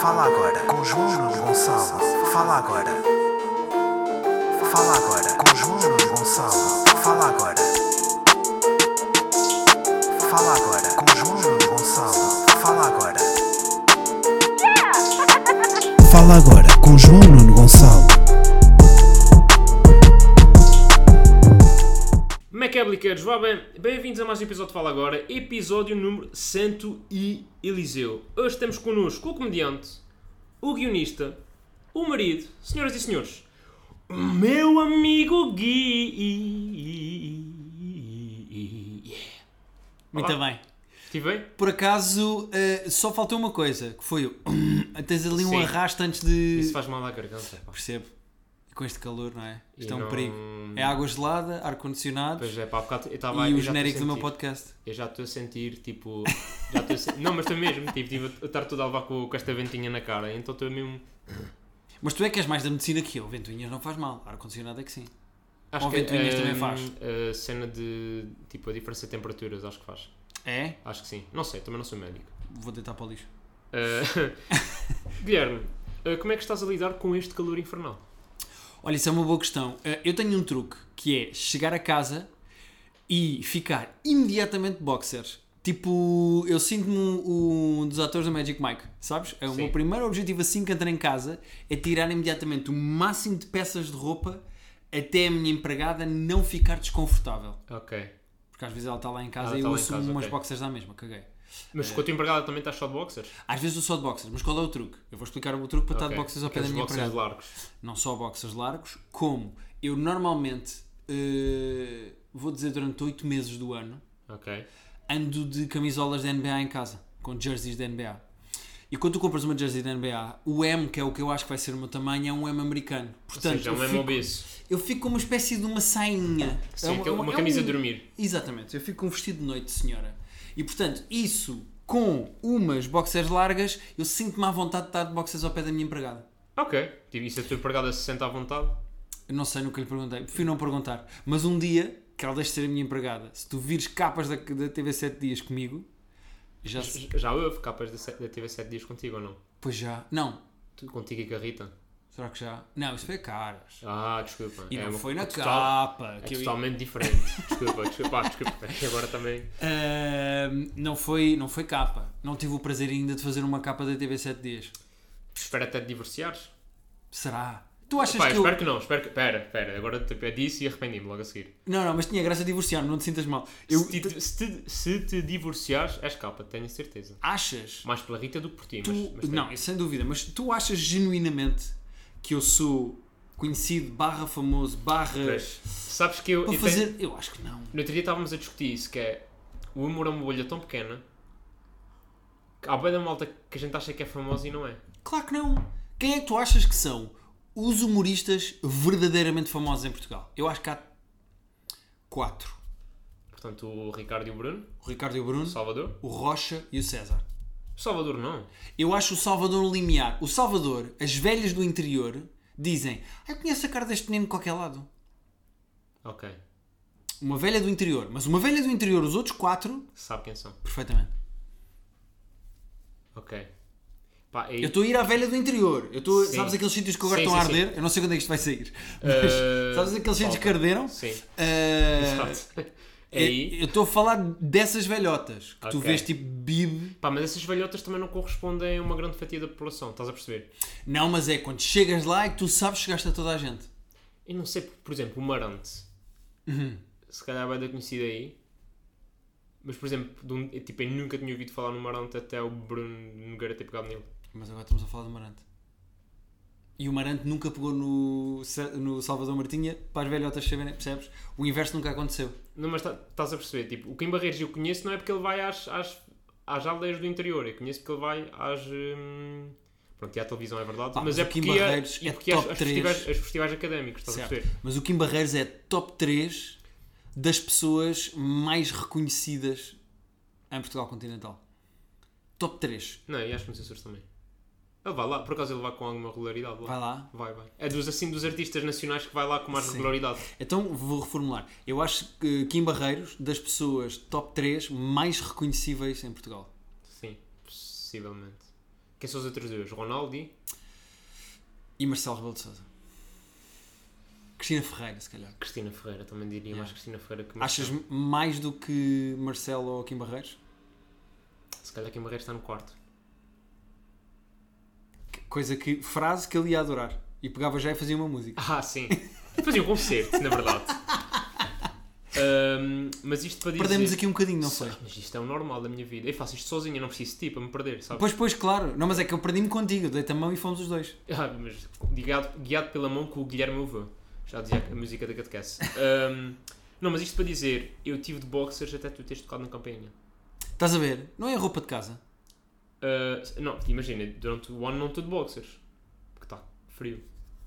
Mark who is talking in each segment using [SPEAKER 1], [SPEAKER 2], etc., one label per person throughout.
[SPEAKER 1] Fala agora com João Nuno Gonçalo. Fala agora. Fala agora com João Nuno Gonçalo. Fala agora. Fala agora com João Nuno Gonçalo. Fala agora. Fala agora com João Nuno Gonçalo.
[SPEAKER 2] Como é que é, bliqueiros? Vá bem, bem-vindos a mais um episódio de Fala Agora, episódio número Santo e Eliseu. Hoje temos connosco o comediante, o guionista, o marido, senhoras e senhores, o meu amigo Gui.
[SPEAKER 3] Muito
[SPEAKER 2] Olá.
[SPEAKER 3] bem.
[SPEAKER 2] Estive bem?
[SPEAKER 3] Por acaso, eh, só faltou uma coisa, que foi o... Tens ali um
[SPEAKER 2] Sim.
[SPEAKER 3] arrasto antes de...
[SPEAKER 2] Isso faz mal à garganta. pá.
[SPEAKER 3] Percebo. Com este calor, não é? Isto
[SPEAKER 2] E
[SPEAKER 3] é um
[SPEAKER 2] não-
[SPEAKER 3] perigo. É água gelada, ar-condicionado
[SPEAKER 2] Pois é, pá, há bocado eu estava
[SPEAKER 3] e
[SPEAKER 2] eu
[SPEAKER 3] o
[SPEAKER 2] já estou a
[SPEAKER 3] genérico do meu
[SPEAKER 2] sentir.
[SPEAKER 3] podcast.
[SPEAKER 2] Eu já estou a sentir, tipo. Já estou a sen- Não, mas estou mesmo, tipo, tive a estar todo a levar com, com esta ventinha na cara, então estou mesmo.
[SPEAKER 3] Mas tu é que és mais da medicina que eu. Ventoinhas não faz mal. Ar-condicionado é que sim.
[SPEAKER 2] Acho hum,
[SPEAKER 3] Ou ventoinhas também faz.
[SPEAKER 2] A cena de tipo a diferença de temperaturas, acho que faz.
[SPEAKER 3] É?
[SPEAKER 2] Acho que sim. Não sei, também não sou médico.
[SPEAKER 3] Vou deitar para o lixo.
[SPEAKER 2] Eh, Guilherme, eh, como é que estás a lidar com este calor infernal?
[SPEAKER 3] Olha, isso é uma boa questão. Eh, Eu tenho um truque, que é chegar a casa e ficar imediatamente boxer. Tipo, eu sinto-me um, um dos atores da Magic Mike, sabes? É o
[SPEAKER 2] Sim.
[SPEAKER 3] meu primeiro objetivo assim que entrar em casa é tirar imediatamente o máximo de peças de roupa até a minha empregada não ficar desconfortável.
[SPEAKER 2] Ok.
[SPEAKER 3] Porque às vezes ela está lá em
[SPEAKER 2] Ela
[SPEAKER 3] casa e
[SPEAKER 2] está
[SPEAKER 3] eu
[SPEAKER 2] lá em
[SPEAKER 3] assumo
[SPEAKER 2] casa,
[SPEAKER 3] umas
[SPEAKER 2] ok.
[SPEAKER 3] boxers da mesma, caguei. Uh,
[SPEAKER 2] Mas com a tua empregada também estás só de boxers?
[SPEAKER 3] Às vezes eu sou de boxers, mas qual é o truque? Eu vou explicar o truque para estar Tá de
[SPEAKER 2] Ok.
[SPEAKER 3] boxers ao pé da
[SPEAKER 2] Aqueles
[SPEAKER 3] minha
[SPEAKER 2] boxers
[SPEAKER 3] empregada.
[SPEAKER 2] largos.
[SPEAKER 3] não só boxers largos, como eu normalmente, eh, vou dizer durante 8 meses do ano,
[SPEAKER 2] Ok.
[SPEAKER 3] ando de camisolas da NBA em casa, com jerseys da NBA. E quando tu compras uma jersey da NBA, o M, que é o que eu acho que vai ser o meu tamanho, é um M americano.
[SPEAKER 2] Ou
[SPEAKER 3] Portanto,
[SPEAKER 2] seja, é um
[SPEAKER 3] eu, fico,
[SPEAKER 2] MOBIS.
[SPEAKER 3] eu fico com uma espécie de uma sainha.
[SPEAKER 2] Sim,
[SPEAKER 3] É
[SPEAKER 2] aquele- uma camisa de dormir.
[SPEAKER 3] Exatamente, eu fico com um vestido de noite, senhora. E portanto, isso com umas boxers largas, eu sinto-me à vontade de estar de boxers ao pé da minha empregada.
[SPEAKER 2] Ok. Tipo, E se a tua empregada se senta à vontade?
[SPEAKER 3] Eu não sei, nunca lhe perguntei. Prefiro não perguntar. Mas um dia, que ela deixe de ser a minha empregada, se tu vires capas da, da TV 7 Dias comigo, já se...
[SPEAKER 2] Já houve capas da se- da TV 7 dias contigo ou não?
[SPEAKER 3] Pois já. Não.
[SPEAKER 2] Tu- Contigo e com a Rita?
[SPEAKER 3] Será que já? Não, isso foi a caras.
[SPEAKER 2] Ah, desculpa.
[SPEAKER 3] E
[SPEAKER 2] É
[SPEAKER 3] não
[SPEAKER 2] uma-
[SPEAKER 3] foi na
[SPEAKER 2] total-
[SPEAKER 3] capa.
[SPEAKER 2] É
[SPEAKER 3] que eu-
[SPEAKER 2] totalmente diferente. Desculpa, desculpa, ah, desculpa. Agora também.
[SPEAKER 3] Ahm, não, foi, não foi capa. Não tive o prazer ainda de fazer uma capa da TV 7 Dias.
[SPEAKER 2] Espero até te divorciares.
[SPEAKER 3] Será? Tu achas
[SPEAKER 2] Pá,
[SPEAKER 3] que eu...
[SPEAKER 2] espero que não. Espero que... Pera, pera. Agora tipo, é disso e arrependi-me logo a seguir.
[SPEAKER 3] Não, não, mas tinha graça de divorciar-me, não te sintas mal. Eu...
[SPEAKER 2] Se, te, se, te, se te divorciares, és capa, tenho certeza.
[SPEAKER 3] Achas?
[SPEAKER 2] Mais pela Rita do que por ti,
[SPEAKER 3] Tu-
[SPEAKER 2] mas... mas
[SPEAKER 3] não, isso sem dúvida, mas tu achas genuinamente que eu sou conhecido, barra famoso, barra...
[SPEAKER 2] Mas, sabes que eu...
[SPEAKER 3] Para
[SPEAKER 2] eu tenho-
[SPEAKER 3] fazer... Eu acho que não.
[SPEAKER 2] No outro dia estávamos a discutir isso, que é... O amor é uma bolha tão pequena... que Há bem da malta que a gente acha que é famosa e não é.
[SPEAKER 3] Claro que não. Quem é que tu achas que são os humoristas verdadeiramente famosos em Portugal? Eu acho que há quatro.
[SPEAKER 2] Portanto, o Ricardo e o Bruno.
[SPEAKER 3] O Ricardo e o Bruno,
[SPEAKER 2] O Salvador.
[SPEAKER 3] o Rocha e o César.
[SPEAKER 2] O Salvador não.
[SPEAKER 3] Eu acho o Salvador um limiar. O Salvador, as velhas do interior, dizem ah, eu conheço a cara deste menino de qualquer lado.
[SPEAKER 2] Ok.
[SPEAKER 3] Uma velha do interior. Mas uma velha do interior, os outros quatro,
[SPEAKER 2] Sabe quem são.
[SPEAKER 3] perfeitamente.
[SPEAKER 2] Ok. Pá, e-
[SPEAKER 3] Eu estou a ir à velha do interior. Eu estou,
[SPEAKER 2] Sim.
[SPEAKER 3] sabes aqueles sítios que agora
[SPEAKER 2] Sim,
[SPEAKER 3] estão a
[SPEAKER 2] sim, sim.
[SPEAKER 3] arder? Eu não sei quando é que isto vai sair.
[SPEAKER 2] Eh,
[SPEAKER 3] Mas, sabes aqueles sítios
[SPEAKER 2] falta.
[SPEAKER 3] que arderam?
[SPEAKER 2] Sim.
[SPEAKER 3] Eh,
[SPEAKER 2] Exato. É aí.
[SPEAKER 3] Eu estou a falar dessas velhotas que tu
[SPEAKER 2] Ok.
[SPEAKER 3] vês tipo bib.
[SPEAKER 2] Pá, mas essas velhotas também não correspondem a uma grande fatia da população, estás a perceber?
[SPEAKER 3] Não, mas é quando chegas lá é que tu sabes que chegaste a toda a gente.
[SPEAKER 2] Eu não sei, por exemplo, o Marante.
[SPEAKER 3] Uhum.
[SPEAKER 2] Se calhar vai dar conhecido aí. Mas, por exemplo, de um- eu, tipo, eu nunca tinha ouvido falar no Marante até o Bruno Nogueira ter pegado nele.
[SPEAKER 3] Mas agora estamos a falar do Marante. E o Marante nunca pegou no, Sa- no Salvador Martinha para as velhotas saberem, percebes? O inverso nunca aconteceu.
[SPEAKER 2] Não, mas tá- estás a perceber, tipo, o Kim Barreiros eu conheço não é porque ele vai às, às, às aldeias do interior, eu conheço porque ele vai às... hum, Pronto, e à televisão é verdade,
[SPEAKER 3] Pá,
[SPEAKER 2] mas
[SPEAKER 3] mas
[SPEAKER 2] é
[SPEAKER 3] o Kim
[SPEAKER 2] porque, ia-
[SPEAKER 3] Barreiros
[SPEAKER 2] e
[SPEAKER 3] é
[SPEAKER 2] porque ia às-
[SPEAKER 3] top
[SPEAKER 2] às
[SPEAKER 3] três.
[SPEAKER 2] festivais, aos festivais académicos, estás a
[SPEAKER 3] Certo.
[SPEAKER 2] perceber?
[SPEAKER 3] Mas o Kim Barreiros é top 3 das pessoas mais reconhecidas em Portugal continental. Top 3.
[SPEAKER 2] Não, e acho que nos Açores também. Ele vai lá, por acaso ele vai com alguma regularidade lá.
[SPEAKER 3] Vai lá.
[SPEAKER 2] Vai, vai. É dos, assim, dos artistas nacionais que vai lá com mais
[SPEAKER 3] Sim.
[SPEAKER 2] regularidade.
[SPEAKER 3] Então vou reformular. Eu acho que Kim Barreiros, das pessoas top 3 mais reconhecíveis em Portugal.
[SPEAKER 2] Sim, possivelmente. Quem são os outros dois? Ronaldo e
[SPEAKER 3] E Marcelo Rebelo de Sousa. Cristina Ferreira, se calhar.
[SPEAKER 2] Cristina Ferreira. Também diria mais Cristina Ferreira que
[SPEAKER 3] Achas mais do que Marcelo ou Kim Barreiros?
[SPEAKER 2] Se calhar Kim Barreiros está no quarto.
[SPEAKER 3] Que- Coisa que. frase que ele ia adorar. E pegava já e fazia uma música.
[SPEAKER 2] Ah, sim. Fazia um concerto, na verdade. Ahm, mas isto para dizer...
[SPEAKER 3] Perdemos aqui um bocadinho, não sei.
[SPEAKER 2] Mas isto é o normal da minha vida. Eu faço isto sozinho, eu não preciso de ti para me perder, sabe?
[SPEAKER 3] Pois, pois, claro. Não, mas é que eu perdi-me contigo. Dei-te a mão e fomos os dois.
[SPEAKER 2] Ah, mas guiado, guiado pela mão que o Guilherme ouve. Já dizia a música da catequese. Ahm, não, mas isto para dizer, eu tive de boxers até tu teres tocado na campainha.
[SPEAKER 3] Estás a ver? Não é a roupa de casa.
[SPEAKER 2] Ah, não, imagina, durante o ano não estou de boxers. Porque está frio.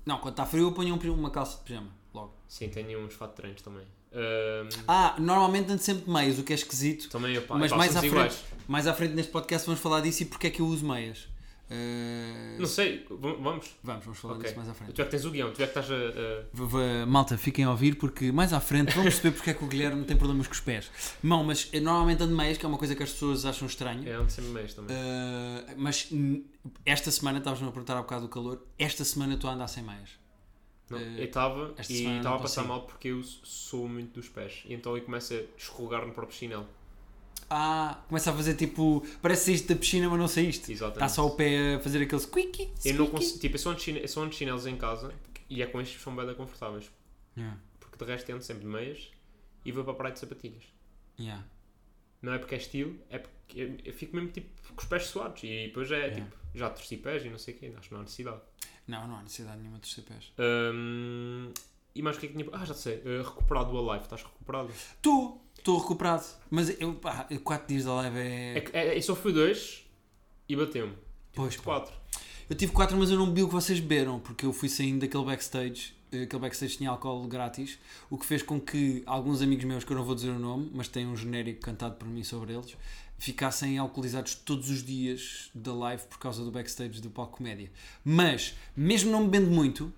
[SPEAKER 3] Não, quando está frio eu ponho um- uma calça de pijama. Logo.
[SPEAKER 2] Sim, tenho uns fato de treinos também. Ahm,
[SPEAKER 3] Ah, normalmente ando sempre de meias, o que é esquisito.
[SPEAKER 2] também, opá,
[SPEAKER 3] mas
[SPEAKER 2] Então, pá,
[SPEAKER 3] mais à,
[SPEAKER 2] somos
[SPEAKER 3] frente,
[SPEAKER 2] iguais.
[SPEAKER 3] mais à frente neste podcast vamos falar disso e porque é que eu uso meias. Eh,
[SPEAKER 2] Não sei, v- vamos.
[SPEAKER 3] Vamos, vamos falar
[SPEAKER 2] Ok.
[SPEAKER 3] disso mais à frente.
[SPEAKER 2] Tu é que tens o guião, tu é que estás a. a-
[SPEAKER 3] V- v- Malta, fiquem a ouvir porque mais à frente vão perceber porque é que o Guilherme tem problemas com os pés. Não, mas eu normalmente ando de meias, que é uma coisa que as pessoas acham estranho.
[SPEAKER 2] É, onde sempre mês também.
[SPEAKER 3] Eh, mas hum, esta semana, estavas-me a perguntar há bocado do calor, esta semana estou a andar sem meias.
[SPEAKER 2] Não, eu estava
[SPEAKER 3] eh, esta
[SPEAKER 2] e
[SPEAKER 3] semana
[SPEAKER 2] estava a
[SPEAKER 3] não
[SPEAKER 2] passar
[SPEAKER 3] consigo.
[SPEAKER 2] mal porque eu sou muito dos pés. E então eu começo a escorregar no próprio chinelo.
[SPEAKER 3] Ah, começa a fazer tipo. Parece saíste da piscina, mas não saíste.
[SPEAKER 2] Exatamente.
[SPEAKER 3] Está só o pé a fazer aquele squeaky.
[SPEAKER 2] Eu não
[SPEAKER 3] squeaky.
[SPEAKER 2] consigo. Tipo, eu só ando de chine- eu só ando de chinelos em casa e é com estes que são bem confortáveis.
[SPEAKER 3] Yeah,
[SPEAKER 2] Porque de resto eu ando sempre de meias e vou para a praia de sapatilhas.
[SPEAKER 3] yeah.
[SPEAKER 2] Não é porque é estilo, é porque eu, eu fico mesmo tipo com os pés suados. E depois é
[SPEAKER 3] Yeah.
[SPEAKER 2] tipo, já torci pés e não sei o quê, acho que não há necessidade.
[SPEAKER 3] Não, não há necessidade nenhuma de torcer pés.
[SPEAKER 2] Hum, e mais o que é que tinha. Ah, já sei, eh, recuperado do Alive, estás recuperado?
[SPEAKER 3] Estou, estou recuperado. Mas eu, pá, 4 dias da live é.
[SPEAKER 2] É, que- é, é- só fui dois e bateu-me.
[SPEAKER 3] Pois, pá.
[SPEAKER 2] Quatro.
[SPEAKER 3] Eu tive 4, mas eu não bebi o que vocês beberam, porque eu fui saindo daquele backstage. eh, Aquele backstage tinha álcool grátis, o que fez com que alguns amigos meus, que eu não vou dizer o nome, mas tem um genérico cantado por mim sobre eles, ficassem alcoolizados todos os dias da live por causa do backstage do palco comédia. Mas, mesmo não bebendo muito,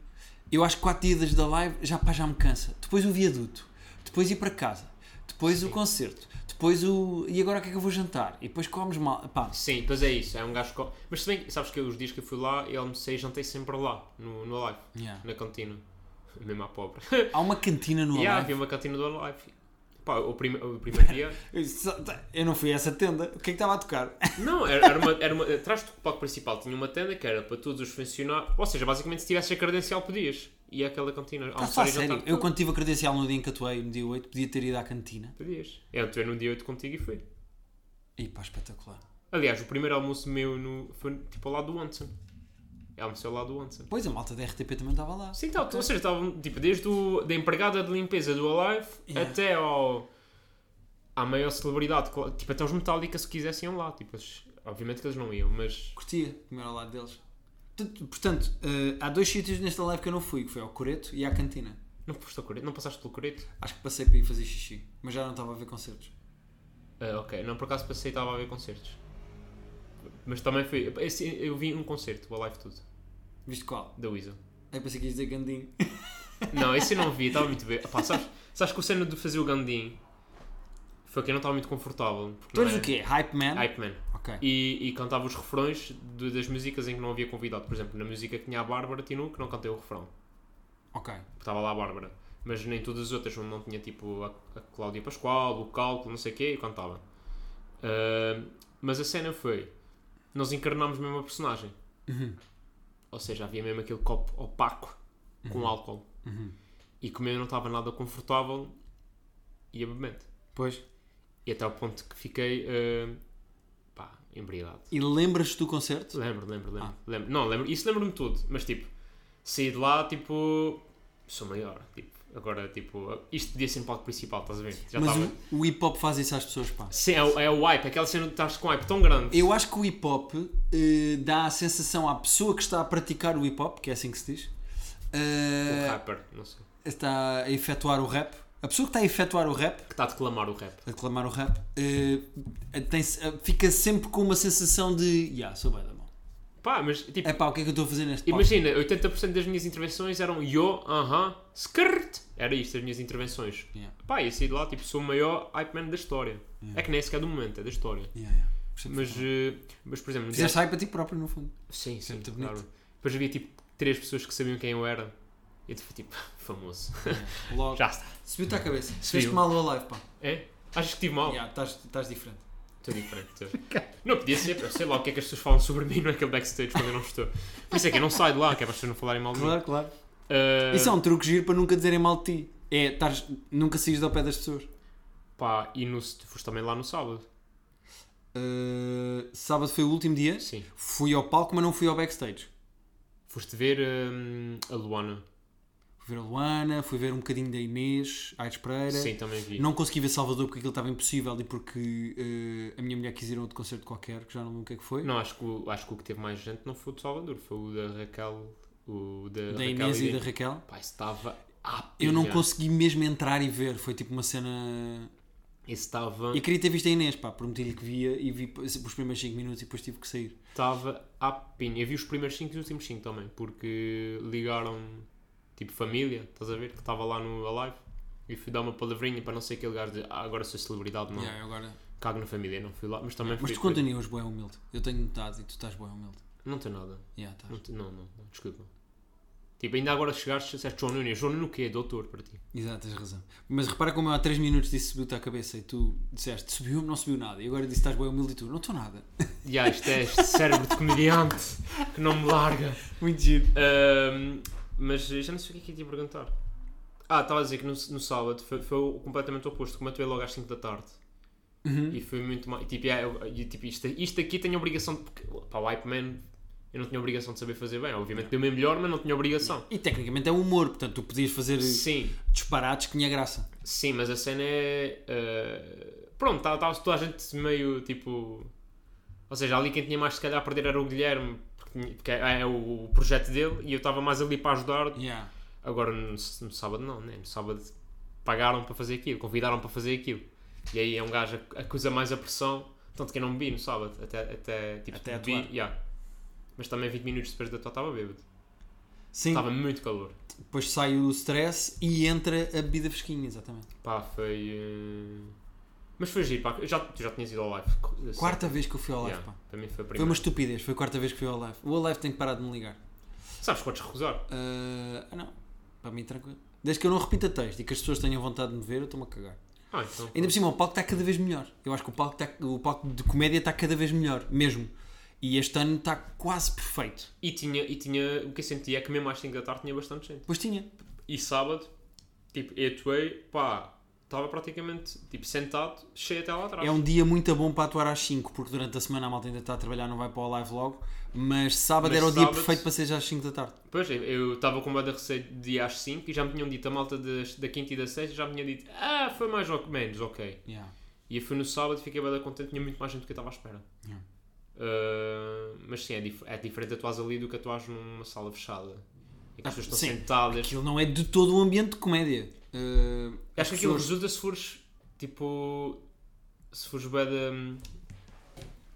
[SPEAKER 3] eu acho que 4 dias da live já, pá, já me cansa. Depois o viaduto, depois ir para casa, depois o concerto, depois o. E agora o que é que eu vou jantar? E depois comes mal. Pá,
[SPEAKER 2] Sim, pois é isso. É um gajo. Co... Mas se bem que sabes que eu, os dias que eu fui lá, eu almocei e jantei sempre lá, no, no Alive,
[SPEAKER 3] yeah.
[SPEAKER 2] na cantina. Mesmo à pobre.
[SPEAKER 3] Há uma cantina no
[SPEAKER 2] E há,
[SPEAKER 3] Alive.
[SPEAKER 2] havia uma cantina do Alive. Pá, o, prime... o primeiro dia.
[SPEAKER 3] Eu só- Eu não fui a essa tenda. O que é que estava a tocar?
[SPEAKER 2] Não, era, era uma. Era uma... Atrás do palco principal tinha uma tenda que era para todos os funcionários. Ou seja, basicamente se tivesse a credencial podias. E aquela cantina.
[SPEAKER 3] Ah,
[SPEAKER 2] almoçar
[SPEAKER 3] pá,
[SPEAKER 2] e jantar
[SPEAKER 3] sério. Eu quando tive a credencial no dia em que atuei, no dia 8, podia ter ido à cantina.
[SPEAKER 2] Podias. É, Eu entrei no dia 8 contigo e fui.
[SPEAKER 3] E pá, espetacular.
[SPEAKER 2] Aliás, o primeiro almoço meu no... foi tipo ao lado do Anson. Eu almocei ao lado do Anson.
[SPEAKER 3] Pois, a malta da RTP também estava lá.
[SPEAKER 2] Sim, tá, ou seja, estavam tipo, desde o, da empregada de limpeza do Alive
[SPEAKER 3] Yeah.
[SPEAKER 2] até ao, à maior celebridade, cla- tipo, até os Metallica se quisessem iam lá. Tipo, eles- obviamente que eles não iam, mas
[SPEAKER 3] Curtia comer ao lado deles. Portanto, portanto, eh, há dois sítios nesta live que eu não fui, que foi ao Coreto e à cantina.
[SPEAKER 2] não, foste ao Coreto? não passaste pelo Coreto?
[SPEAKER 3] Acho que passei para ir fazer xixi, mas já não estava a ver concertos.
[SPEAKER 2] Ah, ok, não por acaso passei estava a ver concertos. Mas também fui. esse- eu vi um concerto, o Alive Tudo,
[SPEAKER 3] Viste qual?
[SPEAKER 2] da Weasel.
[SPEAKER 3] Aí pensei que ias dizer Gandim.
[SPEAKER 2] Não, esse eu não vi, estava muito bem. Epá, sabes, sabes que o cena de fazer o Gandim foi que eu não estava muito confortável. porque
[SPEAKER 3] Tu
[SPEAKER 2] não
[SPEAKER 3] és
[SPEAKER 2] é-
[SPEAKER 3] o quê? Hype Man?
[SPEAKER 2] Hype Man.
[SPEAKER 3] Ok.
[SPEAKER 2] e, e cantava os refrões de- das músicas em que não havia convidado. Por exemplo, na música que tinha a Bárbara Tinu, que não cantei o refrão,
[SPEAKER 3] Ok.
[SPEAKER 2] porque estava lá a Bárbara. Mas nem todas as outras, onde não tinha tipo a, a Cláudia Pascoal, o Cálculo, não sei o quê, eu cantava. Ahm, mas a cena foi: nós encarnámos mesmo a personagem. Ou seja, havia mesmo aquele copo opaco com álcool. E como eu não estava nada confortável, ia bebendo.
[SPEAKER 3] Pois.
[SPEAKER 2] E até ao ponto que fiquei, ahm, pá, embriagado.
[SPEAKER 3] E lembras-te do concerto?
[SPEAKER 2] Lembro, lembro, lembro.
[SPEAKER 3] Ah.
[SPEAKER 2] lembro. Não, lembro, isso lembro-me tudo, mas tipo, saí de lá, tipo, sou maior, tipo, agora, tipo, isto podia ser no palco principal, estás a ver? Já
[SPEAKER 3] mas
[SPEAKER 2] estava.
[SPEAKER 3] o, o hip-hop faz isso às pessoas, pá.
[SPEAKER 2] Sim, é, o- é o hype, aquela cena de estás com hype tão grande.
[SPEAKER 3] Eu acho que o hip hop eh, dá a sensação à pessoa que está a praticar o hip hop, que é assim que se diz,
[SPEAKER 2] O
[SPEAKER 3] eh,
[SPEAKER 2] rapper, não sei,
[SPEAKER 3] está a efetuar o rap. A pessoa que está a efetuar o rap,
[SPEAKER 2] que está a declamar o rap.
[SPEAKER 3] a declamar o rap, eh, tem se- eh, fica sempre com uma sensação de yeah, sou bem da mão.
[SPEAKER 2] Pá, mas tipo,
[SPEAKER 3] É pá, o que é que eu estou a fazer neste palco?
[SPEAKER 2] imagina, 80% das minhas intervenções eram yo, aham, skirt. Era isto, as minhas intervenções.
[SPEAKER 3] Yeah,
[SPEAKER 2] É Pá, e saí de lá, tipo, sou o maior hype man da história. É que nem sequer do momento, é da história.
[SPEAKER 3] yeah, yeah. Gostei de
[SPEAKER 2] Mas,
[SPEAKER 3] falar.
[SPEAKER 2] eh, mas por exemplo, no
[SPEAKER 3] Fizeste hype a ti próprio, no fundo.
[SPEAKER 2] Sim, sim,
[SPEAKER 3] muito bonito.
[SPEAKER 2] claro. é Depois havia tipo três pessoas que sabiam quem eu era. E tu fui tipo, famoso.
[SPEAKER 3] Logo.
[SPEAKER 2] Já está.
[SPEAKER 3] Subiu-te à cabeça. Fizeste
[SPEAKER 2] Subiu.
[SPEAKER 3] mal o live, pá.
[SPEAKER 2] É? Achas que tive mal?
[SPEAKER 3] Yeah, Estás estás diferente.
[SPEAKER 2] Estou diferente. estou. Não podia ser, eu sei lá o que é que as pessoas falam sobre mim naquele backstage quando eu não estou. Por isso é que eu não saio de lá, que é para as pessoas não falarem mal de mim.
[SPEAKER 3] Claro, claro.
[SPEAKER 2] Ah,
[SPEAKER 3] Isso é um truque giro para nunca dizerem mal de ti. É, estás, nunca saís ao pé das pessoas. um
[SPEAKER 2] Pá, e no, tu foste também lá no sábado.
[SPEAKER 3] Uh, sábado foi o último dia.
[SPEAKER 2] Sim.
[SPEAKER 3] Fui ao palco, mas não fui ao backstage.
[SPEAKER 2] Foste ver hum, a Luana.
[SPEAKER 3] Fui ver a Luana, fui ver um bocadinho da Inês, Aires Pereira.
[SPEAKER 2] Sim, também vi.
[SPEAKER 3] Não consegui ver Salvador porque aquilo estava impossível e porque uh, a minha mulher quis ir a outro concerto qualquer, que já não lembro o que é que foi.
[SPEAKER 2] Não, acho que, o, acho que o que teve mais gente não foi o de Salvador, foi o da Raquel. O da,
[SPEAKER 3] da
[SPEAKER 2] Raquel
[SPEAKER 3] Inês e da
[SPEAKER 2] da-
[SPEAKER 3] Raquel.
[SPEAKER 2] Pá, isso estava a
[SPEAKER 3] Eu não
[SPEAKER 2] pilhar.
[SPEAKER 3] consegui mesmo entrar e ver, foi tipo uma cena.
[SPEAKER 2] Isso estava
[SPEAKER 3] Eu queria ter visto a Inês, pá, prometi-lhe que via e vi os primeiros 5 minutos e depois tive que sair.
[SPEAKER 2] estava à pinha. Eu vi os primeiros 5 e os últimos 5 também, porque ligaram tipo família, estás a ver? Que estava lá no Alive e fui dar uma palavrinha para não ser aquele gajo de ah, agora sou celebridade, não.
[SPEAKER 3] Yeah, agora...
[SPEAKER 2] Cago na família, não fui lá, mas também
[SPEAKER 3] Mas
[SPEAKER 2] fui.
[SPEAKER 3] tu continuas boé humilde. Eu tenho notado e tu estás boé humilde.
[SPEAKER 2] Não tem nada.
[SPEAKER 3] Yeah, estás.
[SPEAKER 2] Não, te- não, não, não, desculpa. Tipo, ainda agora chegaste, disseste João Nunes. João Nunes o quê? Doutor para ti.
[SPEAKER 3] Exato, tens razão. Mas repara como eu há 3 minutos disse subiu-te à cabeça e tu disseste subiu-me, não subiu nada. E agora disse estás boé humilde e tu não estou nada.
[SPEAKER 2] E há este, é este cérebro de comediante que não me larga.
[SPEAKER 3] Muito giro.
[SPEAKER 2] Ahm, mas já não sei o que é que eu te ia perguntar. Ah, estava a dizer que no, no sábado foi, foi o completamente oposto, como eu atuei logo às 5 da tarde. E foi muito mal. e Tipo, yeah, eu- e, tipo isto, isto aqui tenho a obrigação de. Porque, pá, o Hype Man, eu não tinha a obrigação de saber fazer bem. Obviamente deu o meu melhor, mas não tinha obrigação.
[SPEAKER 3] E tecnicamente é humor, portanto tu podias fazer
[SPEAKER 2] Sim,
[SPEAKER 3] disparates que tinha graça.
[SPEAKER 2] sim, mas a cena é. ah, pronto, estava estava toda a gente meio tipo. Ou seja, ali quem tinha mais se calhar a perder era o Guilherme, porque, tinha- porque é, é o, o projeto dele, e eu estava mais ali para ajudar
[SPEAKER 3] Yeah.
[SPEAKER 2] Agora no, no sábado não, né? No sábado pagaram para fazer aquilo, convidaram para fazer aquilo. E aí é um gajo que acusa mais a pressão. Tanto que eu não bebi no sábado, até, até tipo
[SPEAKER 3] Até
[SPEAKER 2] bebi,
[SPEAKER 3] atuar.
[SPEAKER 2] yeah. Mas também 20 minutos depois da tua estava bêbado.
[SPEAKER 3] Sim,
[SPEAKER 2] Estava muito calor.
[SPEAKER 3] depois sai o stress e entra a bebida fresquinha, exatamente.
[SPEAKER 2] Pá, foi. eh, Mas foi giro, pá. Eu já, tu já tinhas ido ao live. Eu sei.
[SPEAKER 3] Quarta vez que eu fui ao live,
[SPEAKER 2] Yeah,
[SPEAKER 3] pá.
[SPEAKER 2] Para mim foi a
[SPEAKER 3] Foi
[SPEAKER 2] primeira.
[SPEAKER 3] uma estupidez, foi a quarta vez que fui ao live. O live tem que parar de me ligar.
[SPEAKER 2] Sabes quantos recusar?
[SPEAKER 3] Ah, ah, não, para mim tranquilo. Desde que eu não repita texto e que as pessoas tenham vontade de me ver, eu estou-me a cagar.
[SPEAKER 2] Ah, então.
[SPEAKER 3] Ainda por cima, o palco está cada vez melhor. Eu acho que o palco, está- o palco de comédia está cada vez melhor, mesmo. E este ano está quase perfeito.
[SPEAKER 2] E tinha, e tinha. O que eu senti é que mesmo às 5 da tarde tinha bastante gente.
[SPEAKER 3] Pois tinha.
[SPEAKER 2] E sábado, tipo, eu atuei, pá, estava praticamente tipo, sentado, cheio até lá atrás.
[SPEAKER 3] É um dia muito bom para atuar às 5, porque durante a semana a malta ainda está a trabalhar, não vai para o live logo. Mas sábado
[SPEAKER 2] Mas
[SPEAKER 3] era o dia
[SPEAKER 2] sábado-
[SPEAKER 3] perfeito para ser às 5 da tarde.
[SPEAKER 2] Pois, eu- eu estava com medo de receio de ir às 5 e já me tinham dito, a malta das- da quinta e da sexta já me tinha dito, ah, foi mais ou menos, ok.
[SPEAKER 3] Yeah.
[SPEAKER 2] E eu fui no sábado, fiquei bem contente, tinha muito mais gente do que eu estava à espera.
[SPEAKER 3] Yeah.
[SPEAKER 2] Ah, mas sim, é, dif é diferente atuares ali do que atuares numa sala fechada. E que
[SPEAKER 3] Ah,
[SPEAKER 2] as pessoas estão
[SPEAKER 3] sim.
[SPEAKER 2] sentadas.
[SPEAKER 3] Aquilo não é de todo um ambiente de comédia. Uh, as
[SPEAKER 2] Acho que aquilo
[SPEAKER 3] pessoas-
[SPEAKER 2] resulta se fores, tipo, se fores bem hum,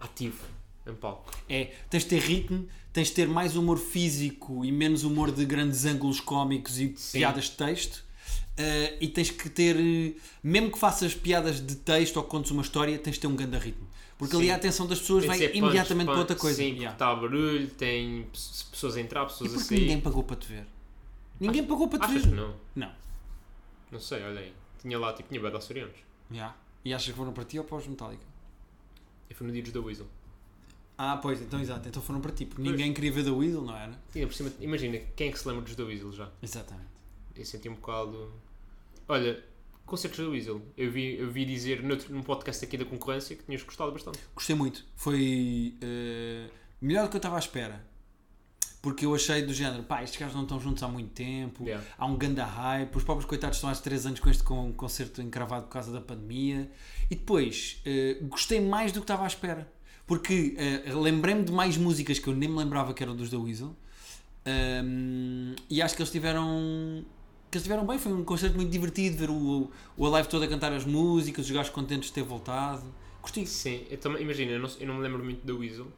[SPEAKER 2] ativo em palco.
[SPEAKER 3] É, tens de ter ritmo, tens de ter mais humor físico e menos humor de grandes ângulos cómicos e
[SPEAKER 2] Sim.
[SPEAKER 3] piadas de texto. Eh, e tens que ter, eh, mesmo que faças piadas de texto ou contes uma história, tens de ter um grande ritmo. Porque ali
[SPEAKER 2] Sim.
[SPEAKER 3] a atenção das pessoas
[SPEAKER 2] Tem
[SPEAKER 3] vai
[SPEAKER 2] de ser punch,
[SPEAKER 3] imediatamente
[SPEAKER 2] punch.
[SPEAKER 3] para outra coisa.
[SPEAKER 2] Sim, porque
[SPEAKER 3] Yeah.
[SPEAKER 2] está barulho, tem pe- pessoas a entrar,
[SPEAKER 3] E
[SPEAKER 2] pessoas a
[SPEAKER 3] porque
[SPEAKER 2] sair.
[SPEAKER 3] ninguém pagou para te ver? Ninguém pagou para te
[SPEAKER 2] Achas
[SPEAKER 3] ver.
[SPEAKER 2] que não?
[SPEAKER 3] Não.
[SPEAKER 2] Não sei, olha aí. Tinha lá, tipo, tinha bué de açorianos.
[SPEAKER 3] Yeah. E achas que foram para ti ou para os Metallica?
[SPEAKER 2] Eu fui no Didos da Weasel.
[SPEAKER 3] Ah, pois, então exato, então foram para ti, porque ninguém queria ver The Weasel, não era?
[SPEAKER 2] Tinha por cima, imagina, quem é que se lembra dos da Weasel já?
[SPEAKER 3] Exatamente.
[SPEAKER 2] Eu senti um bocado... Olha, concertos da Weasel. Eu vi, eu vi dizer noutro- num podcast aqui da concorrência que tinhas gostado bastante.
[SPEAKER 3] Gostei muito. Foi eh, melhor do que eu estava à espera. Porque eu achei do género, pá, estes caras não estão juntos há muito tempo,
[SPEAKER 2] Yeah.
[SPEAKER 3] há um ganda hype, os pobres coitados estão há 3 anos com este con- concerto encravado por causa da pandemia. E depois, eh, gostei mais do que estava à espera. Porque eh, lembrei-me de mais músicas que eu nem me lembrava que eram dos da Weasel. Um, e acho que eles tiveram que eles tiveram bem, foi um concerto muito divertido ver o, o Alive todo a cantar as músicas, os gajos contentes de ter voltado. Gostei.
[SPEAKER 2] Sim, eu também, imagina, eu não, eu não me lembro muito da Weasel.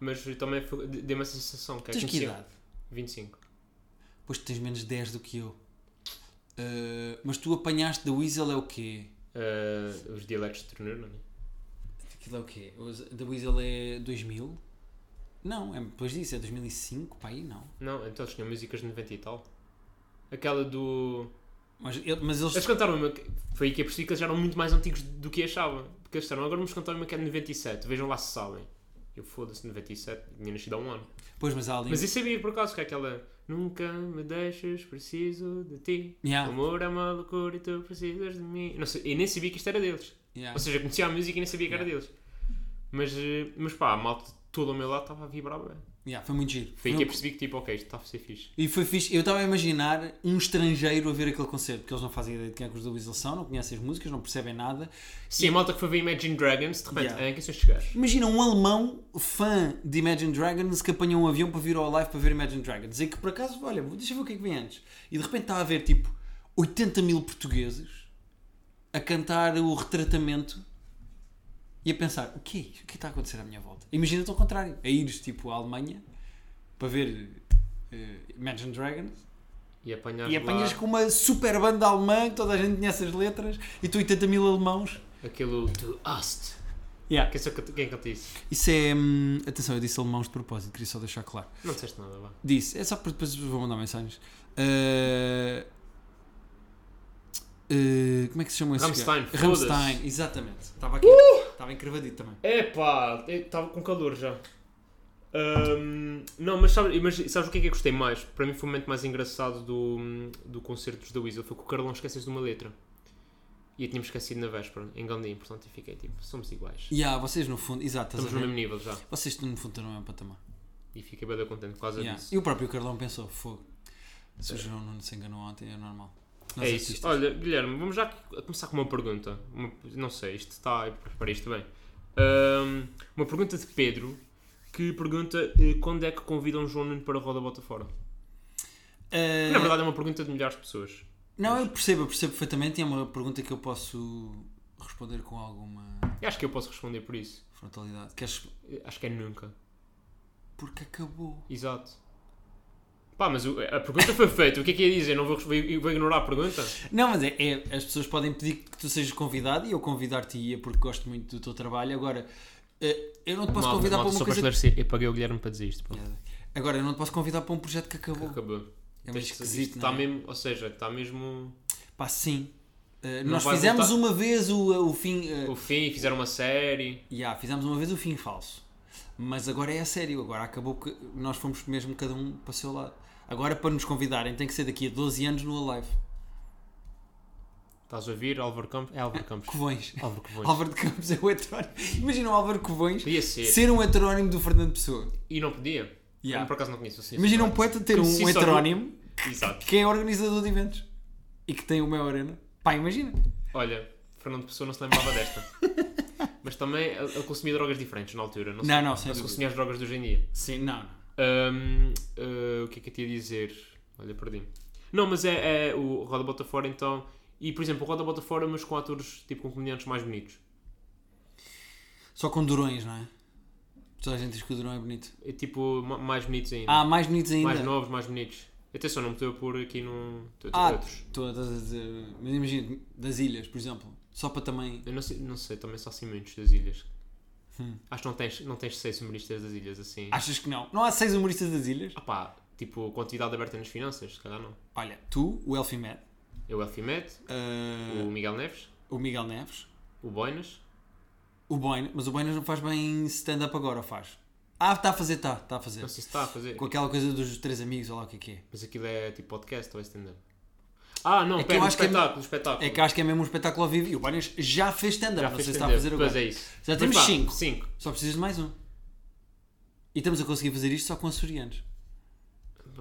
[SPEAKER 2] Mas eu também foi- de- dei-me a sensação que é
[SPEAKER 3] Tens que
[SPEAKER 2] 25.
[SPEAKER 3] idade?
[SPEAKER 2] 25.
[SPEAKER 3] Pois tu tens menos 10 do que eu. Eh, Ah, mas tu apanhaste da Weasel é o quê?
[SPEAKER 2] Ah, os dialetos de ternura, não é?
[SPEAKER 3] Aquilo é o quê? Os- The Weasel é 2000? Não, é depois disso, é 2005, pá, aí não.
[SPEAKER 2] Não, então eles tinham músicas de 90 e tal. Aquela do.
[SPEAKER 3] Mas, ele- mas eles.
[SPEAKER 2] Eles cantaram uma. que- Foi aí que eu percebi que eles já eram muito mais antigos do que achava. Porque eles disseram, agora vamos cantar uma que é de 97, vejam lá se sabem. Eu foda-se, 97, tinha nascido há um ano.
[SPEAKER 3] Pois, mas há ali. um,
[SPEAKER 2] Mas isso sabia por acaso que é aquela. Nunca me deixas, preciso de ti.
[SPEAKER 3] Yeah,
[SPEAKER 2] Amor é uma loucura e tu precisas de mim. Não sei, eu nem sabia que isto era deles.
[SPEAKER 3] yeah.
[SPEAKER 2] Ou seja, conhecia a música e nem sabia que era deles. Mas, eh, mas pá, a malta todo ao meu lado estava a vibrar bem.
[SPEAKER 3] Yeah, foi muito giro.
[SPEAKER 2] Foi aí
[SPEAKER 3] Foi
[SPEAKER 2] que eu
[SPEAKER 3] um-
[SPEAKER 2] percebi que tipo, ok, isto está a ser fixe.
[SPEAKER 3] E foi fixe. Eu estava a imaginar um estrangeiro a ver aquele concerto, porque eles não fazem ideia de quem é que os da Weasel são, não conhecem as músicas, não percebem nada.
[SPEAKER 2] Sim, a malta que foi ver Imagine Dragons, de repente,
[SPEAKER 3] Yeah.
[SPEAKER 2] ah, quem são estes gajos?
[SPEAKER 3] Imagina um alemão fã de Imagine Dragons que apanhou um avião para vir ao live para ver Imagine Dragons e que por acaso, olha, deixa eu ver o que é que vem antes. E de repente está a ver tipo 80 mil portugueses a cantar o retratamento e a pensar: o que é isto? O que está a acontecer à minha volta? Imagina-te ao contrário, a ires tipo à Alemanha para ver eh, Imagine Dragons
[SPEAKER 2] E apanhar
[SPEAKER 3] e apanhas
[SPEAKER 2] lá
[SPEAKER 3] com uma super banda alemã, toda a gente conhece as letras e tu 80 mil alemãos.
[SPEAKER 2] aquele To Ast.
[SPEAKER 3] Yeah.
[SPEAKER 2] Quem, só canta- quem canta isso?
[SPEAKER 3] Isso é. hum, atenção, eu disse alemãos de propósito, queria só deixar claro.
[SPEAKER 2] Não disseste nada, vá.
[SPEAKER 3] Disse, é só porque depois vou mandar mensagens. Ah, ah, como é que se chama esse
[SPEAKER 2] Rammstein,
[SPEAKER 3] gajo?
[SPEAKER 2] foda-se.
[SPEAKER 3] Rammstein, exatamente. Estava aqui. Estava encravadito também.
[SPEAKER 2] Epá, estava com calor já. Ahm, não, mas sabes, mas sabes o que é que eu gostei mais? Para mim foi o momento mais engraçado do, do concerto dos The Weasel. Foi que o Carlão esqueceu de uma letra. E eu tinha-me esquecido na véspera, em Gandim, portanto eu fiquei tipo, somos iguais.
[SPEAKER 3] E há vocês no fundo, exato, estás
[SPEAKER 2] Estamos
[SPEAKER 3] a ver?
[SPEAKER 2] no mesmo É nível já.
[SPEAKER 3] Vocês estão no fundo estão no mesmo patamar.
[SPEAKER 2] E fiquei bem contente por causa
[SPEAKER 3] Yeah.
[SPEAKER 2] disso.
[SPEAKER 3] E o próprio Carlão pensou, fogo. Se o João Nuno se enganou ontem, é normal. Nós
[SPEAKER 2] é isso.
[SPEAKER 3] artistas.
[SPEAKER 2] Olha, Guilherme, vamos já aqui começar com uma pergunta. Uma- não sei, isto está. Eu preparei isto bem. Ahm, uma pergunta de Pedro que pergunta eh, quando é que convidam João Nuno para a Roda Bota Fora.
[SPEAKER 3] Ah,
[SPEAKER 2] Na verdade é uma pergunta de milhares de pessoas.
[SPEAKER 3] Não, eu percebo, eu percebo perfeitamente e é uma pergunta que eu posso responder com alguma
[SPEAKER 2] Eu acho que eu posso responder por isso.
[SPEAKER 3] frontalidade. Queres...
[SPEAKER 2] Eu Acho que é nunca.
[SPEAKER 3] Porque acabou.
[SPEAKER 2] Exato. Pá, mas o- a pergunta foi feita. O que é que ia dizer? Não vou, resp- vou vou ignorar a pergunta?
[SPEAKER 3] Não, mas é, é- as pessoas podem pedir que tu sejas convidado e eu convidar-te-ia porque gosto muito do teu trabalho. Agora, eh, eu não te posso
[SPEAKER 2] Malta,
[SPEAKER 3] convidar
[SPEAKER 2] malta,
[SPEAKER 3] para
[SPEAKER 2] só
[SPEAKER 3] uma coisa.
[SPEAKER 2] para esclarecer, eu paguei o Guilherme para dizer isto. pá.
[SPEAKER 3] Agora, eu não te posso convidar para um projeto que acabou.
[SPEAKER 2] Acabou.
[SPEAKER 3] É meio
[SPEAKER 2] Isto- isto
[SPEAKER 3] esquisito.
[SPEAKER 2] está
[SPEAKER 3] Não é?
[SPEAKER 2] mesmo, ou seja, está mesmo
[SPEAKER 3] Pá, sim. Eh,
[SPEAKER 2] Não
[SPEAKER 3] nós
[SPEAKER 2] vai
[SPEAKER 3] fizemos
[SPEAKER 2] voltar.
[SPEAKER 3] uma vez o, o fim. eh,
[SPEAKER 2] o fim, fizeram uma série.
[SPEAKER 3] Ya, fizemos uma vez o fim falso. Mas agora é a sério, agora acabou que nós fomos mesmo cada um para o seu lado. Agora para nos convidarem tem que ser daqui a 12 anos no Alive.
[SPEAKER 2] Estás a ouvir? Álvaro Campos? É Álvaro Campos.
[SPEAKER 3] Covões.
[SPEAKER 2] Álvaro Covões.
[SPEAKER 3] Álvaro de Campos é o heterónimo. Imagina o Álvaro Covões
[SPEAKER 2] Podia ser.
[SPEAKER 3] ser um heterónimo do Fernando Pessoa.
[SPEAKER 2] E não podia.
[SPEAKER 3] Ya.
[SPEAKER 2] Eu, por acaso não conheço assim.
[SPEAKER 3] Imagina um poeta ter um
[SPEAKER 2] Sim, só-
[SPEAKER 3] heterónimo
[SPEAKER 2] Exato.
[SPEAKER 3] que é organizador de eventos e que tem uma arena. Pá, imagina.
[SPEAKER 2] Olha, Fernando Pessoa não se lembrava desta. Mas também ele ele consumia drogas diferentes na altura. Não,
[SPEAKER 3] Não, não, sem
[SPEAKER 2] se
[SPEAKER 3] dúvida.
[SPEAKER 2] consumia as drogas de hoje em dia.
[SPEAKER 3] Sim, não, não.
[SPEAKER 2] Hum, eh, o que é que eu tinha a dizer? Olha, perdi-me. Não, mas é, é o Roda Bota Fora, então. E, por exemplo, o Roda Bota Fora, mas com atores, tipo, com comediantes mais bonitos.
[SPEAKER 3] Só com durões, não é? Toda a gente diz que o durão é bonito.
[SPEAKER 2] É, tipo, ma- mais bonitos ainda.
[SPEAKER 3] Ah, mais bonitos ainda.
[SPEAKER 2] mais novos, mais bonitos. Atenção, não me estou a pôr aqui no... Estou a ter
[SPEAKER 3] Ah,
[SPEAKER 2] outros.
[SPEAKER 3] estou a dizer. Mas imagina, das ilhas, por exemplo. Só para também.
[SPEAKER 2] Eu não sei, não sei também só assim muitos das ilhas.
[SPEAKER 3] Hum.
[SPEAKER 2] Acho que não tens, não tens seis humoristas das ilhas, assim.
[SPEAKER 3] Achas que não? Não há seis humoristas das ilhas?
[SPEAKER 2] Ah pá, tipo, quantidade aberta nas finanças, se calhar não.
[SPEAKER 3] Olha, tu, o Elfie Matt,
[SPEAKER 2] É o Elfie Matt,
[SPEAKER 3] uh,
[SPEAKER 2] o Miguel Neves,
[SPEAKER 3] o Miguel Neves,
[SPEAKER 2] o Boinas.
[SPEAKER 3] o Boinas, mas o Boinas não faz bem stand-up agora, ou faz? Ah, está a fazer, está, está a fazer.
[SPEAKER 2] Não sei se está a fazer.
[SPEAKER 3] Com aquela coisa dos três amigos, ou lá o que é que é.
[SPEAKER 2] Mas aquilo é tipo podcast ou é stand-up? Ah, não,
[SPEAKER 3] É que
[SPEAKER 2] pera,
[SPEAKER 3] eu
[SPEAKER 2] um
[SPEAKER 3] acho que é-
[SPEAKER 2] espetáculo, um espetáculo.
[SPEAKER 3] É que acho que é mesmo um espetáculo ao vivo. E o Boinas já fez stand-up,
[SPEAKER 2] Já
[SPEAKER 3] não sei
[SPEAKER 2] fez
[SPEAKER 3] se está a
[SPEAKER 2] stand-up,
[SPEAKER 3] fazer
[SPEAKER 2] Pois
[SPEAKER 3] agora.
[SPEAKER 2] é isso.
[SPEAKER 3] Já
[SPEAKER 2] Mas
[SPEAKER 3] temos
[SPEAKER 2] vá,
[SPEAKER 3] cinco.
[SPEAKER 2] cinco.
[SPEAKER 3] Só precisas de mais um. E estamos a conseguir fazer isto só com açorianos.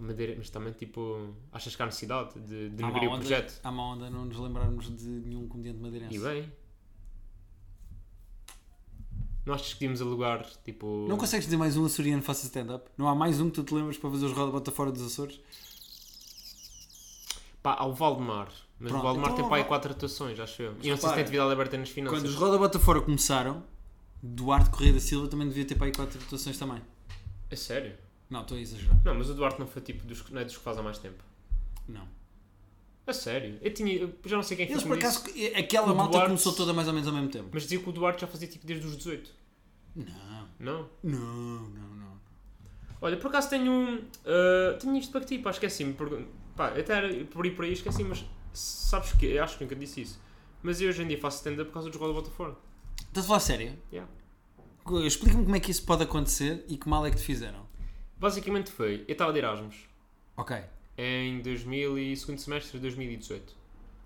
[SPEAKER 2] Madeira, mas também, tipo, achas que há necessidade de
[SPEAKER 3] Há má
[SPEAKER 2] denegrir o
[SPEAKER 3] onda-
[SPEAKER 2] projeto?
[SPEAKER 3] Há má onda não nos lembrarmos de nenhum comediante madeirense.
[SPEAKER 2] E bem. Não achas que podíamos alugar, tipo.
[SPEAKER 3] Não consegues dizer mais um açoriano que faça stand-up? Não há mais um que tu te lembras para fazer os roda bota fora dos Açores?
[SPEAKER 2] Pá, há o Valdemar. Mas
[SPEAKER 3] Pronto,
[SPEAKER 2] o Valdemar
[SPEAKER 3] então
[SPEAKER 2] tem pá aí
[SPEAKER 3] vá-
[SPEAKER 2] quatro atuações, acho eu. E não sei se
[SPEAKER 3] repara,
[SPEAKER 2] tem atividade aberta nas finanças.
[SPEAKER 3] Quando os roda bota fora começaram, Duarte Correia da Silva também devia ter para aí quatro atuações também.
[SPEAKER 2] É sério?
[SPEAKER 3] Não, estou a exagerar.
[SPEAKER 2] Não, mas o Duarte não foi tipo dos, não é dos que faz há mais tempo.
[SPEAKER 3] Não.
[SPEAKER 2] A sério? Eu tinha. eu já não sei quem foi
[SPEAKER 3] Eles
[SPEAKER 2] que
[SPEAKER 3] por
[SPEAKER 2] me disse,
[SPEAKER 3] acaso, é, aquela
[SPEAKER 2] Então O
[SPEAKER 3] malta
[SPEAKER 2] Duarte-
[SPEAKER 3] começou toda mais ou menos ao mesmo tempo.
[SPEAKER 2] Mas dizia que o Duarte já fazia tipo desde os 18.
[SPEAKER 3] Não,
[SPEAKER 2] Não?
[SPEAKER 3] não, não, não.
[SPEAKER 2] Olha, por acaso tenho um. ah, tenho isto para que ti, pá, esqueci-me. por- Pá, até era por ir por aí, esqueci, mas sabes que. eu Acho que nunca disse isso. Mas eu hoje em dia faço stand-up por causa dos Roda Botafogo.
[SPEAKER 3] Estás a falar sério?
[SPEAKER 2] Yeah.
[SPEAKER 3] Explica-me como é que isso pode acontecer e que mal é que te fizeram.
[SPEAKER 2] Basicamente foi. Eu estava de Erasmus
[SPEAKER 3] Ok,
[SPEAKER 2] em 2000 e segundo semestre de 2018.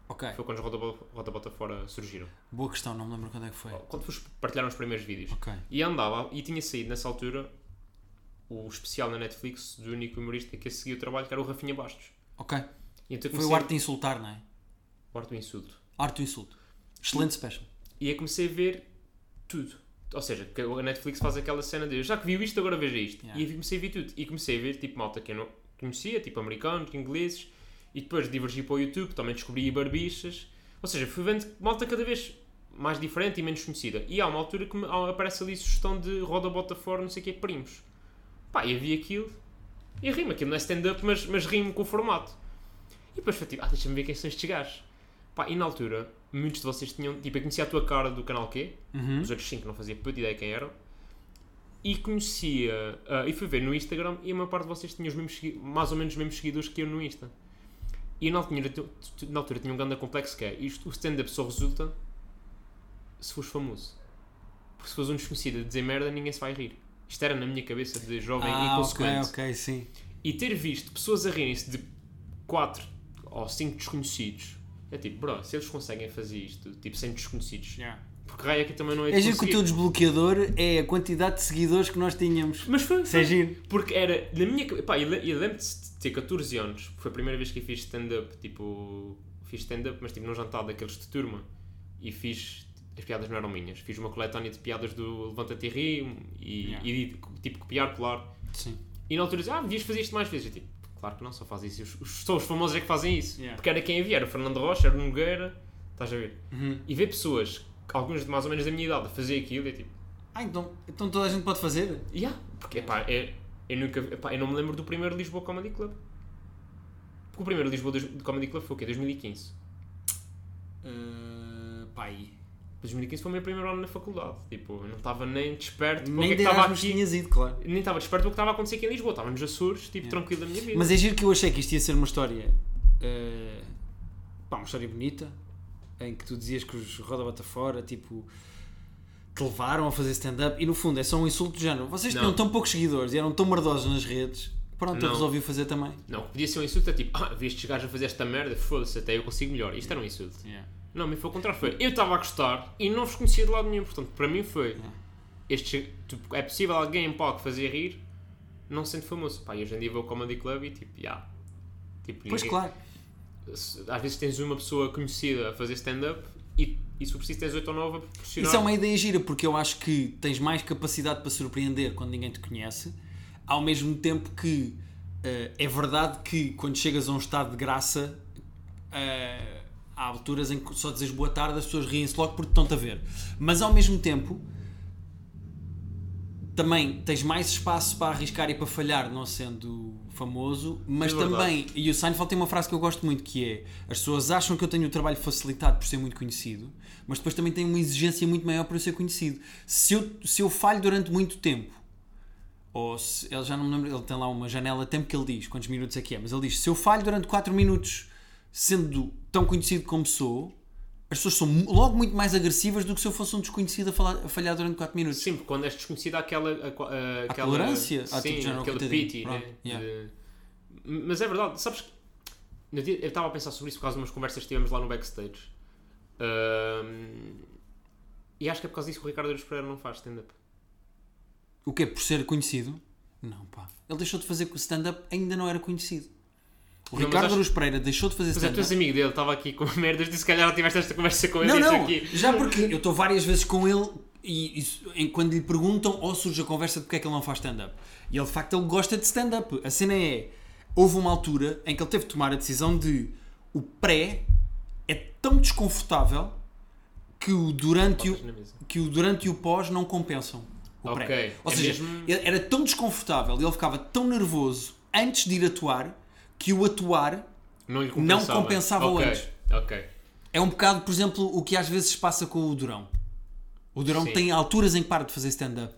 [SPEAKER 3] ok.
[SPEAKER 2] Foi quando os Roda, Bo- Roda Bota Fora surgiram.
[SPEAKER 3] Boa questão, não me lembro quando é que foi.
[SPEAKER 2] Quando fos- partilharam os primeiros vídeos.
[SPEAKER 3] Ok.
[SPEAKER 2] E andava, e tinha saído nessa altura o especial na Netflix do único humorista que a seguir o trabalho, que era o Rafinha Bastos.
[SPEAKER 3] Ok.
[SPEAKER 2] E
[SPEAKER 3] Foi
[SPEAKER 2] então eu
[SPEAKER 3] o
[SPEAKER 2] comecei-
[SPEAKER 3] arte de insultar, não é?
[SPEAKER 2] o arte do insulto.
[SPEAKER 3] Arte do insulto. Excelente special.
[SPEAKER 2] E aí comecei a ver tudo. Ou seja, que a Netflix faz aquela cena de "Eu já que viu isto, agora veja isto.
[SPEAKER 3] Yeah.
[SPEAKER 2] E eu comecei a ver tudo. E comecei a ver tipo malta que eu não conhecia, tipo americanos, ingleses. E depois divergi para o YouTube, também descobri barbichas. Ou seja, fui vendo malta cada vez mais diferente e menos conhecida. E há uma altura que me há- aparece ali sugestão de roda, bota fora, não sei o que, primos. Pá, eu vi aquilo e rimo. Aquilo não é stand-up, mas, mas rimo com o formato. E depois foi tipo, ah, deixa-me ver quem são estes gajos. Pá, e na altura, muitos de vocês tinham. Tipo, eu conhecia a tua cara do canal Q,
[SPEAKER 3] Uhum.
[SPEAKER 2] os outros 5 não fazia puta ideia quem eram. E conhecia. ah, e fui ver no Instagram e a maior parte de vocês tinha os mesmos, segui- mais ou menos os mesmos seguidores que eu no Insta. E eu na altura, tu- tu- na altura tinha um grande complexo que é isto, o stand-up só resulta se fores famoso. Porque se fores um desconhecido a dizer merda, ninguém se vai rir. Isto era na minha cabeça de jovem
[SPEAKER 3] Ah, ok,
[SPEAKER 2] inconsequente.
[SPEAKER 3] ok, sim.
[SPEAKER 2] E ter visto pessoas a rirem-se de 4 ou 5 desconhecidos, é tipo, bro, se eles conseguem fazer isto, tipo, sem desconhecidos, porque raio é que também não é
[SPEAKER 3] É giro que o
[SPEAKER 2] desconhecido.
[SPEAKER 3] teu desbloqueador é a quantidade de seguidores que nós tínhamos.
[SPEAKER 2] Mas foi,
[SPEAKER 3] Isso é
[SPEAKER 2] foi.
[SPEAKER 3] giro.
[SPEAKER 2] Porque era, na minha cabeça, pá, eu le- eu lembro-te de ter 14 anos, foi a primeira vez que eu fiz stand-up, tipo, fiz stand-up, mas tipo num jantar daqueles de turma, e fiz, as piadas não eram minhas, fiz uma coletânea de piadas do Levanta-te e ri, um, e,
[SPEAKER 3] Yeah.
[SPEAKER 2] e tipo, copiar, colar,
[SPEAKER 3] Sim.
[SPEAKER 2] E na altura dizia, ah, devias fazer isto mais vezes. Eu tipo, claro que não, só faz isso. Os, os, só os famosos é que fazem isso.
[SPEAKER 3] Yeah.
[SPEAKER 2] Porque era quem havia, era o Fernando Rocha, era o Nogueira, estás a ver?
[SPEAKER 3] Uhum.
[SPEAKER 2] E ver pessoas, alguns de mais ou menos da minha idade, a fazer aquilo, é tipo,
[SPEAKER 3] Ah, então, então toda a gente pode fazer?
[SPEAKER 2] yeah. Porque, pá, é, eu nunca, epá, eu não me lembro do primeiro Lisboa Comedy Club. Porque o primeiro Lisboa dos- de Comedy Club foi o quê? 2015.
[SPEAKER 3] pai.
[SPEAKER 2] 2015 foi o meu primeiro ano na faculdade. Tipo, eu não estava nem desperto. para o que
[SPEAKER 3] Nem
[SPEAKER 2] é que
[SPEAKER 3] de
[SPEAKER 2] estava
[SPEAKER 3] Erasmus
[SPEAKER 2] aqui.
[SPEAKER 3] tinhas ido, claro.
[SPEAKER 2] Nem estava desperto do que estava a acontecer aqui em Lisboa. Estava nos Açores, tipo,
[SPEAKER 3] Yeah.
[SPEAKER 2] tranquilo da minha vida.
[SPEAKER 3] Mas é giro que eu achei que isto ia ser uma história. eh, pá, uma história bonita. Em que tu dizias que os roda bota fora, tipo. Te levaram a fazer stand-up e no fundo é só um insulto do género. Vocês tinham
[SPEAKER 2] Não.
[SPEAKER 3] tão poucos seguidores e eram tão merdosos nas redes. Pronto, eu
[SPEAKER 2] Não.
[SPEAKER 3] resolvi fazer também.
[SPEAKER 2] Não, o que podia ser um insulto é tipo, ah, viste estes gajos a fazer esta merda, foda-se, até eu consigo melhor. Isto era um insulto. Não, mas foi o contrário, foi eu estava a gostar e não vos conhecia de lado nenhum. Portanto, para mim foi, este, tipo, é possível alguém em palco fazer rir, não sendo famoso. Pá, e hoje em dia vou ao Comedy Club e tipo, já. Tipo,
[SPEAKER 3] Pois
[SPEAKER 2] ninguém-
[SPEAKER 3] claro.
[SPEAKER 2] se- Às vezes tens uma pessoa conhecida a fazer stand-up e, e se for preciso tens 8 ou 9 a proporcionar.
[SPEAKER 3] Isso é uma ideia gira porque eu acho que tens mais capacidade para surpreender quando ninguém te conhece, ao mesmo tempo que eh, é verdade que quando chegas a um estado de graça eh, há alturas em que só dizes boa tarde, as pessoas riem-se logo porque estão-te a ver. Mas ao mesmo tempo também tens mais espaço para arriscar e para falhar não sendo famoso, mas
[SPEAKER 2] É verdade.
[SPEAKER 3] também, e o Seinfeld tem uma frase que eu gosto muito que é, as pessoas acham que eu tenho o trabalho facilitado por ser muito conhecido, mas depois também tem uma exigência muito maior para eu ser conhecido. Se eu, se eu falho durante muito tempo, ou se, ele já não me lembro, ele tem lá uma janela de tempo que ele diz, quantos minutos é que é, mas ele diz, se eu falho durante 4 minutos sendo tão conhecido como sou, as pessoas são mu- logo muito mais agressivas do que se eu fosse um desconhecido a, falar- a falhar durante 4 minutos.
[SPEAKER 2] Sim, porque quando és desconhecido há aquela. a- a- aquela
[SPEAKER 3] tolerância?
[SPEAKER 2] Sim,
[SPEAKER 3] Ah, tipo, já não
[SPEAKER 2] aquele
[SPEAKER 3] coitadinho.
[SPEAKER 2] pity, né?
[SPEAKER 3] Pronto, yeah.
[SPEAKER 2] De- Mas é verdade, sabes que. no dia- Eu estava a pensar sobre isso por causa de umas conversas que tivemos lá no backstage. Ahm, E acho que é por causa disso que o Ricardo Eros Pereira não faz stand-up.
[SPEAKER 3] O quê? Por ser conhecido? Não, pá. Ele deixou de fazer co- stand-up, ainda não era conhecido. O
[SPEAKER 2] Não, mas
[SPEAKER 3] Ricardo
[SPEAKER 2] acho-
[SPEAKER 3] Aruz Pereira deixou de fazer
[SPEAKER 2] Mas é tu és
[SPEAKER 3] stand-up.
[SPEAKER 2] amigo dele, estava aqui com merdas de se calhar tiveste esta conversa com ele
[SPEAKER 3] Não,
[SPEAKER 2] e isso
[SPEAKER 3] não,
[SPEAKER 2] aqui.
[SPEAKER 3] já porque eu estou várias vezes com ele e, e- em- quando lhe perguntam ou surge a conversa de porque é que ele não faz stand-up. E ele de facto ele gosta de stand-up. A cena é, houve uma altura em que ele teve de tomar a decisão de o pré é tão desconfortável que o durante e o,
[SPEAKER 2] Botas na mesa.
[SPEAKER 3] que o durante e o pós não compensam o
[SPEAKER 2] Ok.
[SPEAKER 3] pré. Ou
[SPEAKER 2] É
[SPEAKER 3] seja,
[SPEAKER 2] mesmo-
[SPEAKER 3] ele era tão desconfortável, ele ficava tão nervoso antes de ir atuar que o atuar
[SPEAKER 2] Não lhe
[SPEAKER 3] Não
[SPEAKER 2] compensava.
[SPEAKER 3] compensava
[SPEAKER 2] Ok,
[SPEAKER 3] antes.
[SPEAKER 2] Ok.
[SPEAKER 3] É um bocado, por exemplo, o que às vezes se passa com o Durão. O Durão
[SPEAKER 2] Sim.
[SPEAKER 3] tem alturas em que para de fazer stand-up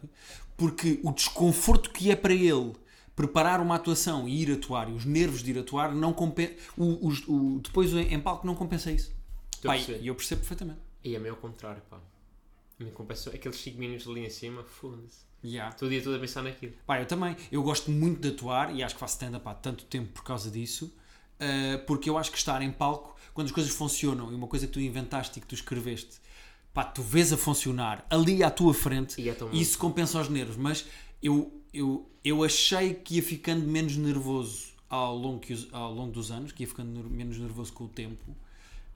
[SPEAKER 3] porque o desconforto que é para ele preparar uma atuação e ir atuar e os nervos de ir atuar não compensa. O, os- o- depois em em palco não compensa isso.
[SPEAKER 2] Estou a
[SPEAKER 3] Pai,
[SPEAKER 2] perceber.
[SPEAKER 3] e eu percebo perfeitamente.
[SPEAKER 2] E é meio ao contrário, pá. Me compensou aqueles 5 minutos ali em cima, foda-se.
[SPEAKER 3] Yeah.
[SPEAKER 2] Estou o dia todo a pensar naquilo.
[SPEAKER 3] Pá, eu também. Eu gosto muito de atuar e acho que faço stand-up há tanto tempo por causa disso, ah, porque eu acho que estar em palco, quando as coisas funcionam e uma coisa que tu inventaste e que tu escreveste, pá, tu vês a funcionar ali à tua frente,
[SPEAKER 2] E é tão
[SPEAKER 3] isso compensa os nervos. Mas eu, eu, eu achei que ia ficando menos nervoso ao longo, que os- ao longo dos anos, que ia ficando ner- menos nervoso com o tempo.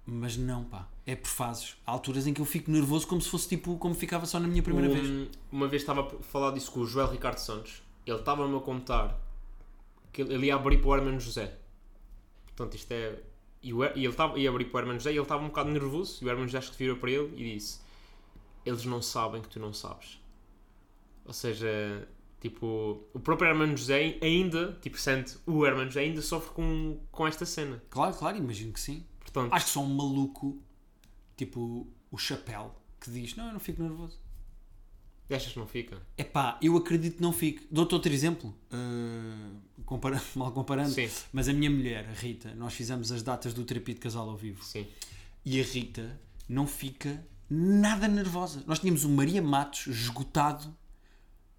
[SPEAKER 3] Mas não, pá, é por fases. Há alturas em que eu fico nervoso como se fosse tipo como ficava só na minha primeira vez.
[SPEAKER 2] Um, Uma vez estava a falar disso com o Joel Ricardo Santos. Ele estava-me a contar que ele ele ia abrir para o Hermano José. Portanto, isto é. E, o Her- e ele estava, ia abrir para o Hermano José e ele estava um bocado nervoso. E o Hermano José acho que virou para ele e disse: Eles não sabem que tu não sabes. Ou seja, tipo, o próprio Hermano José ainda, tipo, sente o Hermano José ainda sofre com, com esta cena.
[SPEAKER 3] Claro, claro, imagino que sim.
[SPEAKER 2] Portanto,
[SPEAKER 3] Acho que só um maluco, tipo o Chapéu, que diz: Não, eu não fico nervoso.
[SPEAKER 2] achas que não fica?
[SPEAKER 3] É pá, eu acredito que não fique. Dou-te outro exemplo, uh, compara- mal comparando,
[SPEAKER 2] Sim.
[SPEAKER 3] mas a minha mulher, a Rita, nós fizemos as datas do terapia de casal ao vivo
[SPEAKER 2] Sim.
[SPEAKER 3] e a Rita não fica nada nervosa. Nós tínhamos o Maria Matos esgotado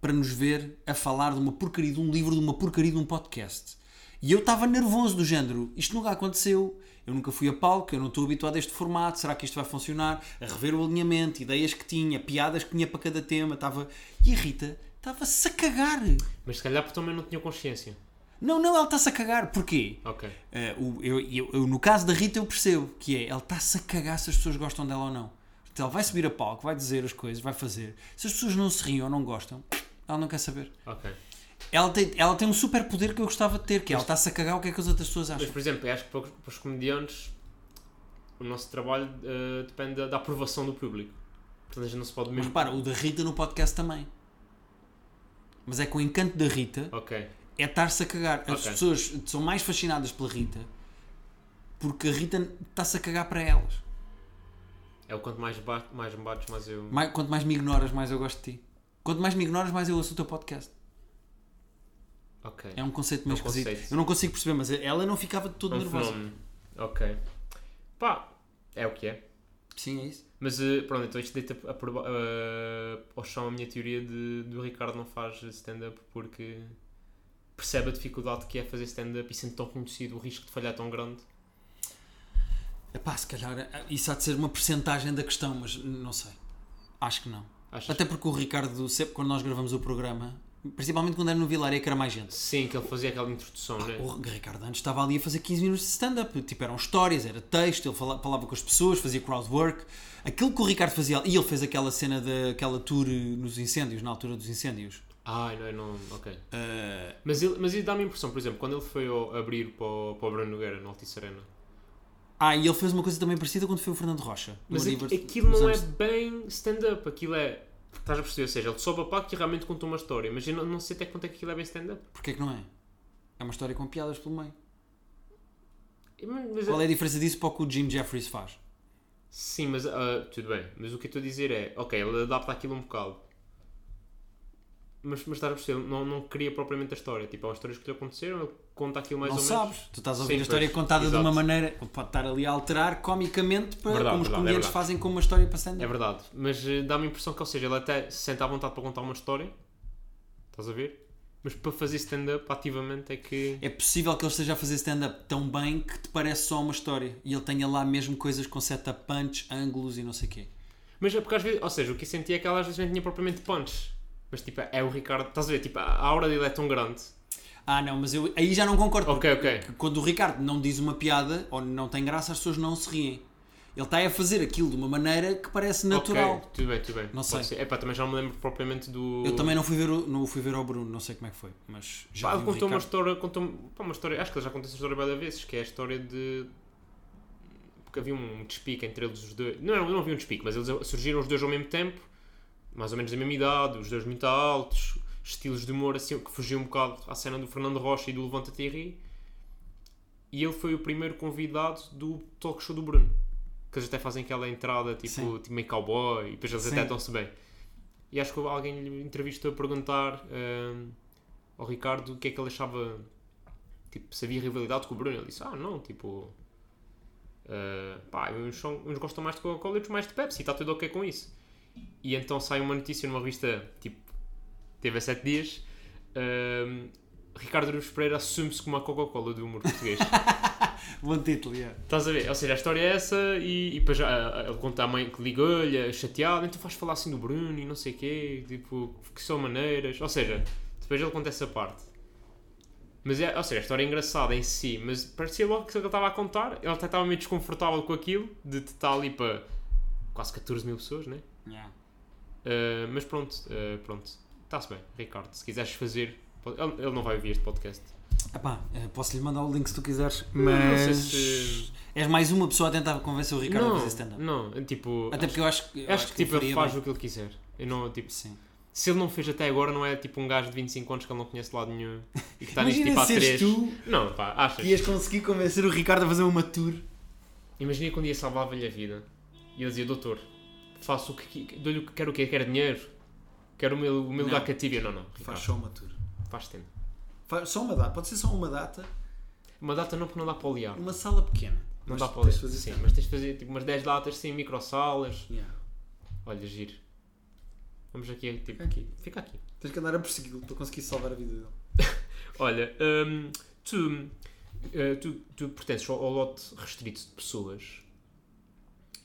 [SPEAKER 3] para nos ver a falar de uma porcaria de um livro, de uma porcaria de um podcast. E eu estava nervoso do género, isto nunca aconteceu, eu nunca fui a palco, eu não estou habituado a este formato, será que isto vai funcionar? A rever o alinhamento, ideias que tinha, piadas que tinha para cada tema, estava... E a Rita estava-se a cagar.
[SPEAKER 2] Mas se calhar porque também não tinha consciência.
[SPEAKER 3] Não, não, ela está-se a cagar. Porquê?
[SPEAKER 2] Ok.
[SPEAKER 3] Eh, o- eu, eu- eu- no caso da Rita, eu percebo que é, ela está-se a cagar se as pessoas gostam dela ou não. Portanto, ela vai subir a palco, vai dizer as coisas, vai fazer. Se as pessoas não se riem ou não gostam, ela não quer saber.
[SPEAKER 2] Ok.
[SPEAKER 3] Ela tem, ela tem um super poder que eu gostava de ter, que é ela está-se a cagar o que é que as outras pessoas
[SPEAKER 2] Mas,
[SPEAKER 3] acham.
[SPEAKER 2] por exemplo, eu acho que para os- para os comediantes o nosso trabalho eh, depende da, da aprovação do público. Portanto, a gente não se pode
[SPEAKER 3] Mas
[SPEAKER 2] mesmo.
[SPEAKER 3] repara, o da Rita no podcast também. Mas é que o encanto da Rita
[SPEAKER 2] Ok.
[SPEAKER 3] é estar-se a cagar. As
[SPEAKER 2] Ok.
[SPEAKER 3] pessoas são mais fascinadas pela Rita porque a Rita está-se a cagar para elas.
[SPEAKER 2] É o quanto mais, ba mais me bates, mais eu.
[SPEAKER 3] Mais- quanto mais me ignoras, mais eu gosto de ti. Quanto mais me ignoras, mais eu ouço o teu podcast.
[SPEAKER 2] Ok.
[SPEAKER 3] É um conceito meio
[SPEAKER 2] É um
[SPEAKER 3] esquisito.
[SPEAKER 2] conceito.
[SPEAKER 3] Eu não consigo perceber, mas ela não ficava de todo
[SPEAKER 2] um
[SPEAKER 3] nervosa.
[SPEAKER 2] fenómeno. Ok. Pá, é o que é.
[SPEAKER 3] Sim, é isso.
[SPEAKER 2] Mas eh, pronto, então isto deita a, prova- eh, ao chão a minha teoria de, do Ricardo não faz stand-up porque percebe a dificuldade que é fazer stand-up e sendo tão conhecido o risco de falhar é tão grande.
[SPEAKER 3] Epá, se calhar eh, isso há de ser uma percentagem da questão, mas não sei. Acho que não.
[SPEAKER 2] Achas?
[SPEAKER 3] Até porque o Ricardo, sempre quando nós gravamos o programa, principalmente quando era no Vilar, é que era mais gente.
[SPEAKER 2] Sim, que ele fazia aquela introdução, né?
[SPEAKER 3] O Ricardo antes estava ali a fazer 15 minutos de stand-up. Tipo, eram histórias, era texto, ele fala- falava com as pessoas, fazia crowd work. Aquilo que o Ricardo fazia. E ele fez aquela cena daquela tour eh, nos incêndios, na altura dos incêndios.
[SPEAKER 2] Ai, não, Ah, eu não. Ok.
[SPEAKER 3] Eh,
[SPEAKER 2] Mas ele, mas ele dá-me a impressão, por exemplo, quando ele foi ao- abrir para o, para o Bruno Nogueira no Altice Arena.
[SPEAKER 3] Ah, e ele fez uma coisa também parecida quando foi o Fernando Rocha. no
[SPEAKER 2] Mas aqu-
[SPEAKER 3] aniversário-
[SPEAKER 2] aquilo
[SPEAKER 3] nos
[SPEAKER 2] não é
[SPEAKER 3] anos-
[SPEAKER 2] bem stand-up, aquilo é. Estás a perceber? Ou seja, ele sobe a palco e realmente contou uma história, mas eu não, não sei até quanto é que aquilo é bem stand-up.
[SPEAKER 3] Porquê que não é? É uma história com piadas pelo meio.
[SPEAKER 2] Mas-
[SPEAKER 3] Qual é a diferença disso para o que o Jim Jeffries faz?
[SPEAKER 2] Sim, mas ah, tudo bem. Mas o que eu estou a dizer é, ok, ele adapta aquilo um bocado. Mas, mas estás a perceber? Ele Não, não cria propriamente a história. Tipo, há histórias que lhe aconteceram, ele conta aquilo mais
[SPEAKER 3] não
[SPEAKER 2] ou
[SPEAKER 3] sabes.
[SPEAKER 2] menos.
[SPEAKER 3] Tu estás a ouvir
[SPEAKER 2] Sim,
[SPEAKER 3] a história
[SPEAKER 2] pois.
[SPEAKER 3] contada de uma
[SPEAKER 2] Exato.
[SPEAKER 3] maneira. Pode estar ali a alterar comicamente para
[SPEAKER 2] Verdade,
[SPEAKER 3] como os
[SPEAKER 2] verdade, é
[SPEAKER 3] comediantes
[SPEAKER 2] verdade.
[SPEAKER 3] fazem com uma história para stand-up.
[SPEAKER 2] É verdade, mas eh, dá-me a impressão que, ou seja, ele até se sente à vontade para contar uma história, estás a ver? Mas para fazer stand-up ativamente é que.
[SPEAKER 3] É possível que ele esteja a fazer stand-up tão bem que te parece só uma história e ele tenha lá mesmo coisas com setup punch, ângulos e não sei o quê.
[SPEAKER 2] Mas é porque às vezes, ou seja, o que eu senti é que ela às vezes nem tinha propriamente punch. Mas tipo, é o Ricardo, estás a ver? Tipo, a aura dele é tão grande.
[SPEAKER 3] Ah, não, mas eu aí já não concordo.
[SPEAKER 2] Ok, ok.
[SPEAKER 3] que quando o Ricardo não diz uma piada ou não tem graça, as pessoas não se riem. Ele está a fazer aquilo de uma maneira que parece natural.
[SPEAKER 2] Ok, tudo bem, tudo bem.
[SPEAKER 3] Não
[SPEAKER 2] Pode
[SPEAKER 3] sei.
[SPEAKER 2] ser. Epá, também já não me lembro propriamente do.
[SPEAKER 3] Eu também não fui ver o, não fui ver ao Bruno, não sei como é que foi, mas já
[SPEAKER 2] Pá,
[SPEAKER 3] vi o
[SPEAKER 2] contou uma
[SPEAKER 3] Ricardo.
[SPEAKER 2] história, contou pá, uma história, acho que ele já contou essa história várias vezes, que é a história de. Porque havia um despique entre eles os dois. Não, não havia um despique, mas eles surgiram os dois ao mesmo tempo, mais ou menos da mesma idade, os dois muito altos, estilos de humor assim, que fugiam um bocado à cena do Fernando Rocha e do Levanta Thierry. E E ele foi o primeiro convidado do talk show do Bruno. Que eles até fazem aquela entrada tipo,
[SPEAKER 3] Sim.
[SPEAKER 2] tipo meio cowboy e depois eles
[SPEAKER 3] Sim.
[SPEAKER 2] até dão-se bem. E acho que alguém lhe entrevistou a perguntar hum, ao Ricardo o que é que ele achava. Tipo, se havia rivalidade com o Bruno. Ele disse: Ah, não, tipo. Uh, pá, uns, são- uns gostam mais de Coca-Cola e outros mais de Pepsi, está tudo ok com isso. E então sai uma notícia numa revista, tipo, teve há 7 dias, um, Ricardo Aruz Pereira assume-se como a Coca-Cola do humor português.
[SPEAKER 3] Bom título, yeah.
[SPEAKER 2] Estás a ver? Ou seja, a história é essa e, e depois ah, ah, ele conta à mãe que ligou-lhe, chateado, então faz falar assim do Bruno e não sei o quê, tipo, que são maneiras. Ou seja, depois ele conta essa parte. Mas é, ou seja, a história é engraçada em si, mas parecia logo que ele estava a contar, ele até estava meio desconfortável com aquilo, de estar ali para quase 14 mil pessoas, né?
[SPEAKER 3] Yeah.
[SPEAKER 2] Ah, mas pronto, ah, pronto, está-se bem, Ricardo, se quiseres fazer, pode- ele, ele não vai ouvir este podcast.
[SPEAKER 3] Epá, eh, posso lhe mandar o link se tu quiseres,
[SPEAKER 2] Hum, não
[SPEAKER 3] mas
[SPEAKER 2] sei se-
[SPEAKER 3] és mais uma pessoa a tentar convencer o Ricardo a fazer stand-up.
[SPEAKER 2] não, não, tipo,
[SPEAKER 3] Até porque eu acho que. eu
[SPEAKER 2] acho que, tipo,
[SPEAKER 3] faria
[SPEAKER 2] ele faz
[SPEAKER 3] bem.
[SPEAKER 2] o que ele quiser. Eu não, tipo,
[SPEAKER 3] Sim.
[SPEAKER 2] se ele não fez até agora, não é tipo um gajo de 25 anos que ele não conhece de lado nenhum e que está nisto
[SPEAKER 3] Imagina
[SPEAKER 2] tipo há
[SPEAKER 3] seres
[SPEAKER 2] 3.
[SPEAKER 3] tu
[SPEAKER 2] Não, pá, achas?
[SPEAKER 3] que ias conseguir convencer o Ricardo a fazer uma tour.
[SPEAKER 2] Imagina que um dia salvava-lhe a vida e ele dizia: Doutor, faço o que qui- dou-lhe o que- quero o quê? Quero dinheiro? Quero o meu, o meu lugar cativo? Eu, Não, não,
[SPEAKER 4] Faz
[SPEAKER 2] Ricardo,
[SPEAKER 4] só uma tour.
[SPEAKER 2] faz tempo.
[SPEAKER 4] Faz só uma data. Pode ser só uma data.
[SPEAKER 2] Uma data não, porque não dá para olhar.
[SPEAKER 4] Uma sala pequena.
[SPEAKER 2] Não
[SPEAKER 4] Mas
[SPEAKER 2] dá para
[SPEAKER 4] tens
[SPEAKER 2] olhar.
[SPEAKER 4] de fazer
[SPEAKER 2] Sim,
[SPEAKER 4] stand-up.
[SPEAKER 2] mas tens de fazer tipo umas 10 datas, sim, micro-salas.
[SPEAKER 4] Yeah.
[SPEAKER 2] Olha, giro. Vamos aqui, tipo,
[SPEAKER 4] Fica aqui.
[SPEAKER 2] fica aqui.
[SPEAKER 4] Tens que andar a persegui-lo para conseguir salvar a vida dele.
[SPEAKER 2] Olha, hum, tu, eh, tu, tu pertences ao, ao lote restrito de pessoas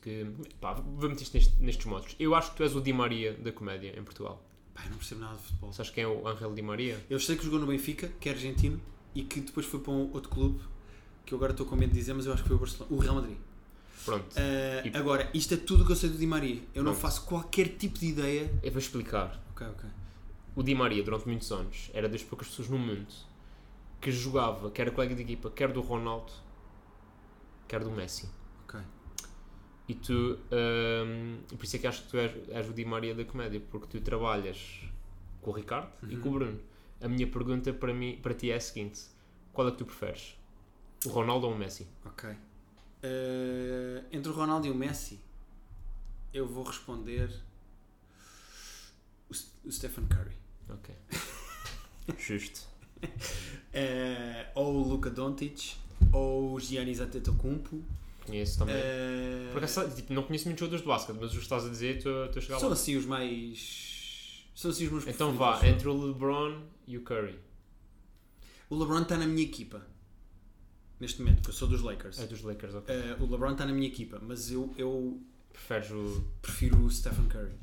[SPEAKER 2] que. pá, vamos isto neste- nestes modos. Eu acho que tu és o Di Maria da comédia em Portugal.
[SPEAKER 4] Pá, eu não percebo nada de futebol.
[SPEAKER 2] Sabes quem é o Ángel Di Maria?
[SPEAKER 4] Eu sei que jogou no Benfica, que é argentino, e que depois foi para um outro clube, que eu agora estou com medo de dizer, mas eu acho que foi o Barcelona. O Real Madrid.
[SPEAKER 2] Pronto,
[SPEAKER 4] Ah,
[SPEAKER 2] E-
[SPEAKER 4] Agora, isto é tudo o que eu sei do Di Maria. Eu não
[SPEAKER 2] Pronto.
[SPEAKER 4] faço qualquer tipo de ideia.
[SPEAKER 2] eu vou explicar.
[SPEAKER 4] Ok, ok.
[SPEAKER 2] O Di Maria, durante muitos anos, era das poucas pessoas no mundo que jogava, quer a colega de equipa, quer do Ronaldo, quer do Messi.
[SPEAKER 4] ok.
[SPEAKER 2] E tu, hum, por isso é que acho que tu és, és o Di Maria da comédia, porque tu trabalhas com o Ricardo e
[SPEAKER 4] Uhum.
[SPEAKER 2] com o Bruno. A minha pergunta para, mim, para ti é a seguinte: qual é que tu preferes? O Ronaldo ou o Messi?
[SPEAKER 4] Ok. Eh, entre o Ronaldo e o Messi, eu vou responder o, S- o Stephen Curry.
[SPEAKER 2] Ok. Justo.
[SPEAKER 4] Eh, ou o Luka Doncic, ou o Giannis Antetokounmpo.
[SPEAKER 2] Conheço também.
[SPEAKER 4] Eh,
[SPEAKER 2] Por acaso, tipo, não conheço muitos jogadores de basquete, mas os que estás a dizer, estou estou a chegar
[SPEAKER 4] são
[SPEAKER 2] lá.
[SPEAKER 4] assim os mais... São assim os meus
[SPEAKER 2] Então
[SPEAKER 4] preferidos.
[SPEAKER 2] vá, entre o LeBron e o Curry.
[SPEAKER 4] O LeBron está na minha equipa. Neste momento, porque eu sou dos Lakers.
[SPEAKER 2] É dos Lakers, ok.
[SPEAKER 4] Eh, o LeBron está na minha equipa, mas eu, eu
[SPEAKER 2] Preferes o.
[SPEAKER 4] prefiro o Stephen Curry.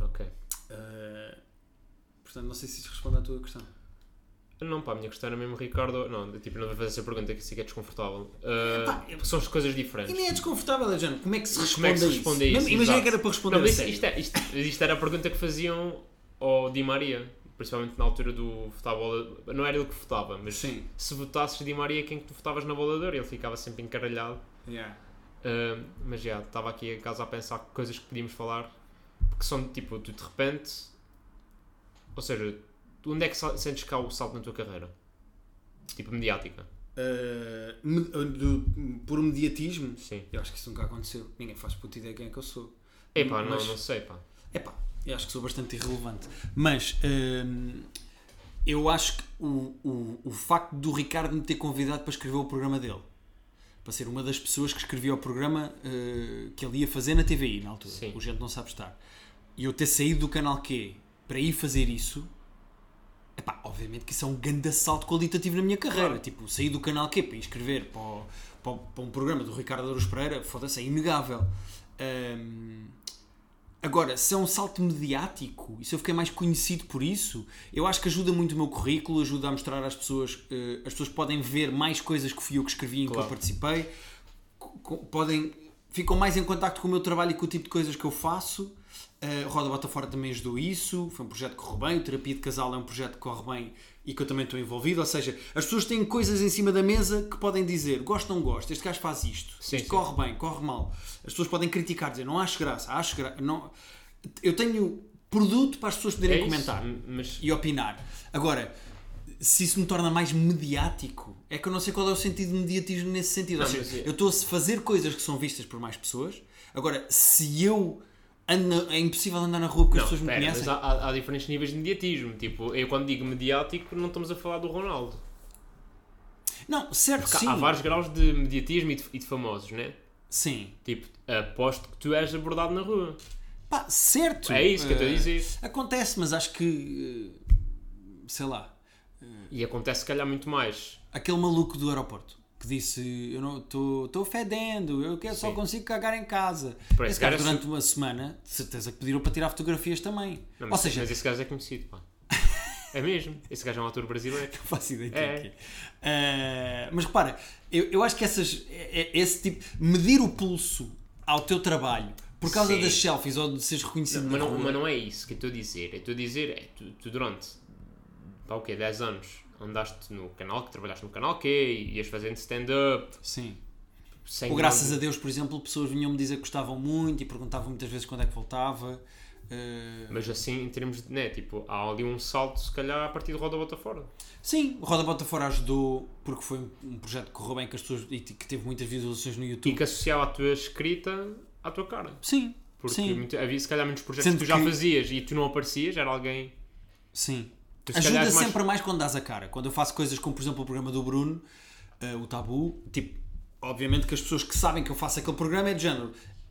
[SPEAKER 2] Ok.
[SPEAKER 4] Eh, portanto, não sei se isso responde à tua questão.
[SPEAKER 2] Não, pá, a minha questão era mesmo Ricardo. Não, eu, tipo, não vou fazer essa pergunta que isso é que é desconfortável.
[SPEAKER 4] Epá,
[SPEAKER 2] Ah, são as coisas diferentes.
[SPEAKER 4] E nem é desconfortável, é Jano. Como é que se responde,
[SPEAKER 2] Como é que se
[SPEAKER 4] a isso?
[SPEAKER 2] responde a isso?
[SPEAKER 4] Mesmo- Imagina
[SPEAKER 2] Exato.
[SPEAKER 4] que era para responder
[SPEAKER 2] Não,
[SPEAKER 4] a
[SPEAKER 2] mas isto,
[SPEAKER 4] sério.
[SPEAKER 2] isto é- isto- isto era a pergunta que faziam ao Di Maria, principalmente na altura do votar a bola. Não era ele que votava, mas
[SPEAKER 4] Sim.
[SPEAKER 2] se votasses Di Maria, quem que tu votavas na bola de ouro? Ele ficava sempre encaralhado.
[SPEAKER 4] Yeah.
[SPEAKER 2] Ah, mas já, estava aqui em casa a pensar que coisas que podíamos falar, porque são tipo, tu de repente. Ou seja, tu onde é que sa- sentes cá o salto na tua carreira? Tipo, mediática.
[SPEAKER 4] Eh, me- do- por mediatismo,
[SPEAKER 2] Sim.
[SPEAKER 4] eu acho que isso nunca aconteceu. Ninguém faz puta ideia quem é que eu sou.
[SPEAKER 2] Epá, não,
[SPEAKER 4] Mas-
[SPEAKER 2] não sei, pá.
[SPEAKER 4] Epá, eu acho que sou bastante
[SPEAKER 3] bastante irrelevante. Mas hum, eu acho que o, o, o facto do Ricardo me ter convidado para escrever o programa dele, para ser uma das pessoas que escrevia o programa eh, que ele ia fazer na TVI na altura,
[SPEAKER 2] Sim.
[SPEAKER 3] o Gente Não Sabe Estar, e eu ter saído do canal Q para ir fazer isso. Epá, obviamente que isso é um grande assalto qualitativo na minha carreira. Tipo, sair do canal Q para ir escrever para, o- para o- para um programa do Ricardo Aruz Pereira, foda-se, é inegável. Hum, Agora, se é um salto mediático e se eu fiquei mais conhecido por isso, eu acho que ajuda muito o meu currículo, ajuda a mostrar às pessoas, eh, as pessoas podem ver mais coisas que fui eu que escrevi em
[SPEAKER 2] Claro.
[SPEAKER 3] que eu participei, co- co- podem, ficam mais em contacto com o meu trabalho e com o tipo de coisas que eu faço. Eh, Roda Bota Fora também ajudou isso, foi um projeto que correu bem, o Terapia de Casal é um projeto que corre bem e que eu também estou envolvido, ou seja, as pessoas têm coisas em cima da mesa que podem dizer, gosto ou não gosto, este gajo faz isto,
[SPEAKER 2] Sim,
[SPEAKER 3] isto
[SPEAKER 2] sim.
[SPEAKER 3] corre bem, corre mal. As pessoas podem criticar, dizer não acho graça, acho graça. Não... Eu tenho produto para as pessoas
[SPEAKER 2] É
[SPEAKER 3] poderem
[SPEAKER 2] isso,
[SPEAKER 3] comentar
[SPEAKER 2] m- mas
[SPEAKER 3] e opinar. Agora, se isso me torna mais mediático, é que eu não sei qual é o sentido de mediatismo nesse sentido. Ou
[SPEAKER 2] Não,
[SPEAKER 3] seja,
[SPEAKER 2] mas é-
[SPEAKER 3] eu estou a fazer coisas que são vistas por mais pessoas. Agora, se eu ando na- é impossível andar na rua porque as pessoas me
[SPEAKER 2] espera, mas
[SPEAKER 3] conhecem.
[SPEAKER 2] há, há- há diferentes níveis de mediatismo. Tipo, eu quando digo mediático, não estamos a falar do Ronaldo.
[SPEAKER 3] Não, certo,
[SPEAKER 2] Porque
[SPEAKER 3] sim.
[SPEAKER 2] há vários graus de mediatismo e de, e de famosos, né?
[SPEAKER 3] Sim.
[SPEAKER 2] Tipo, aposto que tu és abordado na rua.
[SPEAKER 3] Pá, certo.
[SPEAKER 2] É isso que eu estou a
[SPEAKER 3] Eh,
[SPEAKER 2] dizer.
[SPEAKER 3] Acontece, mas acho que. eh, Sei lá.
[SPEAKER 2] E acontece, se calhar, muito mais.
[SPEAKER 3] Aquele maluco do aeroporto que disse: Eu não estou fedendo, eu quero, só
[SPEAKER 2] Sim.
[SPEAKER 3] consigo cagar em casa.
[SPEAKER 2] Pá,
[SPEAKER 3] Esse
[SPEAKER 2] esse
[SPEAKER 3] cara,
[SPEAKER 2] cara é
[SPEAKER 3] durante uma semana, de certeza que pediram para tirar fotografias também.
[SPEAKER 2] Não,
[SPEAKER 3] Ou
[SPEAKER 2] mas,
[SPEAKER 3] seja,
[SPEAKER 2] mas esse gajo é conhecido, pá. É mesmo. Esse gajo é um ator brasileiro.
[SPEAKER 3] não faço ideia de
[SPEAKER 2] É.
[SPEAKER 3] quem é. Ah, mas repara, eu, eu acho que essas, é- é- esse tipo. Medir o pulso ao teu trabalho por causa
[SPEAKER 2] Sim.
[SPEAKER 3] das selfies ou de seres reconhecido
[SPEAKER 2] Mas
[SPEAKER 3] na
[SPEAKER 2] não,
[SPEAKER 3] rua,
[SPEAKER 2] mas não é isso que eu estou a dizer. Eu estou a dizer é tu, tu durante pá, o quê? 10 anos andaste no canal, que trabalhaste no canal Q, e ias fazendo stand-up,
[SPEAKER 3] Sim.
[SPEAKER 2] sem
[SPEAKER 3] Ou graças
[SPEAKER 2] grande-
[SPEAKER 3] a Deus, por exemplo, pessoas vinham-me dizer que gostavam muito e perguntavam muitas vezes quando é que voltava. Eh,
[SPEAKER 2] Mas assim, em termos de, né, tipo, há ali um salto, se calhar, a partir do Roda Bota Fora.
[SPEAKER 3] sim, o Roda Bota Fora ajudou porque foi um, um projeto que correu bem que as pessoas e que teve muitas visualizações no
[SPEAKER 2] E
[SPEAKER 3] YouTube.
[SPEAKER 2] que associava a tua escrita à tua cara.
[SPEAKER 3] Sim,
[SPEAKER 2] Porque
[SPEAKER 3] sim,
[SPEAKER 2] muito- havia, se calhar, muitos projetos
[SPEAKER 3] Sendo
[SPEAKER 2] que tu já
[SPEAKER 3] que-
[SPEAKER 2] fazias e tu não aparecias, era alguém...
[SPEAKER 3] sim.
[SPEAKER 2] Tu, se calhar,
[SPEAKER 3] Ajuda
[SPEAKER 2] és mais-
[SPEAKER 3] sempre mais quando dás a cara. Quando eu faço coisas como, por exemplo, o programa do Bruno, eh, o Tabu, tipo, obviamente que as pessoas que sabem que eu faço aquele programa é de género.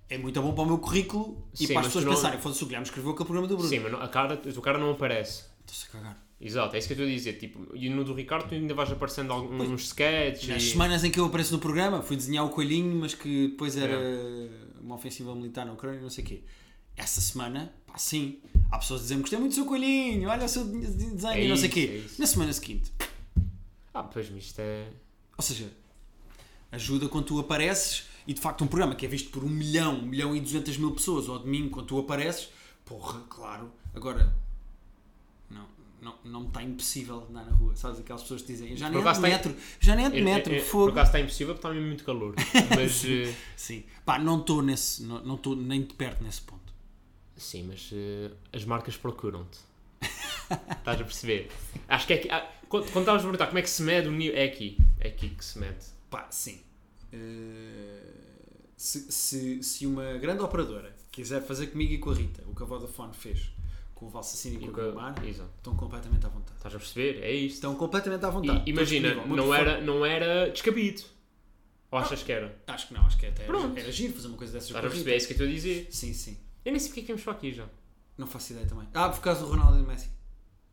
[SPEAKER 3] É muito bom para o meu currículo e
[SPEAKER 2] Sim,
[SPEAKER 3] para as
[SPEAKER 2] mas
[SPEAKER 3] pessoas
[SPEAKER 2] tu não-
[SPEAKER 3] pensarem, foda-se, o Guilherme escreveu aquele programa do Bruno.
[SPEAKER 2] Sim, mas não- a, cara, a tua cara não aparece.
[SPEAKER 3] Estou-se a cagar.
[SPEAKER 2] Exato, é isso que eu estou a dizer. Tipo, e no do Ricardo tu ainda vais aparecendo alguns sketches.
[SPEAKER 3] Nas
[SPEAKER 2] e-
[SPEAKER 3] semanas em que eu apareço no programa, fui desenhar o coelhinho, mas que depois era uma ofensiva militar na Ucrânia, não sei o quê. Essa semana, pá, sim, há pessoas dizendo gostei muito do seu coelhinho, olha o seu de- de- desenho,
[SPEAKER 2] É
[SPEAKER 3] e não sei o
[SPEAKER 2] isso, é
[SPEAKER 3] quê.
[SPEAKER 2] isso.
[SPEAKER 3] Na semana seguinte,
[SPEAKER 2] Ah, pois, mas isto é...
[SPEAKER 3] ou seja, ajuda quando tu apareces e de facto um programa que é visto por um milhão, um milhão e duzentas mil pessoas ao domingo quando tu apareces, porra, claro. Agora, não, não, não me está impossível andar na rua, sabes? Aquelas pessoas que dizem, já nem
[SPEAKER 2] Por
[SPEAKER 3] ando
[SPEAKER 2] acaso
[SPEAKER 3] de
[SPEAKER 2] tem-
[SPEAKER 3] metro, já nem ando de
[SPEAKER 2] Eu-
[SPEAKER 3] metro,
[SPEAKER 2] eu- eu- É, Por
[SPEAKER 3] fogo.
[SPEAKER 2] acaso está impossível porque está mesmo muito calor. Mas. eh,
[SPEAKER 3] Sim. Pá, não estou nesse. Não não estou nem de perto nesse ponto.
[SPEAKER 2] sim, mas eh, as marcas procuram-te. Estás a perceber? Acho que é aqui. ah, quando quando estavas a perguntar como é que se mede o nível. É aqui. É aqui que se mede.
[SPEAKER 4] Pá, sim. Eh, se, se, se uma grande operadora quiser fazer comigo e com a Rita o que a Vodafone fez com o Valsacino e com o Então, Gilmar,
[SPEAKER 2] Exato.
[SPEAKER 4] estão completamente à vontade.
[SPEAKER 2] Estás a perceber? É isto.
[SPEAKER 4] Estão completamente à
[SPEAKER 2] E,
[SPEAKER 4] vontade. Estão
[SPEAKER 2] imagina,
[SPEAKER 4] disponível, tá, muito
[SPEAKER 2] não
[SPEAKER 4] forte.
[SPEAKER 2] era, não era descabido. Ou achas que era?
[SPEAKER 4] Acho que não, acho que até era,
[SPEAKER 2] Pronto.
[SPEAKER 4] era giro fazer uma coisa dessas com a
[SPEAKER 2] Estás a perceber? É
[SPEAKER 4] Rita.
[SPEAKER 2] isso que eu estou a dizer.
[SPEAKER 4] Sim, sim.
[SPEAKER 2] Eu nem sei porque é que vamos para aqui já.
[SPEAKER 4] Não faço ideia também. Ah, por causa do Ronaldo e do Messi.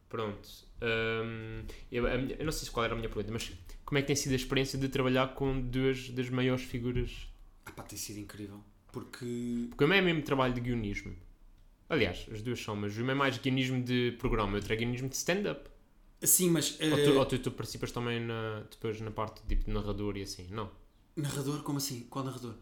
[SPEAKER 2] Pronto. Hum, eu, a minha- eu não sei qual era a minha pergunta, mas como é que tem sido a experiência de trabalhar com duas das maiores figuras
[SPEAKER 4] Ah, pá, tem sido incrível. Porque.
[SPEAKER 2] Porque o meu é mesmo trabalho de guionismo. Aliás, as duas são, mas o meu é mais guionismo de programa, outro é guionismo de stand-up.
[SPEAKER 4] Sim, mas. eh,
[SPEAKER 2] Ou, tu, ou tu, tu participas também na- depois na parte tipo, de narrador e assim, não?
[SPEAKER 4] Narrador? Como assim? Qual narrador?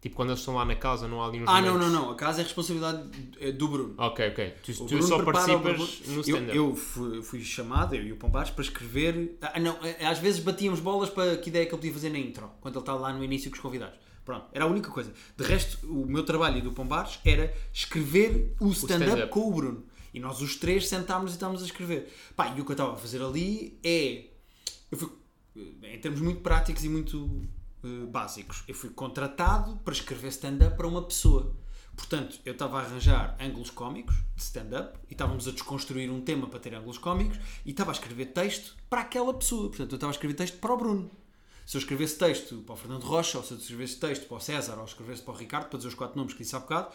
[SPEAKER 2] Tipo, quando eles estão lá na casa, não há ali uns
[SPEAKER 4] Ah, não, não,
[SPEAKER 2] momentos.
[SPEAKER 4] não. A casa é responsabilidade eh, do Bruno.
[SPEAKER 2] Ok, ok. Tu,
[SPEAKER 4] O
[SPEAKER 2] tu
[SPEAKER 4] Bruno
[SPEAKER 2] só
[SPEAKER 4] prepara o
[SPEAKER 2] participas
[SPEAKER 4] Bruno-
[SPEAKER 2] no
[SPEAKER 4] eu,
[SPEAKER 2] stand-up.
[SPEAKER 4] eu fui, fui chamado, eu e o Pombares, para escrever. Ah, não, eh, às vezes batíamos bolas para que ideia que ele podia fazer na intro, quando ele estava lá no início com os convidados. Pronto, era a única coisa. De resto, o meu trabalho e do Pombares era escrever o stand-up
[SPEAKER 2] stand-up.
[SPEAKER 4] com o Bruno. E nós os três sentámos e estávamos a escrever. Pá, e o que eu estava a fazer ali é. Eu fui, eh, em termos muito práticos e muito eh, básicos, eu fui contratado para escrever stand-up para uma pessoa. Portanto, eu estava a arranjar ângulos cómicos de stand-up e estávamos a desconstruir um tema para ter ângulos cómicos e estava a escrever texto para aquela pessoa. Portanto, eu estava a escrever texto para o Bruno. Se eu escrevesse texto para o Fernando Rocha, ou se eu escrevesse texto para o César, ou escrevesse para o Ricardo, para dizer os quatro nomes que disse há bocado,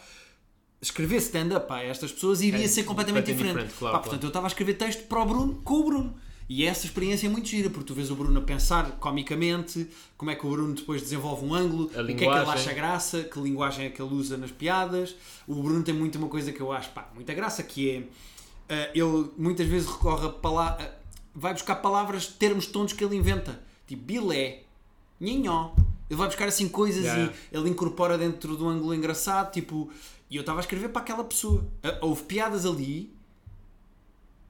[SPEAKER 4] escrever stand-up a estas pessoas iria
[SPEAKER 2] É
[SPEAKER 4] ser completamente
[SPEAKER 2] completamente
[SPEAKER 4] diferente.
[SPEAKER 2] diferente, claro,
[SPEAKER 4] Pá,
[SPEAKER 2] claro.
[SPEAKER 4] portanto, eu estava a escrever texto para o Bruno com o Bruno. E essa experiência é muito gira, porque tu vês o Bruno a pensar comicamente, como é que o Bruno depois desenvolve um ângulo,
[SPEAKER 2] A
[SPEAKER 4] o que é que ele
[SPEAKER 2] linguagem.
[SPEAKER 4] acha graça, que linguagem é que ele usa nas piadas. O Bruno tem muito uma coisa que eu acho, pá, muita graça, que é ah, ele muitas vezes recorre a palavras, vai buscar palavras, termos tontos que ele inventa, tipo bilé, nhinhó. Ele vai buscar assim coisas
[SPEAKER 2] Yeah.
[SPEAKER 4] e ele incorpora dentro de um ângulo engraçado, tipo, e eu estava a escrever para aquela pessoa. Ah, Houve piadas ali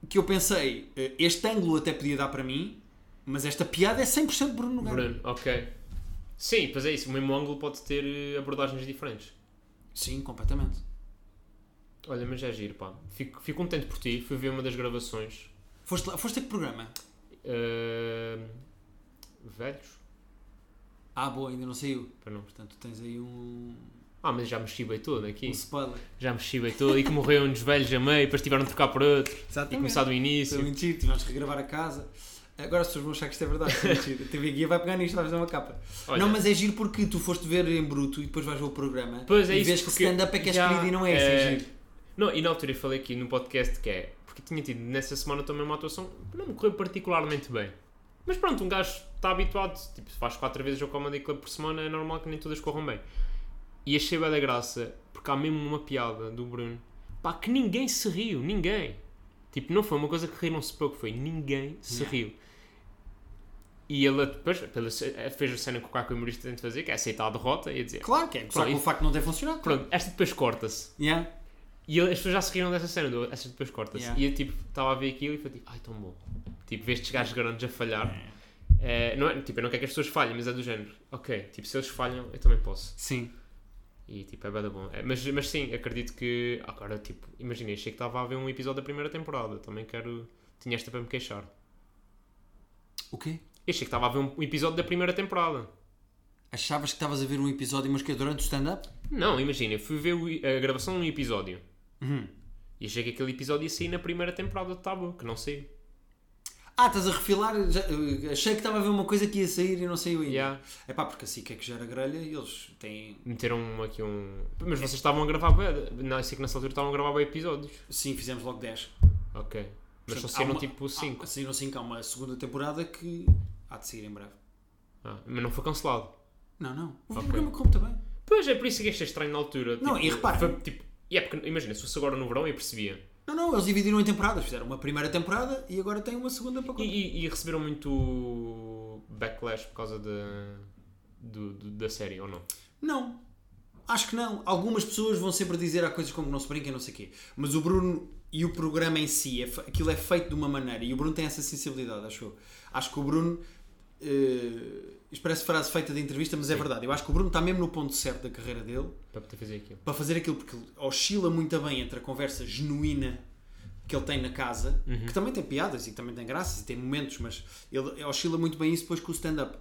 [SPEAKER 4] que eu pensei, eh, este ângulo até podia dar para mim, mas esta piada é 100% Bruno Nogueira.
[SPEAKER 2] Bruno, ok. Sim, pois é isso. O mesmo ângulo pode ter eh, abordagens diferentes.
[SPEAKER 4] Sim, completamente.
[SPEAKER 2] Olha, mas é giro, pá. Fico, fico contente por ti. Fui ver uma das gravações.
[SPEAKER 4] Foste, lá, foste a que programa?
[SPEAKER 2] eh, velhos?
[SPEAKER 5] Ah, boa, ainda não saiu.
[SPEAKER 2] Para não.
[SPEAKER 5] Portanto, tens aí um,
[SPEAKER 2] Ah, mas já me chibei todo aqui.
[SPEAKER 5] um spoiler.
[SPEAKER 2] Já me chibei todo e que morreram uns velhos a meio, depois tiveram de trocar por outro. E
[SPEAKER 3] Exatamente.
[SPEAKER 2] começar do
[SPEAKER 3] Isso é
[SPEAKER 2] início.
[SPEAKER 3] mentira, tivemos que regravar a casa. Agora as pessoas vão achar que isto é verdade, isso é mentira. A TV Guia vai pegar nisto, vai fazer uma capa.
[SPEAKER 2] Olha.
[SPEAKER 3] Não, mas é giro porque tu foste ver em bruto e depois vais ver o programa
[SPEAKER 2] Pois é
[SPEAKER 3] né? e
[SPEAKER 2] isso,
[SPEAKER 3] vês que
[SPEAKER 2] porque
[SPEAKER 3] stand-up é que é
[SPEAKER 2] já
[SPEAKER 3] escolhido e não é, isso
[SPEAKER 2] é-
[SPEAKER 3] é giro.
[SPEAKER 2] Não, e na altura eu falei aqui no podcast que é. Porque tinha tido nessa semana também uma atuação que não me correu particularmente bem. Mas pronto, um gajo está habituado. Tipo, se faz 4 vezes o Comedy Club por semana, é normal que nem todas corram bem. E achei bem da graça, porque há mesmo uma piada do Bruno. Pá, que ninguém se riu, ninguém. Tipo, não foi uma coisa que riram-se pouco, foi ninguém se riu. E ele depois pela, fez a cena que o Caco Humorista tem de fazer, que é aceitar a derrota e a dizer.
[SPEAKER 3] Claro que é, só
[SPEAKER 2] Pronto,
[SPEAKER 3] com o
[SPEAKER 2] e-
[SPEAKER 3] facto de não ter funcionado.
[SPEAKER 2] Pronto, esta depois corta-se.
[SPEAKER 3] Yeah.
[SPEAKER 2] E ele- as pessoas já se riram dessa cena, do, essa depois corta-se.
[SPEAKER 3] Yeah.
[SPEAKER 2] E eu tipo, estava a ver aquilo e foi tipo, ai tão bom. Tipo, vês estes gajos grandes a falhar. Eh, não é, tipo, eu não quero que as pessoas falhem, mas é do género. Ok, tipo, se eles falham, eu também posso.
[SPEAKER 5] Sim.
[SPEAKER 2] E tipo, é bada bom. É, mas, mas sim, acredito que. Agora, tipo, imaginei, achei que estava a ver um episódio da primeira temporada. Também quero. Tinha esta para me queixar.
[SPEAKER 5] O quê?
[SPEAKER 2] Eu achei que estava a ver um episódio da primeira temporada.
[SPEAKER 5] Achavas que estavas a ver um episódio, mas que é durante o stand-up?
[SPEAKER 2] Não, imagina, eu fui ver o i- a gravação de um episódio.
[SPEAKER 5] Uhum.
[SPEAKER 2] E achei que aquele episódio ia sair na primeira temporada de Tabu, que não saiu.
[SPEAKER 3] Ah, estás a refilar? já- eh, achei que estava a ver uma coisa que ia sair e não saiu ainda.
[SPEAKER 2] Yeah.
[SPEAKER 3] É pá, porque assim que é que gera grelha e eles têm.
[SPEAKER 2] Meteram aqui um. Mas vocês estavam a gravar. bué- Não sei que nessa altura estavam a gravar bué episódios.
[SPEAKER 3] Sim, fizemos logo 10.
[SPEAKER 2] Ok. Mas só
[SPEAKER 3] Portanto, há
[SPEAKER 2] saíram
[SPEAKER 3] uma-
[SPEAKER 2] tipo 5.
[SPEAKER 3] Ah, saíram 5, há uma segunda temporada que há de sair em breve.
[SPEAKER 2] Ah, mas não foi cancelado.
[SPEAKER 3] Não, não. O
[SPEAKER 2] Ok.
[SPEAKER 3] programa correu também.
[SPEAKER 2] Pois é, por isso que achei estranho na altura.
[SPEAKER 3] Não,
[SPEAKER 2] tipo,
[SPEAKER 3] e repara-
[SPEAKER 2] Foi, tipo, e é porque, imagina, se fosse agora no verão eu percebia.
[SPEAKER 3] Não, não, eles dividiram em temporadas. Fizeram uma primeira temporada e agora têm uma segunda para
[SPEAKER 2] E,
[SPEAKER 3] contar.
[SPEAKER 2] e- e receberam muito backlash por causa da. do- do- da série, ou não?
[SPEAKER 3] Não. Acho que não. Algumas pessoas vão sempre dizer há coisas como não se brinca e não sei o quê. Mas o Bruno e o programa em si, é fe- aquilo é feito de uma maneira. E o Bruno tem essa sensibilidade, acho eu. Acho que o Bruno. eh, isto parece frase feita de entrevista, mas é verdade. Eu acho que o Bruno está mesmo no ponto certo da carreira dele
[SPEAKER 2] Para poder fazer aquilo.
[SPEAKER 3] para fazer aquilo, porque ele oscila muito bem entre a conversa genuína que ele tem na casa, que também tem piadas e também tem graças e tem momentos, mas ele oscila muito bem isso depois com o stand-up.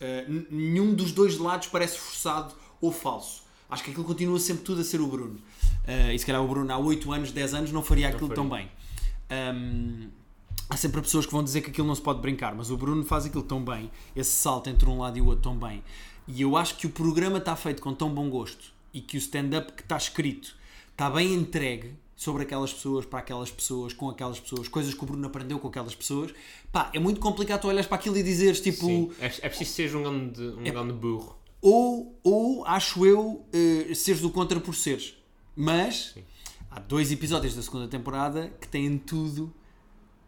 [SPEAKER 3] Uh, n- nenhum dos dois lados parece forçado ou falso. Acho que aquilo continua sempre tudo a ser o Bruno. Uh, e se calhar o Bruno há 8 anos, 10 anos não faria aquilo
[SPEAKER 2] faria.
[SPEAKER 3] tão bem. Um, há sempre pessoas que vão dizer que aquilo não se pode brincar, mas o Bruno faz aquilo tão bem, esse salto entre um lado e o outro tão bem. E eu acho que o programa está feito com tão bom gosto e que o stand-up que está escrito está bem entregue sobre aquelas pessoas, para aquelas pessoas, com aquelas pessoas, coisas que o Bruno aprendeu com aquelas pessoas. Pá, é muito complicado tu olhares para aquilo e dizeres tipo
[SPEAKER 2] Sim. É, é preciso ser um grande,
[SPEAKER 3] É-
[SPEAKER 2] um grande burro.
[SPEAKER 3] ou, ou acho eu, eh, seres do contra por seres. Mas há dois episódios da segunda temporada que têm tudo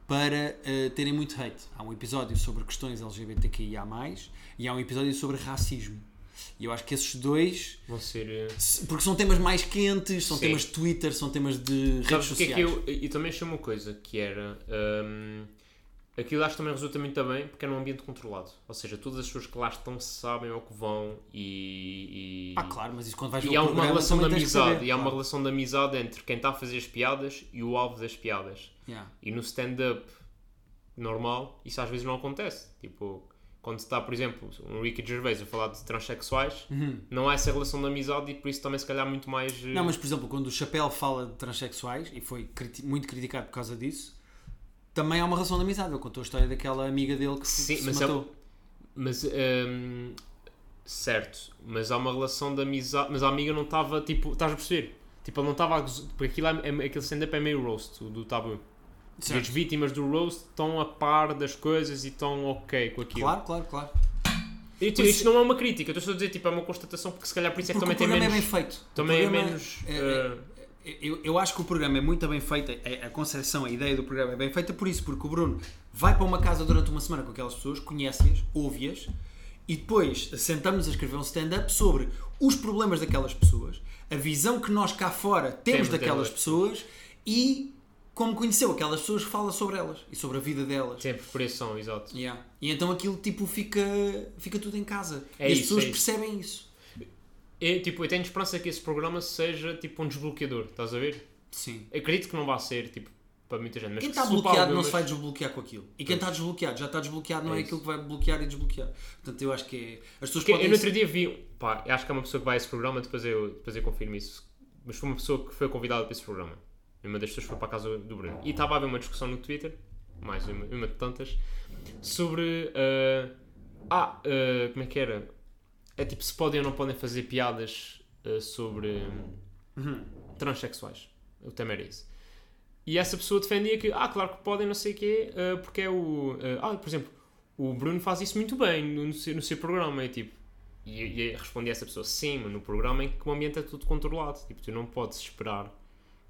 [SPEAKER 3] para eh, terem muito hate. Há um episódio sobre questões LGBTQIA, e há um episódio sobre racismo. E eu acho que esses dois,
[SPEAKER 2] Vão ser. eh,
[SPEAKER 3] se- porque são temas mais quentes, são
[SPEAKER 2] Sim.
[SPEAKER 3] temas de Twitter, são temas de redes
[SPEAKER 2] Sabes o que
[SPEAKER 3] sociais.
[SPEAKER 2] é que eu. E também achei uma coisa que era. hum, aquilo acho que também resulta muito bem porque é num ambiente controlado. Ou seja, todas as pessoas que lá estão sabem ao que vão e. e-
[SPEAKER 3] Ah, claro, mas isso quando vais ver
[SPEAKER 2] E
[SPEAKER 3] o
[SPEAKER 2] há uma
[SPEAKER 3] programa,
[SPEAKER 2] relação de
[SPEAKER 3] também tens que
[SPEAKER 2] amizade,
[SPEAKER 3] saber,
[SPEAKER 2] e há uma
[SPEAKER 3] claro.
[SPEAKER 2] relação de amizade entre quem está a fazer as piadas e o alvo das piadas.
[SPEAKER 3] Yeah.
[SPEAKER 2] E no stand-up normal, isso às vezes não acontece. Tipo, quando está, por exemplo, um Ricky Gervais a falar de transexuais, não há essa relação de amizade e por isso também se calhar muito mais. eh,
[SPEAKER 3] Uhum. Não, mas por exemplo, quando o Chapéu fala de transexuais e foi criti- muito criticado por causa disso, também há uma relação de amizade. Ele contou a história daquela amiga dele que se,
[SPEAKER 2] Sim,
[SPEAKER 3] se
[SPEAKER 2] mas é-
[SPEAKER 3] matou.
[SPEAKER 2] Mas, hum, certo, mas há uma relação de amizade, mas a amiga não estava, tipo, estás a perceber? Tipo, ele não estava a gozar, porque aquilo é, é- aquele stand-up é meio roast, o do tabu. E as
[SPEAKER 3] Certo.
[SPEAKER 2] vítimas do roast estão a par das coisas e estão ok com aquilo.
[SPEAKER 3] Claro, claro, claro.
[SPEAKER 2] E, tipo,
[SPEAKER 3] Por
[SPEAKER 2] isto não é uma crítica, eu estou só a dizer, tipo, é uma constatação, porque se calhar por isso é que
[SPEAKER 3] Porque o
[SPEAKER 2] também tem
[SPEAKER 3] programa
[SPEAKER 2] menos...
[SPEAKER 3] é bem feito. O
[SPEAKER 2] também é
[SPEAKER 3] programa
[SPEAKER 2] menos...
[SPEAKER 3] é-
[SPEAKER 2] eh,
[SPEAKER 3] Eu, eu acho que o programa é muito bem feito, a- a concepção, a ideia do programa é bem feita por isso, porque o Bruno vai para uma casa durante uma semana com aquelas pessoas, conhece-as, ouve-as, e depois sentamos a escrever um stand-up sobre os problemas daquelas pessoas, a visão que nós cá fora temos,
[SPEAKER 2] Temos
[SPEAKER 3] daquelas
[SPEAKER 2] delas.
[SPEAKER 3] pessoas e como conheceu aquelas pessoas, fala sobre elas e sobre a vida delas.
[SPEAKER 2] Tem a preparação, exato.
[SPEAKER 3] Yeah. E então aquilo tipo fica, fica tudo em casa.
[SPEAKER 2] É
[SPEAKER 3] e as
[SPEAKER 2] isso,
[SPEAKER 3] pessoas
[SPEAKER 2] é isso.
[SPEAKER 3] percebem isso.
[SPEAKER 2] Eu, tipo, eu tenho esperança que esse programa seja, tipo, um desbloqueador, estás a ver?
[SPEAKER 3] Sim.
[SPEAKER 2] Acredito que não vai ser, tipo, para muita gente. Mas
[SPEAKER 4] Quem
[SPEAKER 2] que
[SPEAKER 3] tá
[SPEAKER 4] está
[SPEAKER 2] se o Paulo
[SPEAKER 4] bloqueado não
[SPEAKER 2] Gomes-
[SPEAKER 4] se vai desbloquear com aquilo. E quem está desbloqueado já está desbloqueado, não é,
[SPEAKER 2] É isso.
[SPEAKER 4] aquilo que vai bloquear e desbloquear. Portanto, eu acho que é. As pessoas
[SPEAKER 2] Porque
[SPEAKER 4] podem.
[SPEAKER 2] eu no outro dia vi, pá, eu acho que há uma pessoa que vai a esse programa, depois eu, depois eu confirmo isso. Mas foi uma pessoa que foi convidada para esse programa. E uma das pessoas foi para a casa do Bruno. E estava a haver uma discussão no Twitter, mais uma, uma de tantas, sobre. ah, ah, ah, como é que era? É tipo se podem ou não podem fazer piadas ah, sobre
[SPEAKER 4] Uhum.
[SPEAKER 2] hum, transexuais. O tema era isso. E essa pessoa defendia que, ah, claro que podem, não sei o quê, ah, porque é o. ah, ah, por exemplo, o Bruno faz isso muito bem no, no seu, no seu programa. É tipo. E, e respondi a essa pessoa, sim, mas no programa em que o ambiente é tudo controlado. Tipo, tu não podes esperar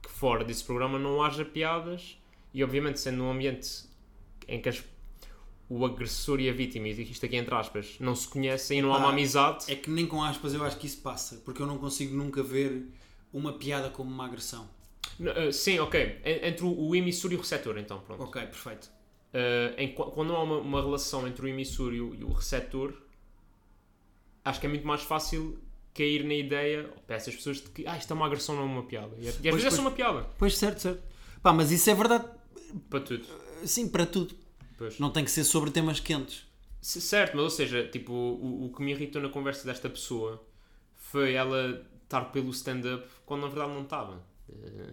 [SPEAKER 2] que fora desse programa não haja piadas. E obviamente, sendo um ambiente em que as- o agressor e a vítima, e isto aqui entre aspas, não se conhecem e não há uma
[SPEAKER 4] Pá,
[SPEAKER 2] amizade.
[SPEAKER 4] É que nem com aspas eu acho que isso passa, porque eu não consigo nunca ver uma piada como uma agressão.
[SPEAKER 2] N- ah, sim, ok. En- Entre o, o emissor e o receptor, então, pronto.
[SPEAKER 4] Ok, perfeito.
[SPEAKER 2] Uh, em qu- quando não há uma, uma relação entre o emissor e o, e o receptor, acho que é muito mais fácil cair na ideia para essas pessoas de que ah, isto é uma agressão, não é uma piada. E, é- e às
[SPEAKER 4] Pois,
[SPEAKER 2] vezes é só
[SPEAKER 4] pois.
[SPEAKER 2] uma piada.
[SPEAKER 3] Pois, certo, certo. Pá, mas isso é verdade,
[SPEAKER 2] Para tudo.
[SPEAKER 3] sim, para tudo.
[SPEAKER 2] Pois.
[SPEAKER 3] Não tem que ser sobre temas quentes.
[SPEAKER 2] C- Certo, mas ou seja, tipo, o, o que me irritou na conversa desta pessoa foi ela estar pelo stand-up quando na verdade não estava. Eh,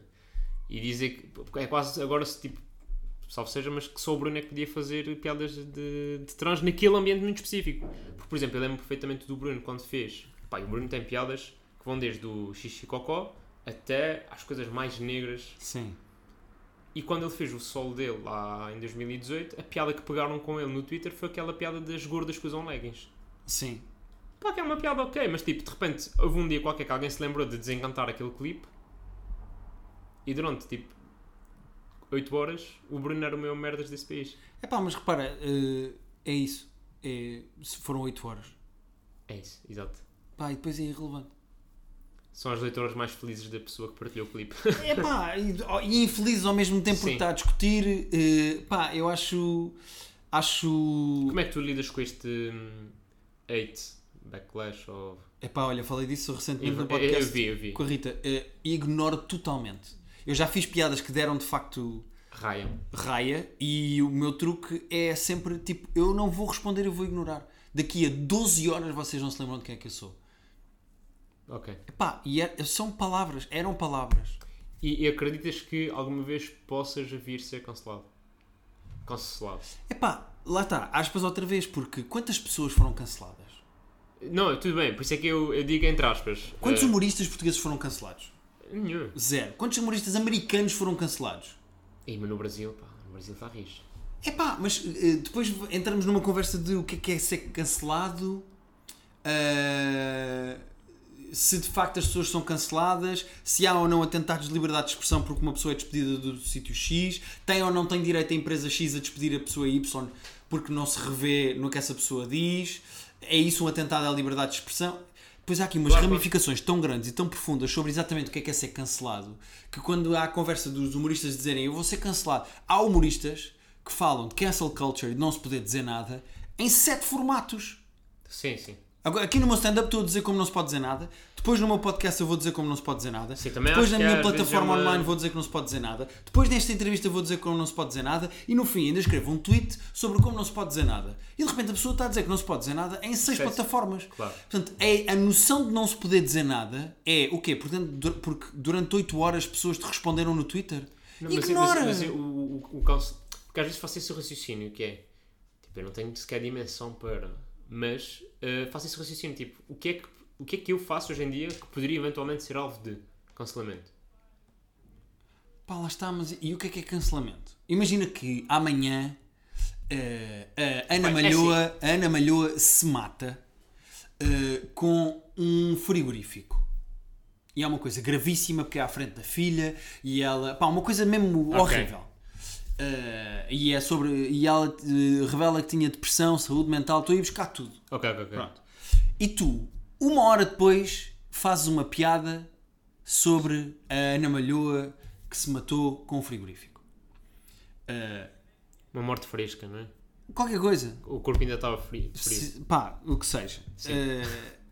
[SPEAKER 2] E dizer que porque é quase agora se tipo, salvo seja, mas que só o Bruno é que podia fazer piadas de, de trans naquele ambiente muito específico. Porque, por exemplo, eu lembro perfeitamente do Bruno quando fez. Pá, e o Bruno tem piadas que vão desde o xixi cocó até às coisas mais negras
[SPEAKER 3] Sim.
[SPEAKER 2] e quando ele fez o solo dele lá em 2018, a piada que pegaram com ele no Twitter foi aquela piada das gordas que usam leggings.
[SPEAKER 3] Sim.
[SPEAKER 2] Pá, que é uma piada ok, mas tipo, de repente houve um dia qualquer que alguém se lembrou de desencantar aquele clipe e durante tipo 8 horas o Bruno era o meu merdas desse país.
[SPEAKER 3] É pá, mas repara, eh, é isso. É, se foram 8 horas.
[SPEAKER 2] É isso, exato.
[SPEAKER 3] Pá, e depois é irrelevante.
[SPEAKER 2] São as 8 horas mais felizes da pessoa que partilhou o clipe.
[SPEAKER 3] É pá, e, ó, e infelizes ao mesmo tempo porque
[SPEAKER 2] Sim.
[SPEAKER 3] está a discutir. eh, pá, eu acho. Acho.
[SPEAKER 2] Como é que tu lidas com este hum, hate, backlash ou.
[SPEAKER 3] É pá, olha, falei disso recentemente no
[SPEAKER 2] Eu, eu, eu
[SPEAKER 3] podcast
[SPEAKER 2] vi, eu vi.
[SPEAKER 3] com a Rita. eh, ignoro totalmente. Eu já fiz piadas que deram de facto
[SPEAKER 2] Ryan.
[SPEAKER 3] raia e o meu truque é sempre tipo: eu não vou responder, eu vou ignorar. Daqui a 12 horas vocês não se lembram de quem é que eu sou.
[SPEAKER 2] Ok.
[SPEAKER 3] Epá, e era- são palavras, eram palavras.
[SPEAKER 2] E, e acreditas que alguma vez possas vir ser cancelado? Cancelado.
[SPEAKER 3] Epá, lá está, aspas outra vez, porque quantas pessoas foram canceladas?
[SPEAKER 2] Não, tudo bem, por isso é que eu, eu digo entre aspas.
[SPEAKER 3] Quantos
[SPEAKER 2] Eh,
[SPEAKER 3] humoristas portugueses foram cancelados?
[SPEAKER 2] nenhum.
[SPEAKER 3] Zero. Quantos humoristas americanos foram cancelados?
[SPEAKER 2] Ei, mas no Brasil, pá, no Brasil está rijo.
[SPEAKER 3] Epá, mas eh, depois entramos numa conversa de o que é que é ser cancelado, ah, se de facto as pessoas são canceladas, se há ou não atentados de liberdade de expressão porque uma pessoa é despedida do sítio X, tem ou não tem direito a empresa X a despedir a pessoa Y porque não se revê no que essa pessoa diz, é isso um atentado à liberdade de expressão? Pois há aqui umas
[SPEAKER 2] Claro, claro.
[SPEAKER 3] ramificações tão grandes e tão profundas sobre exatamente o que é que é ser cancelado, que quando há a conversa dos humoristas dizerem eu vou ser cancelado, há humoristas que falam de cancel culture e de não se poder dizer nada em sete formatos.
[SPEAKER 2] Sim, sim.
[SPEAKER 3] Agora, aqui no meu stand-up estou a dizer como não se pode dizer nada. Depois no meu podcast eu vou dizer como não se pode dizer nada.
[SPEAKER 2] Sim, também
[SPEAKER 3] Depois
[SPEAKER 2] acho
[SPEAKER 3] na
[SPEAKER 2] que
[SPEAKER 3] minha
[SPEAKER 2] às vezes
[SPEAKER 3] plataforma
[SPEAKER 2] é uma-
[SPEAKER 3] online vou dizer que não se pode dizer nada. Depois nesta entrevista vou dizer como não se pode dizer nada. E no fim ainda escrevo um tweet sobre como não se pode dizer nada. E de repente a pessoa está a dizer que não se pode dizer nada em seis
[SPEAKER 2] Certo.
[SPEAKER 3] plataformas.
[SPEAKER 2] Claro.
[SPEAKER 3] Portanto, é a noção de não se poder dizer nada é o quê? Portanto, dur- Porque durante oito horas pessoas te responderam no Twitter.
[SPEAKER 2] Não, mas,
[SPEAKER 3] Ignora!
[SPEAKER 2] mas- mas o, o, o cancel... Porque às vezes faço esse raciocínio que é. Tipo, eu não tenho sequer dimensão para. Mas eh, faço esse raciocínio, tipo, o que, é que, o que é que eu faço hoje em dia que poderia eventualmente ser alvo de cancelamento?
[SPEAKER 3] Pá, lá está, mas e o que é que é cancelamento? Imagina que amanhã eh, a Ana,
[SPEAKER 2] Bem, é
[SPEAKER 3] Malhoa, a Ana Malhoa se mata eh, com um frigorífico. E é uma coisa gravíssima porque é à frente da filha e ela. Pá, uma coisa mesmo horrível. Eh, e é sobre. E ela eh, revela que tinha depressão, saúde mental, estou a ir buscar tudo.
[SPEAKER 2] Ok, ok, ok.
[SPEAKER 3] Pronto. E tu, uma hora depois, fazes uma piada sobre a Ana Malhoa que se matou com um frigorífico. Ah,
[SPEAKER 2] Uma morte fresca, não é?
[SPEAKER 3] qualquer coisa.
[SPEAKER 2] O corpo ainda estava frio. frio.
[SPEAKER 3] Se- pá, o que seja. Ah,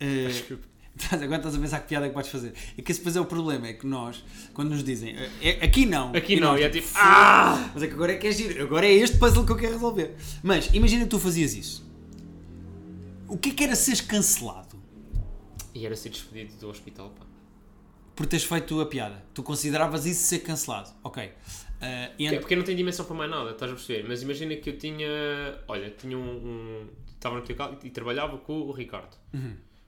[SPEAKER 3] ah,
[SPEAKER 2] Desculpa.
[SPEAKER 3] Estás- Agora estás a pensar que piada é que podes fazer. É que esse depois é o problema, é que nós, quando nos dizem "É- é- aqui não,
[SPEAKER 2] Aqui
[SPEAKER 3] e
[SPEAKER 2] não,
[SPEAKER 3] nós,
[SPEAKER 2] e é tipo. Ah!
[SPEAKER 3] mas é que agora é que é giro, agora é este puzzle que eu quero resolver. Mas imagina que tu fazias isso. O que é que era seres cancelado
[SPEAKER 2] E era ser despedido do hospital, pá.
[SPEAKER 3] por teres feito a piada? Tu consideravas isso ser cancelado? Ok. Ah, e
[SPEAKER 2] É
[SPEAKER 3] ent-
[SPEAKER 2] porque eu não tenho dimensão para mais nada, estás a perceber? Mas imagina que eu tinha. Olha, tinha um. um- estava no hospital e trabalhava com o Ricardo.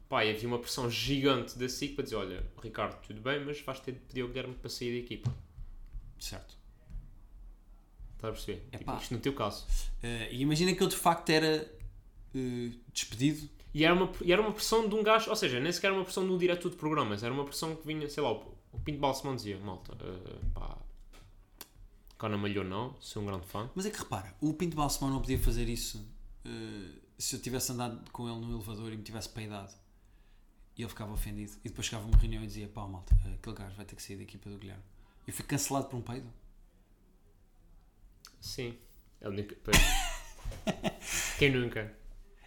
[SPEAKER 2] Pá, e havia uma pressão gigante da SIC para dizer: Olha, Ricardo, tudo bem, mas vais ter de pedir ao Guilherme para sair da equipa.
[SPEAKER 3] Certo.
[SPEAKER 2] Estás a perceber? Tipo,
[SPEAKER 3] Epá.
[SPEAKER 2] isto no teu caso.
[SPEAKER 3] Ah, e imagina que eu de facto era eh, despedido
[SPEAKER 2] E era, uma, e era uma pressão de um gajo, ou seja, nem sequer era uma pressão de um diretor de programas, era uma pressão que vinha, sei lá, o, o Pinto Balsemão dizia: Malta, eh, pá. Cá não malhou, não, sou um grande fã.
[SPEAKER 3] Mas é que repara, o Pinto Balsemão não podia fazer isso eh, se eu tivesse andado com ele no elevador e me tivesse peidado. E ele ficava ofendido. E depois chegava a uma reunião e dizia: pá, malta, eh, aquele gajo vai ter que sair da equipa do Guilherme. Eu fui cancelado por um peido.
[SPEAKER 2] Sim. É o único. pois. Quem nunca?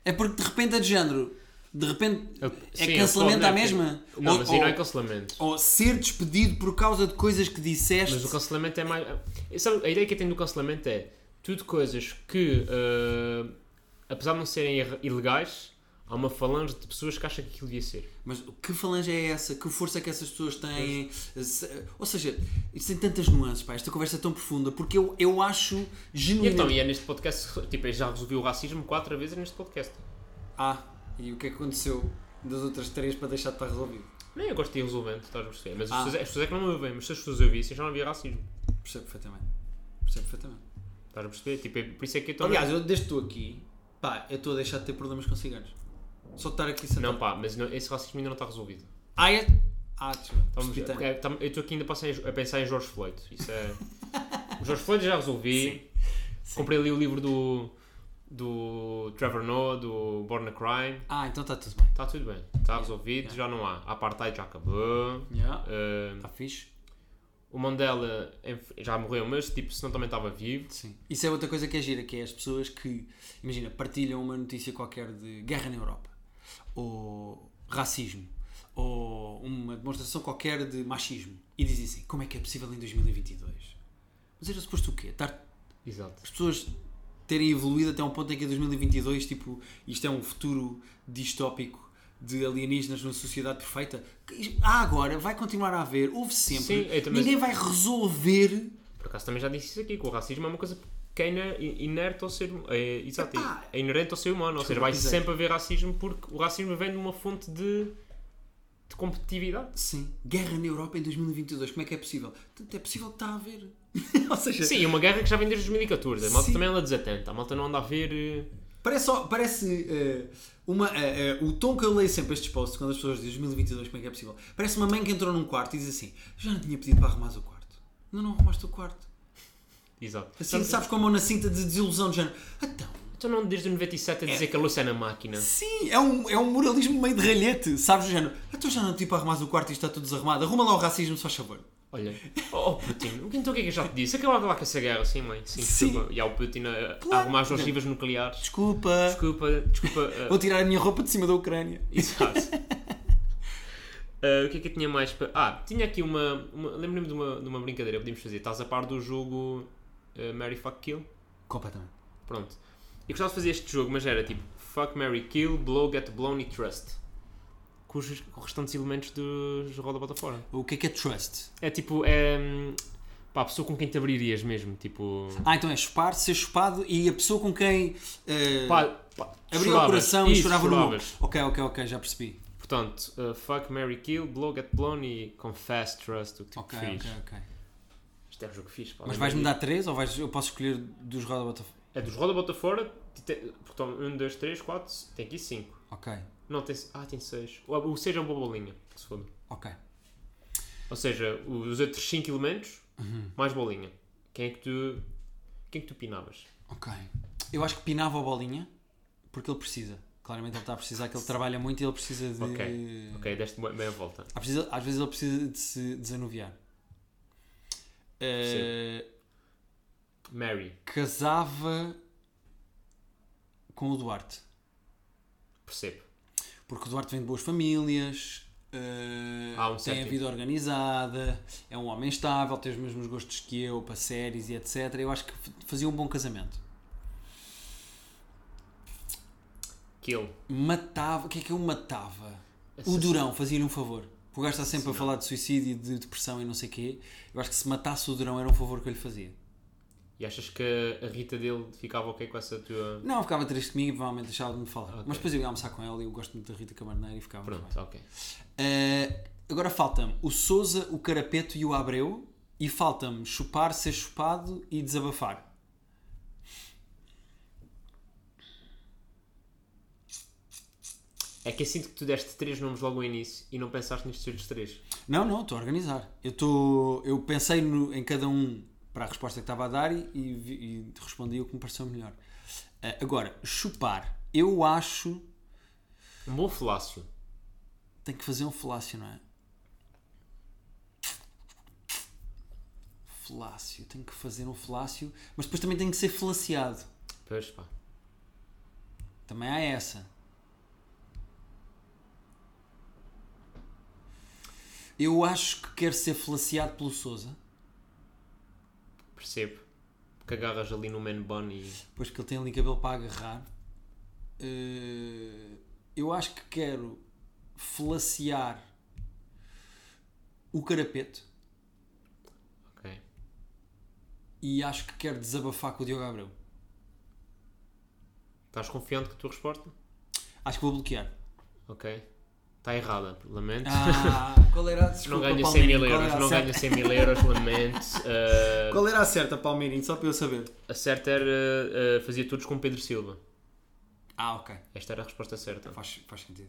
[SPEAKER 3] É porque de repente é de género. De repente
[SPEAKER 2] Eu-
[SPEAKER 3] é
[SPEAKER 2] sim, eu
[SPEAKER 3] cancelamento à
[SPEAKER 2] falo, não é que-
[SPEAKER 3] mesma.
[SPEAKER 2] Não,
[SPEAKER 3] ou,
[SPEAKER 2] mas aí não é
[SPEAKER 3] ou-
[SPEAKER 2] cancelamento.
[SPEAKER 3] ou ser despedido por causa de coisas que disseste.
[SPEAKER 2] Mas o cancelamento é mais. eh, sabe, a ideia que eu tenho do cancelamento é tudo coisas que, eh, apesar de não serem ir- ilegais, há uma falange de pessoas que acham que aquilo devia ser.
[SPEAKER 3] Mas que falange é essa? Que força é que essas pessoas têm? Se- Ou seja, isto tem tantas nuances, pá. Esta conversa é tão profunda porque eu, eu acho
[SPEAKER 2] E
[SPEAKER 3] genuinamente.
[SPEAKER 2] então, e é neste podcast, tipo, eu já resolvi o racismo quatro vezes neste podcast.
[SPEAKER 4] Ah, e o que é que aconteceu das outras três para deixar de estar resolvido?
[SPEAKER 2] Nem eu gosto de ir resolvendo, estás a perceber? Mas
[SPEAKER 4] Ah.
[SPEAKER 2] as, pessoas, as pessoas é que não me ouvem, mas se as pessoas ouvissem, já não havia racismo.
[SPEAKER 4] Percebo perfeitamente. Percebo perfeitamente.
[SPEAKER 2] Estás a perceber? Tipo, é- por isso é que eu também.
[SPEAKER 4] Aliás, eu desde que estou aqui, pá, eu estou a deixar de ter problemas com ciganos. Só de estar aqui sentado.
[SPEAKER 2] não, pá, mas não- esse racismo ainda não está resolvido.
[SPEAKER 4] Ah, é? Ah,
[SPEAKER 2] Estamos-
[SPEAKER 4] desculpa.
[SPEAKER 2] é, tam- eu estou aqui ainda a pensar, em, a pensar em Jorge Floyd. Isso é. O Jorge Floyd já resolvi. Comprei ali o livro do, do Trevor Noah, do Born a Crime.
[SPEAKER 3] Ah, então está tudo bem.
[SPEAKER 2] Está tudo bem. Está resolvido, já não há. A apartheid já acabou.
[SPEAKER 4] Yeah.
[SPEAKER 2] Eh,
[SPEAKER 4] Tá
[SPEAKER 3] Está fixe?
[SPEAKER 2] o Mandela enf- já morreu, mas tipo, se não também estava vivo.
[SPEAKER 3] Sim. Isso é outra coisa que é gira, que é as pessoas que, imagina, partilham uma notícia qualquer de guerra na Europa, ou racismo, ou uma demonstração qualquer de machismo, e dizem assim, como é que é possível em 2022? Mas era suposto o quê? Estar-
[SPEAKER 2] Exato.
[SPEAKER 3] as pessoas terem evoluído até um ponto em que em 2022, tipo, isto é um futuro distópico de alienígenas numa sociedade perfeita? Que- Há agora, vai continuar a haver, houve sempre.
[SPEAKER 2] Sim, eu também-
[SPEAKER 3] Ninguém vai resolver...
[SPEAKER 2] Por acaso também já disse isso aqui, que o racismo é uma coisa que é iner- inerte ao ser humano. É, exato,
[SPEAKER 3] Epá!
[SPEAKER 2] é inerente ao ser humano. Ou seja, vai
[SPEAKER 3] Desculpa,
[SPEAKER 2] sempre haver racismo porque o racismo vem de uma fonte de, de competitividade.
[SPEAKER 3] Sim, guerra na Europa em 2022, como é que é possível? Tanto é possível que está a haver. Ou seja,
[SPEAKER 2] Sim, é uma guerra que já vem desde 2014. A malta
[SPEAKER 3] Sim.
[SPEAKER 2] também anda desatenta. A malta não anda a ver. eh,
[SPEAKER 4] Parece, só- parece eh, uma, eh, eh, o tom que eu leio sempre estes posts, quando as pessoas dizem 2022, como é que é possível? Parece uma mãe que entrou num quarto e diz assim: Já não tinha pedido para arrumares o quarto. Não, não arrumaste o quarto.
[SPEAKER 2] Exato.
[SPEAKER 4] Assim, sabes como na cinta de desilusão de género. Então,
[SPEAKER 2] Então não desde 97 a dizer que a luz é na máquina.
[SPEAKER 3] sim, é um, é um moralismo meio de ralhete, sabes, do género?
[SPEAKER 4] então já não
[SPEAKER 3] tipo,
[SPEAKER 4] te pedi para arrumares o quarto e está tudo desarrumado. Arruma lá o racismo, se faz favor.
[SPEAKER 2] Olha, oh, oh Putin, o que- então o que é que eu já te disse? Acabava lá com essa guerra, sim, mãe. Sim,
[SPEAKER 3] Sim.
[SPEAKER 2] desculpa. E há o Putin a, a
[SPEAKER 3] Claro.
[SPEAKER 2] arrumar as ogivas nucleares.
[SPEAKER 3] Desculpa,
[SPEAKER 2] Desculpa, desculpa. eh,
[SPEAKER 3] vou tirar a minha roupa de cima da Ucrânia.
[SPEAKER 2] Exato. Ah, o que é que eu tinha mais para. Ah, tinha aqui uma. uma- Lembro-me de uma, de uma brincadeira que podíamos fazer. Estás a par do jogo ah, Mary Fuck Kill?
[SPEAKER 4] Completamente.
[SPEAKER 2] Pronto. Eu gostava de fazer este jogo, mas era tipo Fuck Mary Kill, Blow, Get Blown e Trust. Com os com os restantes elementos dos roda bota fora.
[SPEAKER 3] O que é que é trust?
[SPEAKER 2] É tipo. É, hum, pá, a pessoa com quem te abririas mesmo. Tipo.
[SPEAKER 3] Ah, então é chupar, ser chupado e a pessoa com quem eh,
[SPEAKER 2] Pá, pá,
[SPEAKER 3] abriu o
[SPEAKER 2] choravas.
[SPEAKER 3] coração e
[SPEAKER 2] Isso,
[SPEAKER 3] chorava no ombro.
[SPEAKER 2] choravas.
[SPEAKER 3] Ok, ok, ok, já percebi.
[SPEAKER 2] Portanto, ah, Fuck Mary Kill, Blow, Get Blown e Confess, Trust, o que tu
[SPEAKER 3] Ok,
[SPEAKER 2] preferires.
[SPEAKER 3] ok, ok.
[SPEAKER 2] Isto é um jogo fixe, pá.
[SPEAKER 3] Mas
[SPEAKER 2] Lembra
[SPEAKER 3] vais-me
[SPEAKER 2] disso.
[SPEAKER 3] dar três ou vais, eu posso escolher dos roda bota
[SPEAKER 2] É dos roda bota fora, te- te- portanto, 1, 2, 3, 4, tem aqui 5.
[SPEAKER 3] Ok,
[SPEAKER 2] Não, tem. Ah, tem 6. O 6 é uma bolinha, que se foda.
[SPEAKER 3] ok.
[SPEAKER 2] Ou seja, os outros 5 elementos, mais bolinha. Quem é que tu. Quem é que tu pinavas?
[SPEAKER 3] Ok. Eu acho que pinava a bolinha porque ele precisa. Claramente ele está a precisar, que ele trabalha muito e ele precisa de.
[SPEAKER 2] Ok. Ok, deste me- meia volta.
[SPEAKER 3] Ah, precisa- às vezes ele precisa de se desanuviar. Eh,
[SPEAKER 2] Mary,
[SPEAKER 3] casava com o Duarte.
[SPEAKER 2] percebo.
[SPEAKER 3] Porque o Duarte vem de boas famílias, eh,
[SPEAKER 2] Há um
[SPEAKER 3] tem a
[SPEAKER 2] certo
[SPEAKER 3] vida organizada, é um homem estável, tem os mesmos gostos que eu para séries e etc. Eu acho que f- fazia um bom casamento.
[SPEAKER 2] Kill.
[SPEAKER 3] Matava. O que é que eu matava? O Durão, fazia-lhe um favor. Porque o gajo está sempre a falar de suicídio, e de depressão e não sei o quê. Eu acho que se matasse o Durão era um favor que eu lhe fazia.
[SPEAKER 2] E achas que a Rita dele ficava ok com essa tua.
[SPEAKER 3] Não, ficava triste comigo e provavelmente deixava de me falar. Mas depois eu ia almoçar com ela e eu gosto muito da Rita Camarneira e ficava muito
[SPEAKER 2] Pronto, ok.
[SPEAKER 3] bem. Ah, agora falta-me o Souza, o Carapeto e o Abreu. E falta-me chupar, ser chupado e desabafar.
[SPEAKER 2] É que eu sinto que tu deste três nomes logo no início e não pensaste nestes outros três.
[SPEAKER 3] Não, não, estou a organizar. Eu, estou eu pensei no- em cada um para a resposta que estava a dar e, e vi- e respondi o que me pareceu melhor. Ah, agora, chupar. Eu acho.
[SPEAKER 2] Um bom falácio.
[SPEAKER 3] Tem que fazer um falácio, não é? Falácio. Tenho que fazer um falácio. Mas depois também tem que ser falaciado.
[SPEAKER 2] Pois pá.
[SPEAKER 3] Também há essa. Eu acho que quero ser falaciado pelo Souza.
[SPEAKER 2] Percebo. Que agarras ali no man bun e.
[SPEAKER 3] Pois que ele tem ali cabelo para agarrar. Eh, eu acho que quero falaciar o carapeto
[SPEAKER 2] Ok.
[SPEAKER 3] e acho que quero desabafar com o Diogo Abreu.
[SPEAKER 2] Estás confiante com a tua resposta?
[SPEAKER 3] Acho que vou bloquear.
[SPEAKER 2] Ok. Está errada, lamento.
[SPEAKER 3] Ah, qual era a desculpa,
[SPEAKER 2] não ganho 100
[SPEAKER 3] Palmeirinho,
[SPEAKER 2] mil
[SPEAKER 3] qual
[SPEAKER 2] euros,
[SPEAKER 3] era a
[SPEAKER 2] não
[SPEAKER 3] certa?
[SPEAKER 2] ganho 100 mil euros, lamento. Ah,
[SPEAKER 4] Qual era a certa, Palmeirinho? Só para eu saber.
[SPEAKER 2] a certa era. ah, fazia todos com Pedro Silva.
[SPEAKER 3] Ah, ok.
[SPEAKER 2] Esta era a resposta certa.
[SPEAKER 3] Faz, faz sentido.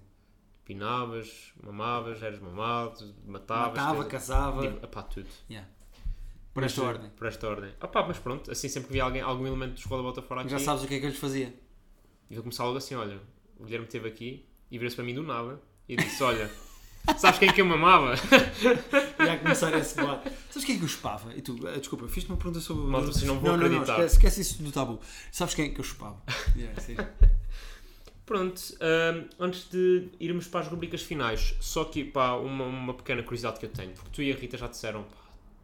[SPEAKER 2] Pinavas, mamavas, eras mamado, matavas.
[SPEAKER 4] Matava,
[SPEAKER 2] quer dizer,
[SPEAKER 4] casava.
[SPEAKER 2] tipo, Epá, tudo.
[SPEAKER 3] Yeah. Por esta ordem.
[SPEAKER 2] Por esta ordem. Ah pá, mas pronto, assim sempre que vi alguém, algum elemento de escola bota fora aqui,
[SPEAKER 3] Já sabes o que é que eu lhes fazia.
[SPEAKER 2] eu vou começar logo assim, olha, o Guilherme esteve aqui e virou-se para mim do nada e disse, olha, sabes quem é que eu mamava?
[SPEAKER 4] Ia começar esse debate.
[SPEAKER 3] Sabes quem é que eu chupava? E tu, eh, desculpa, fiz-te uma pergunta sobre.
[SPEAKER 2] Malta, vocês não vão
[SPEAKER 3] não, não,
[SPEAKER 2] acreditar.
[SPEAKER 3] esquece, esquece isso do tabu. Sabes quem é que eu chupava? Yeah, sim.
[SPEAKER 2] Pronto, hum, antes de irmos para as rubricas finais, só que pá, uma, uma pequena curiosidade que eu tenho, porque tu e a Rita já disseram pá,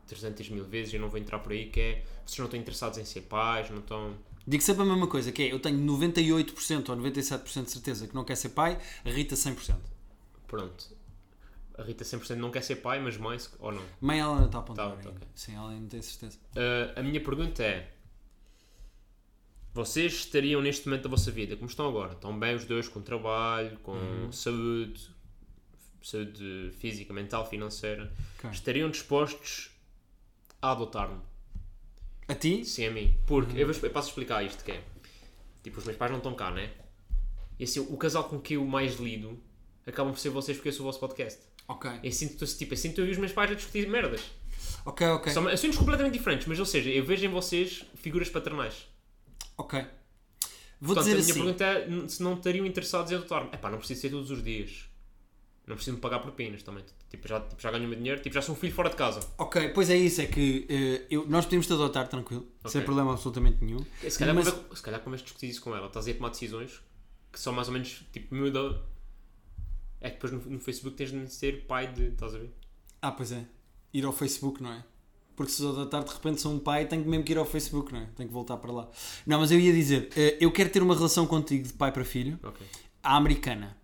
[SPEAKER 2] 300 mil vezes, eu não vou entrar por aí, que é, vocês não estão interessados em ser pais, não estão...
[SPEAKER 3] Digo sempre a mesma coisa, que é, eu tenho 98% ou 97% de certeza que não quer ser pai, a Rita 100%.
[SPEAKER 2] Pronto. A Rita 100% não quer ser pai, mas mãe, se- ou não.
[SPEAKER 3] Mãe, ela ainda está a apontar
[SPEAKER 2] Tá, tá,
[SPEAKER 3] ainda.
[SPEAKER 2] ok.
[SPEAKER 3] Sim, ela ainda tem certeza.
[SPEAKER 2] Uh, a minha pergunta é: vocês estariam neste momento da vossa vida, como estão agora? Estão bem os dois com trabalho, com saúde, saúde física, mental, financeira?
[SPEAKER 3] Ok.
[SPEAKER 2] Estariam dispostos a adotar-me?
[SPEAKER 3] A ti?
[SPEAKER 2] Sim, a mim. Porque eu, vou- eu passo a explicar isto: que é tipo, os meus pais não estão cá, né? E assim, o casal com que eu mais lido acabam por ser vocês porque eu sou o vosso podcast.
[SPEAKER 3] Ok.
[SPEAKER 2] Eu sinto, tipo, eu sinto eu e os meus pais a discutir merdas.
[SPEAKER 3] Ok, ok.
[SPEAKER 2] São assuntos completamente diferentes, mas ou seja, eu vejo em vocês figuras paternais.
[SPEAKER 3] Ok. Vou
[SPEAKER 2] Portanto, a
[SPEAKER 3] dizer
[SPEAKER 2] minha
[SPEAKER 3] assim.
[SPEAKER 2] pergunta é n- se não estariam interessados em adotar-me. Epá, não preciso ser todos os dias. Não preciso me pagar propinas também. Tipo, já, tipo, já ganho o meu dinheiro, tipo, já sou um filho fora de casa.
[SPEAKER 3] Ok, pois é isso, é que eh, eu- nós podemos te adotar tranquilo, sem problema absolutamente nenhum.
[SPEAKER 2] Se calhar,
[SPEAKER 3] É, mas,
[SPEAKER 2] convém- se calhar convém discutir isso com ela. Estás aí a tomar decisões que são mais ou menos, tipo, muda... É que depois no, no Facebook tens de ser pai de... Estás a ver?
[SPEAKER 3] Ah, pois é. Ir ao Facebook, não é? Porque se eu adotar de repente sou um pai, tenho mesmo que ir ao Facebook, não é? Tenho que voltar para lá. Não, mas eu ia dizer, eh, eu quero ter uma relação contigo de pai para filho,
[SPEAKER 2] Ok.
[SPEAKER 3] à americana.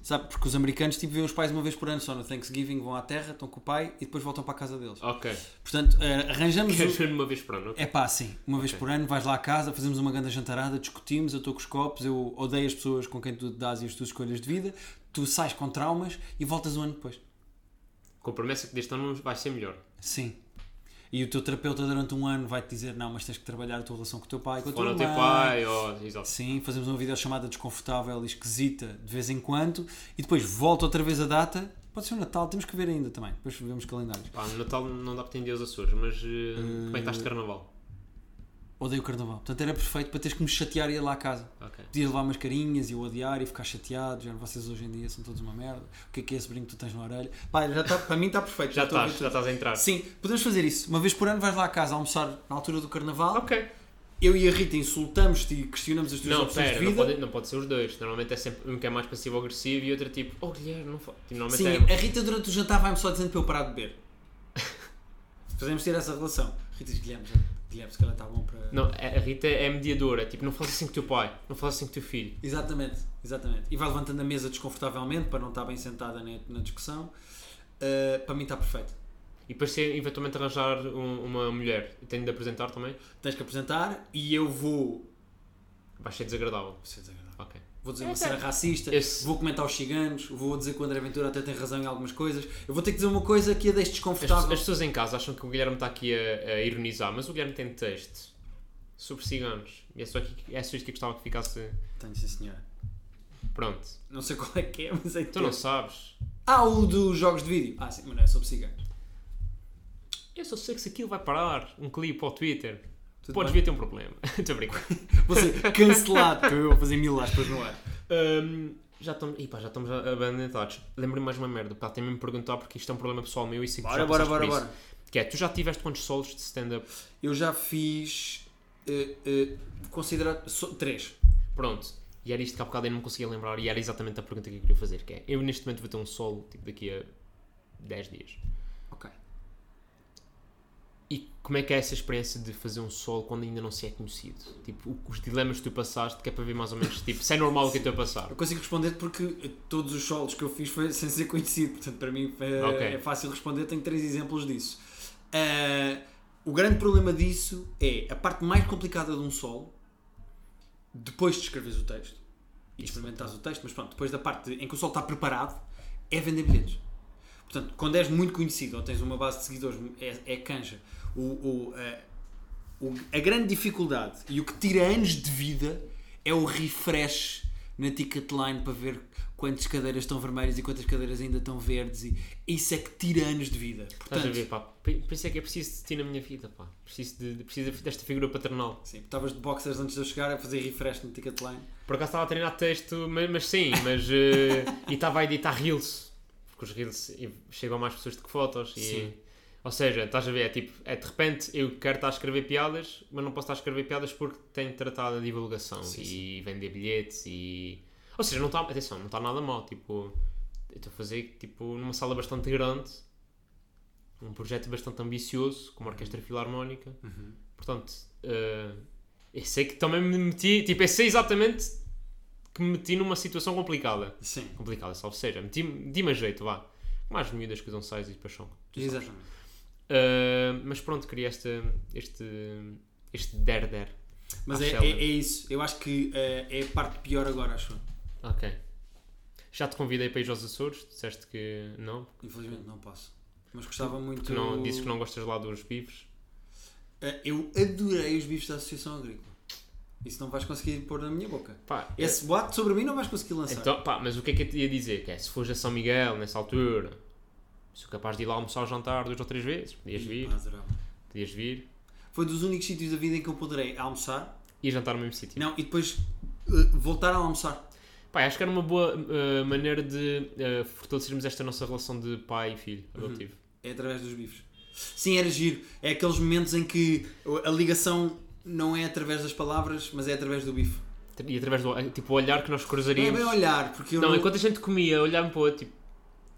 [SPEAKER 3] Sabe? Porque os americanos, tipo, veem os pais uma vez por ano só no Thanksgiving, vão à terra, estão com o pai e depois voltam para a casa deles.
[SPEAKER 2] Ok.
[SPEAKER 3] Portanto, eh, arranjamos. o-
[SPEAKER 2] Queres ver-me uma vez por ano? ok?
[SPEAKER 3] É pá, sim. Uma vez por ano vais lá à casa, fazemos uma grande jantarada, discutimos, eu estou com os copos, eu odeio as pessoas com quem tu te dás e as tuas escolhas de vida, tu sais com traumas e voltas um ano depois.
[SPEAKER 2] Com a promessa que deste ano vai ser melhor.
[SPEAKER 3] Sim. E o teu terapeuta durante um ano vai-te dizer, não, mas tens que trabalhar a tua relação com o teu pai, com a
[SPEAKER 2] Ou
[SPEAKER 3] tua
[SPEAKER 2] não ter
[SPEAKER 3] mãe.
[SPEAKER 2] pai, ou... Exato.
[SPEAKER 3] Sim, fazemos uma videochamada desconfortável e esquisita de vez em quando e depois volta outra vez a data. Pode ser o Natal, temos que ver ainda também. Depois vemos calendários.
[SPEAKER 2] Pá, no Natal não dá para entender os Açores, mas eh, como é que estás de Carnaval?
[SPEAKER 3] Odeio o carnaval. Portanto, era perfeito para teres que me chatear e ir lá à casa.
[SPEAKER 2] Ok.
[SPEAKER 3] Podia levar umas carinhas e eu odiar e ficar chateado. Já vocês hoje em dia são todos uma merda. O que é que é esse brinco que tu tens na orelha?
[SPEAKER 4] Pá, já tá, para mim está perfeito.
[SPEAKER 2] Já
[SPEAKER 4] estou a
[SPEAKER 2] estás,
[SPEAKER 4] ver
[SPEAKER 2] já estás a entrar.
[SPEAKER 3] Sim, podemos fazer isso. Uma vez por ano vais lá à casa almoçar na altura do carnaval
[SPEAKER 2] Ok.
[SPEAKER 3] eu e a Rita insultamos-te e questionamos as tuas
[SPEAKER 2] Não,
[SPEAKER 3] opções
[SPEAKER 2] pera,
[SPEAKER 3] de
[SPEAKER 2] não
[SPEAKER 3] vida.
[SPEAKER 2] pode, não pode ser os dois. Normalmente é sempre um que é mais passivo-agressivo e outro tipo, oh Guilherme, não faz. Tipo, normalmente
[SPEAKER 3] Sim,
[SPEAKER 2] é.
[SPEAKER 3] a Rita durante o jantar vai-me só dizendo para eu parar de beber. Fazemos ter essa relação. Rita diz, Guilherme, já- Guilherme, se calhar está bom para...
[SPEAKER 2] Não, a a Rita é mediadora, tipo, não falas assim com o teu pai, não falas assim com o teu filho.
[SPEAKER 3] Exatamente, exatamente. E vai levantando a mesa desconfortavelmente para não estar bem sentada na, na discussão. Ah, para mim está perfeito.
[SPEAKER 2] E para ser eventualmente arranjar um- uma mulher, tenho de apresentar também,
[SPEAKER 3] Tens que apresentar e eu vou.
[SPEAKER 2] vai ser desagradável.
[SPEAKER 3] Vou ser desagradável.
[SPEAKER 2] Ok.
[SPEAKER 3] Vou dizer uma cena
[SPEAKER 2] tá.
[SPEAKER 3] racista,
[SPEAKER 2] Esse-
[SPEAKER 3] vou comentar os ciganos, vou dizer que o André Ventura até tem razão em algumas coisas. Eu vou ter que dizer uma coisa que a deixe
[SPEAKER 2] As,
[SPEAKER 3] desconfortável.
[SPEAKER 2] as pessoas em casa acham que o Guilherme está aqui a, a ironizar, mas o Guilherme tem texto sobre ciganos. E é só, aqui, é só isto que eu gostava que ficasse.
[SPEAKER 3] Tenho, sim senhora.
[SPEAKER 2] Pronto.
[SPEAKER 3] Não sei qual é que é, mas é
[SPEAKER 2] Tu não sabes.
[SPEAKER 3] Ah, o dos jogos de vídeo. Ah, sim, mas não é sobre ciganos.
[SPEAKER 2] Eu só sei que se aquilo vai parar um clipe ao Twitter,
[SPEAKER 3] Tudo
[SPEAKER 2] podes
[SPEAKER 3] bem?
[SPEAKER 2] vir ter um problema. Estou a brincar.
[SPEAKER 3] Vou ser cancelado, porque eu vou fazer mil aspas no ar.
[SPEAKER 2] Hum, já estamos. Epá, já estamos abandonados. Lembrei-me mais uma merda. Pá, tem-me perguntar porque isto é um problema pessoal meu e sei que tu
[SPEAKER 3] Bora,
[SPEAKER 2] já
[SPEAKER 3] bora,
[SPEAKER 2] passaste
[SPEAKER 3] bora,
[SPEAKER 2] por isso.
[SPEAKER 3] bora.
[SPEAKER 2] Que é, tu já tiveste quantos solos de stand-up?
[SPEAKER 3] Eu já fiz. eh, eh, considerado. so- três.
[SPEAKER 2] Pronto. E era isto que há bocado eu não me conseguia lembrar e era exatamente a pergunta que eu queria fazer, que é, eu neste momento vou ter um solo, tipo, daqui a 10 dias.
[SPEAKER 3] Ok.
[SPEAKER 2] E como é que é essa experiência de fazer um solo quando ainda não se é conhecido? Tipo, o- os dilemas que tu passaste, que é para ver mais ou menos, tipo, se é normal o que eu estou a passar.
[SPEAKER 3] Eu consigo responder porque todos os solos que eu fiz foi sem ser conhecido, portanto para mim é,
[SPEAKER 2] Ok.
[SPEAKER 3] é fácil responder, tenho três exemplos disso. Ah, o grande problema disso é a parte mais complicada de um solo, depois de escreveres o texto e de experimentares o texto, mas pronto, depois da parte em que o solo está preparado, é vender bilhetes. Portanto, quando és muito conhecido ou tens uma base de seguidores, é, é canja. O, o, a- o- a grande dificuldade e o que tira anos de vida é o refresh na ticket line para ver quantas cadeiras estão vermelhas e quantas cadeiras ainda estão verdes. E isso é que tira anos de vida.
[SPEAKER 2] Estás a ver,
[SPEAKER 3] Portanto,
[SPEAKER 2] pá, por por isso é que eu preciso de ti na minha vida, pá. Preciso, de, de- preciso desta figura paternal.
[SPEAKER 3] sim, estavas de boxers antes de eu chegar a fazer refresh na ticket line.
[SPEAKER 2] Por acaso estava a treinar texto, mas, mas sim, mas. eh, e estava a editar reels, porque os reels chegam a mais pessoas do que fotos. E,
[SPEAKER 3] Sim.
[SPEAKER 2] Ou seja, estás a ver, é tipo, é de repente eu quero estar a escrever piadas, mas não posso estar a escrever piadas porque tenho tratado a divulgação
[SPEAKER 3] Sim,
[SPEAKER 2] e vender bilhetes e. Ou seja, não está, atenção, não está nada mal, tipo, eu estou a fazer tipo numa sala bastante grande, um projeto bastante ambicioso, com uma orquestra filarmónica,
[SPEAKER 3] Uhum.
[SPEAKER 2] portanto, eh, eu sei que também me meti, tipo, eu sei exatamente que me meti numa situação complicada.
[SPEAKER 3] Sim,
[SPEAKER 2] Complicada, salvo seja, meti-me meti a jeito, vá. Mais miúdas que usam sais e paixão. Tu sabes.
[SPEAKER 3] exatamente.
[SPEAKER 2] Eh, mas pronto, queria esta, este. este der-der.
[SPEAKER 3] Mas
[SPEAKER 2] Ah,
[SPEAKER 3] é, é,
[SPEAKER 2] Sheldon.
[SPEAKER 3] é isso. Eu acho que eh, é a parte pior agora, acho. eu.
[SPEAKER 2] Ok. Já te convidei para ir aos Açores, disseste que não,
[SPEAKER 3] Infelizmente não posso. Mas gostava muito.
[SPEAKER 2] que não disse que não gostas lá dos bifes.
[SPEAKER 3] Eh, eu adorei os bifes da Associação Agrícola. Isso não vais conseguir pôr na minha boca.
[SPEAKER 2] Pá,
[SPEAKER 3] Esse boato sobre mim não vais conseguir lançar.
[SPEAKER 2] então, pá, mas o que é que eu te ia dizer? Que é, se fores a São Miguel nessa altura, sou capaz de ir lá almoçar ou jantar duas ou três vezes, podias
[SPEAKER 3] Ih,
[SPEAKER 2] vir,
[SPEAKER 3] pá, adorava.
[SPEAKER 2] podias vir
[SPEAKER 3] Ah, Foi dos únicos sítios da vida em que eu poderei almoçar.
[SPEAKER 2] e jantar no mesmo sítio.
[SPEAKER 3] Não, e depois eh, voltar a almoçar.
[SPEAKER 2] Pá, acho que era uma boa eh, maneira de eh, fortalecermos esta nossa relação de pai e filho adotivo.
[SPEAKER 3] É através dos bifes. Sim, era giro. É aqueles momentos em que a ligação não é através das palavras, mas é através do bife.
[SPEAKER 2] E através do tipo, o olhar que nós
[SPEAKER 3] Não é
[SPEAKER 2] cruzaríamos.
[SPEAKER 3] bem olhar, porque eu
[SPEAKER 2] Não, enquanto a gente comia, olhava para o outro, tipo,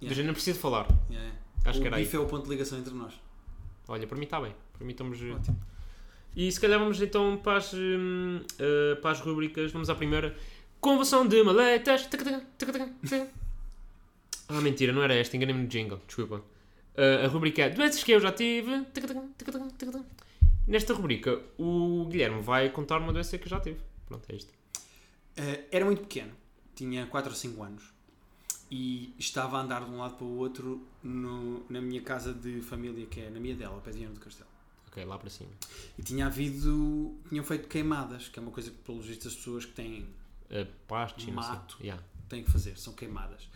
[SPEAKER 3] Yeah.
[SPEAKER 2] do género, não preciso falar.
[SPEAKER 3] É, é.
[SPEAKER 2] Acho
[SPEAKER 3] o
[SPEAKER 2] que era aí.
[SPEAKER 3] bife é o ponto de ligação entre nós.
[SPEAKER 2] Olha, para mim está bem. Para mim estamos. eh,
[SPEAKER 3] Ótimo.
[SPEAKER 2] E se calhar vamos então para as, hum, eh, para as rubricas. Vamos à primeira. Conversão de maletas. Taca, taca, taca, taca, taca. Ah, mentira, não era esta. Enganei-me no jingle. Desculpa. Eh, a rubrica é Doenças que eu já tive. Taca, taca, taca, taca, taca, taca. Nesta rubrica, o Guilherme vai contar uma doença que já tive. Pronto, é isto.
[SPEAKER 3] Eh, era muito pequeno, tinha 4 ou 5 anos e estava a andar de um lado para o outro no- na minha casa de família, que é na minha dela, ao pé de Viana do Castelo.
[SPEAKER 2] Ok, lá para cima.
[SPEAKER 3] E tinha havido, tinham feito queimadas, que é uma coisa que, pelos vistos, as pessoas que têm
[SPEAKER 2] Eh, pastes e não sei.
[SPEAKER 3] Mato.
[SPEAKER 2] Yeah.
[SPEAKER 3] têm que fazer, são queimadas.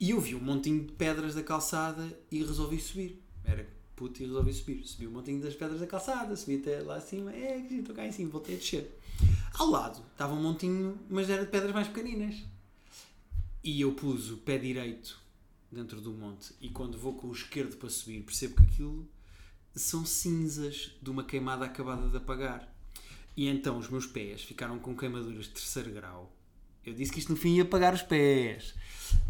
[SPEAKER 3] E eu vi um montinho de pedras da calçada e resolvi subir. Era puto e resolvi subir. Subi um montinho das pedras da calçada, subi até lá acima, é, que giro, estou cá em cima, voltei a descer. Ao lado estava um montinho, mas era de pedras mais pequeninas. E eu pus o pé direito dentro do monte e quando vou com o esquerdo para subir percebo que aquilo são cinzas de uma queimada acabada de apagar.
[SPEAKER 4] E
[SPEAKER 3] E então os meus pés ficaram com queimaduras de terceiro grau. Eu disse que isto no fim ia pagar os pés.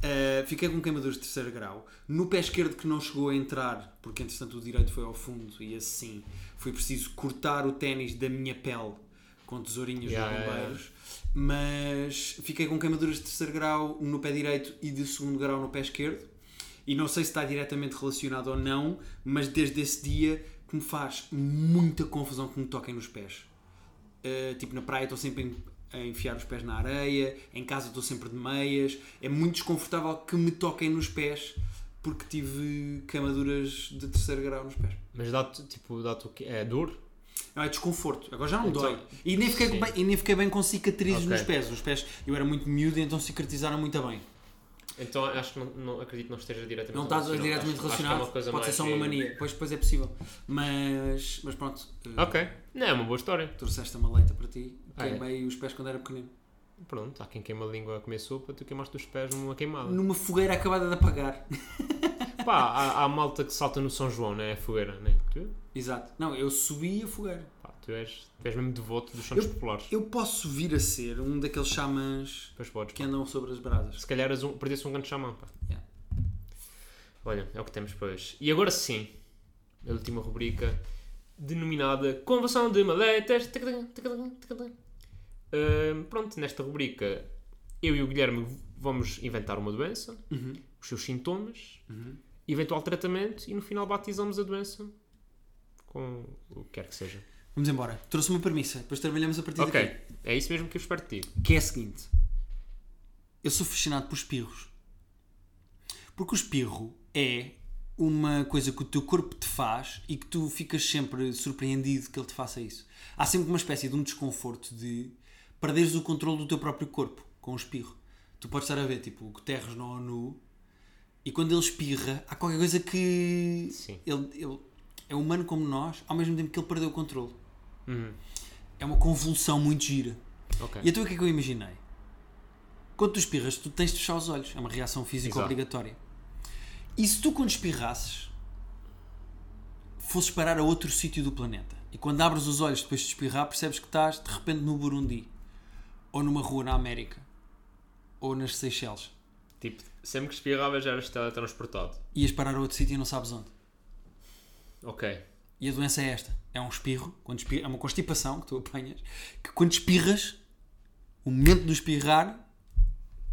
[SPEAKER 3] Ah, fiquei com queimaduras de terceiro grau. No pé esquerdo que não chegou a entrar, porque entretanto o direito foi ao fundo e assim foi preciso cortar o ténis da minha pele com tesourinhas
[SPEAKER 2] Yeah,
[SPEAKER 3] de
[SPEAKER 2] yeah,
[SPEAKER 3] bombeiros. Mas fiquei com queimaduras de terceiro grau no pé direito e de segundo grau no pé esquerdo. E não sei se está diretamente relacionado ou não, mas desde esse dia que me faz muita confusão que me toquem nos pés. Uh, tipo, na praia estou sempre a a enfiar os pés na areia, em casa estou sempre de meias. É muito desconfortável que me toquem nos pés porque tive queimaduras de terceiro grau nos pés.
[SPEAKER 2] Mas dá-te, tipo, dá-te o quê? É dor?
[SPEAKER 3] Não, é desconforto. Agora já não
[SPEAKER 2] Então,
[SPEAKER 3] dói. E nem, fiquei
[SPEAKER 2] sim.
[SPEAKER 3] bem, e nem fiquei bem com cicatrizes
[SPEAKER 2] Ok.
[SPEAKER 3] nos pés. Os pés, eu era muito miúdo, então cicatrizaram muito bem.
[SPEAKER 2] Então acho que não, não- acredito que não esteja diretamente
[SPEAKER 3] Não estás
[SPEAKER 2] relacionado.
[SPEAKER 3] diretamente
[SPEAKER 2] Acho- acho que é
[SPEAKER 3] relacionado.
[SPEAKER 2] uma coisa
[SPEAKER 3] Pode ser
[SPEAKER 2] mais
[SPEAKER 3] só uma
[SPEAKER 2] de-
[SPEAKER 3] mania. Pois, pois é possível. Mas, mas pronto. eh,
[SPEAKER 2] Ok. Não, é uma boa história.
[SPEAKER 3] Trouxeste uma leita para ti.
[SPEAKER 2] Ah, é?
[SPEAKER 3] Queimei os pés quando era pequenino.
[SPEAKER 2] Pronto, há quem queima a língua a comer sopa, tu queimaste os pés numa queimada.
[SPEAKER 3] Numa fogueira acabada de apagar.
[SPEAKER 2] Pá, há, há malta que salta no São João, né? A fogueira, né? Tu,
[SPEAKER 3] Exato. Não, eu subi a fogueira.
[SPEAKER 2] pá, tu, és, tu és mesmo devoto dos Santos Populares.
[SPEAKER 3] Eu posso vir a ser um daqueles xamãs
[SPEAKER 2] Depois podes.
[SPEAKER 3] que
[SPEAKER 2] pá.
[SPEAKER 3] andam sobre as brasas.
[SPEAKER 2] Se calhar és um, perdeste um grande xamã, pá.
[SPEAKER 3] Yeah.
[SPEAKER 2] Olha, é o que temos para hoje. E agora sim, a última rubrica, denominada Conversão de Maletas. Tacadã, tacadã, tacadã. Ahm, pronto, nesta rubrica, eu e o Guilherme vamos inventar uma doença,
[SPEAKER 3] Uhum.
[SPEAKER 2] os seus sintomas, eventual tratamento e no final batizamos a doença com o que quer que seja.
[SPEAKER 3] Vamos embora. Trouxe uma premissa. Depois trabalhamos a partir daqui.
[SPEAKER 2] Ok, é isso mesmo que eu espero de ti.
[SPEAKER 3] que é a seguinte: eu sou fascinado por espirros. Porque o espirro é uma coisa que o teu corpo te faz e que tu ficas sempre surpreendido que ele te faça isso. Há sempre uma espécie de um desconforto de perderes o controle do teu próprio corpo com o espirro. Tu podes estar a ver, tipo, o Guterres na ONU e quando ele espirra, há qualquer coisa que.
[SPEAKER 2] Sim.
[SPEAKER 3] Ele, ele é humano como nós, ao mesmo tempo que ele perdeu o controle. É uma convulsão muito gira.
[SPEAKER 2] Ok.
[SPEAKER 3] E então o que é que eu imaginei? Quando tu espirras, tu tens de fechar os olhos. É uma reação física
[SPEAKER 2] Exato.
[SPEAKER 3] obrigatória. E se tu, quando espirrasses, fosses parar a outro sítio do planeta? E quando abres os olhos depois de espirrar, percebes que estás, de repente, no Burundi. Ou numa rua na América. Ou nas Seychelles.
[SPEAKER 2] Tipo, sempre que espirravas já eras teletransportado.
[SPEAKER 3] Ias parar a outro sítio e não sabes onde.
[SPEAKER 2] Ok.
[SPEAKER 3] E a doença é esta. É um espirro, quando espirra- é uma constipação que tu apanhas, que quando espirras, o momento de espirrar,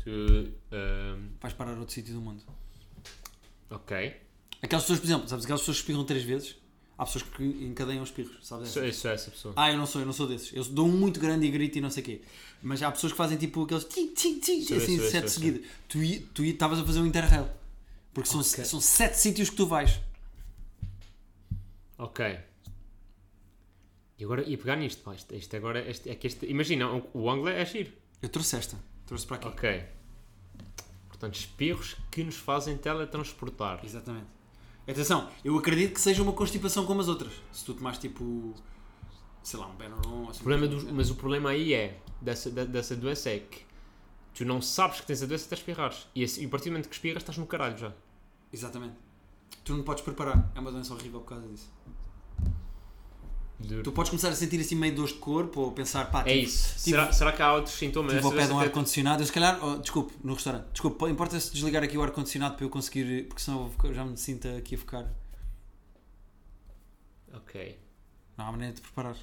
[SPEAKER 2] Tu. ahm,
[SPEAKER 3] vais parar a outro sítio do mundo.
[SPEAKER 2] um, ok.
[SPEAKER 3] Aquelas pessoas, por exemplo, sabes aquelas pessoas que espirram três vezes? Há pessoas que encadeiam os espirros, sabes?
[SPEAKER 2] Sou, sou essa pessoa.
[SPEAKER 3] Ah, eu não sou, eu não sou desses. Eu dou um muito grande e grito e não sei o quê. Mas há pessoas que fazem tipo aqueles tim, tim, tim,
[SPEAKER 2] Sou eu,
[SPEAKER 3] assim,
[SPEAKER 2] sou eu,
[SPEAKER 3] sete
[SPEAKER 2] sou eu,
[SPEAKER 3] seguidas. Tu i- Tu i- estavas a fazer um interrail. Porque são, são sete sítios que tu vais.
[SPEAKER 2] Ok. E agora ia pegar nisto, pá. Isto, isto agora este- é que este. Imagina, o, o ângulo é giro.
[SPEAKER 3] Eu trouxe esta, trouxe para aqui.
[SPEAKER 2] Ok. Portanto, espirros que nos fazem teletransportar.
[SPEAKER 3] Exatamente. Atenção, eu acredito que seja uma constipação como as outras. Se tu tomares tipo, sei lá, um Benuron, assim,
[SPEAKER 2] O problema dos- mas o problema aí é, dessa, da- dessa doença, é que tu não sabes que tens a doença até espirrares. E, assim, e a partir do momento que espirras, estás no caralho já.
[SPEAKER 3] Exatamente. Tu não te podes preparar. É uma doença horrível por causa disso.
[SPEAKER 2] Duro.
[SPEAKER 3] Tu podes começar a sentir assim meio dores de corpo ou pensar, pá,
[SPEAKER 2] É
[SPEAKER 3] tive-
[SPEAKER 2] isso.
[SPEAKER 3] tive-
[SPEAKER 2] será, será que há outros sintomas?
[SPEAKER 3] Tive ao
[SPEAKER 2] Essa
[SPEAKER 3] pé de um
[SPEAKER 2] doença até-
[SPEAKER 3] ar-condicionado, eu se calhar, oh, desculpe, no restaurante, desculpe, pô, importa-se desligar aqui o ar-condicionado para eu conseguir, porque senão eu vou ficar- já me sinto aqui a ficar.
[SPEAKER 2] Ok.
[SPEAKER 3] Não há maneira de preparar.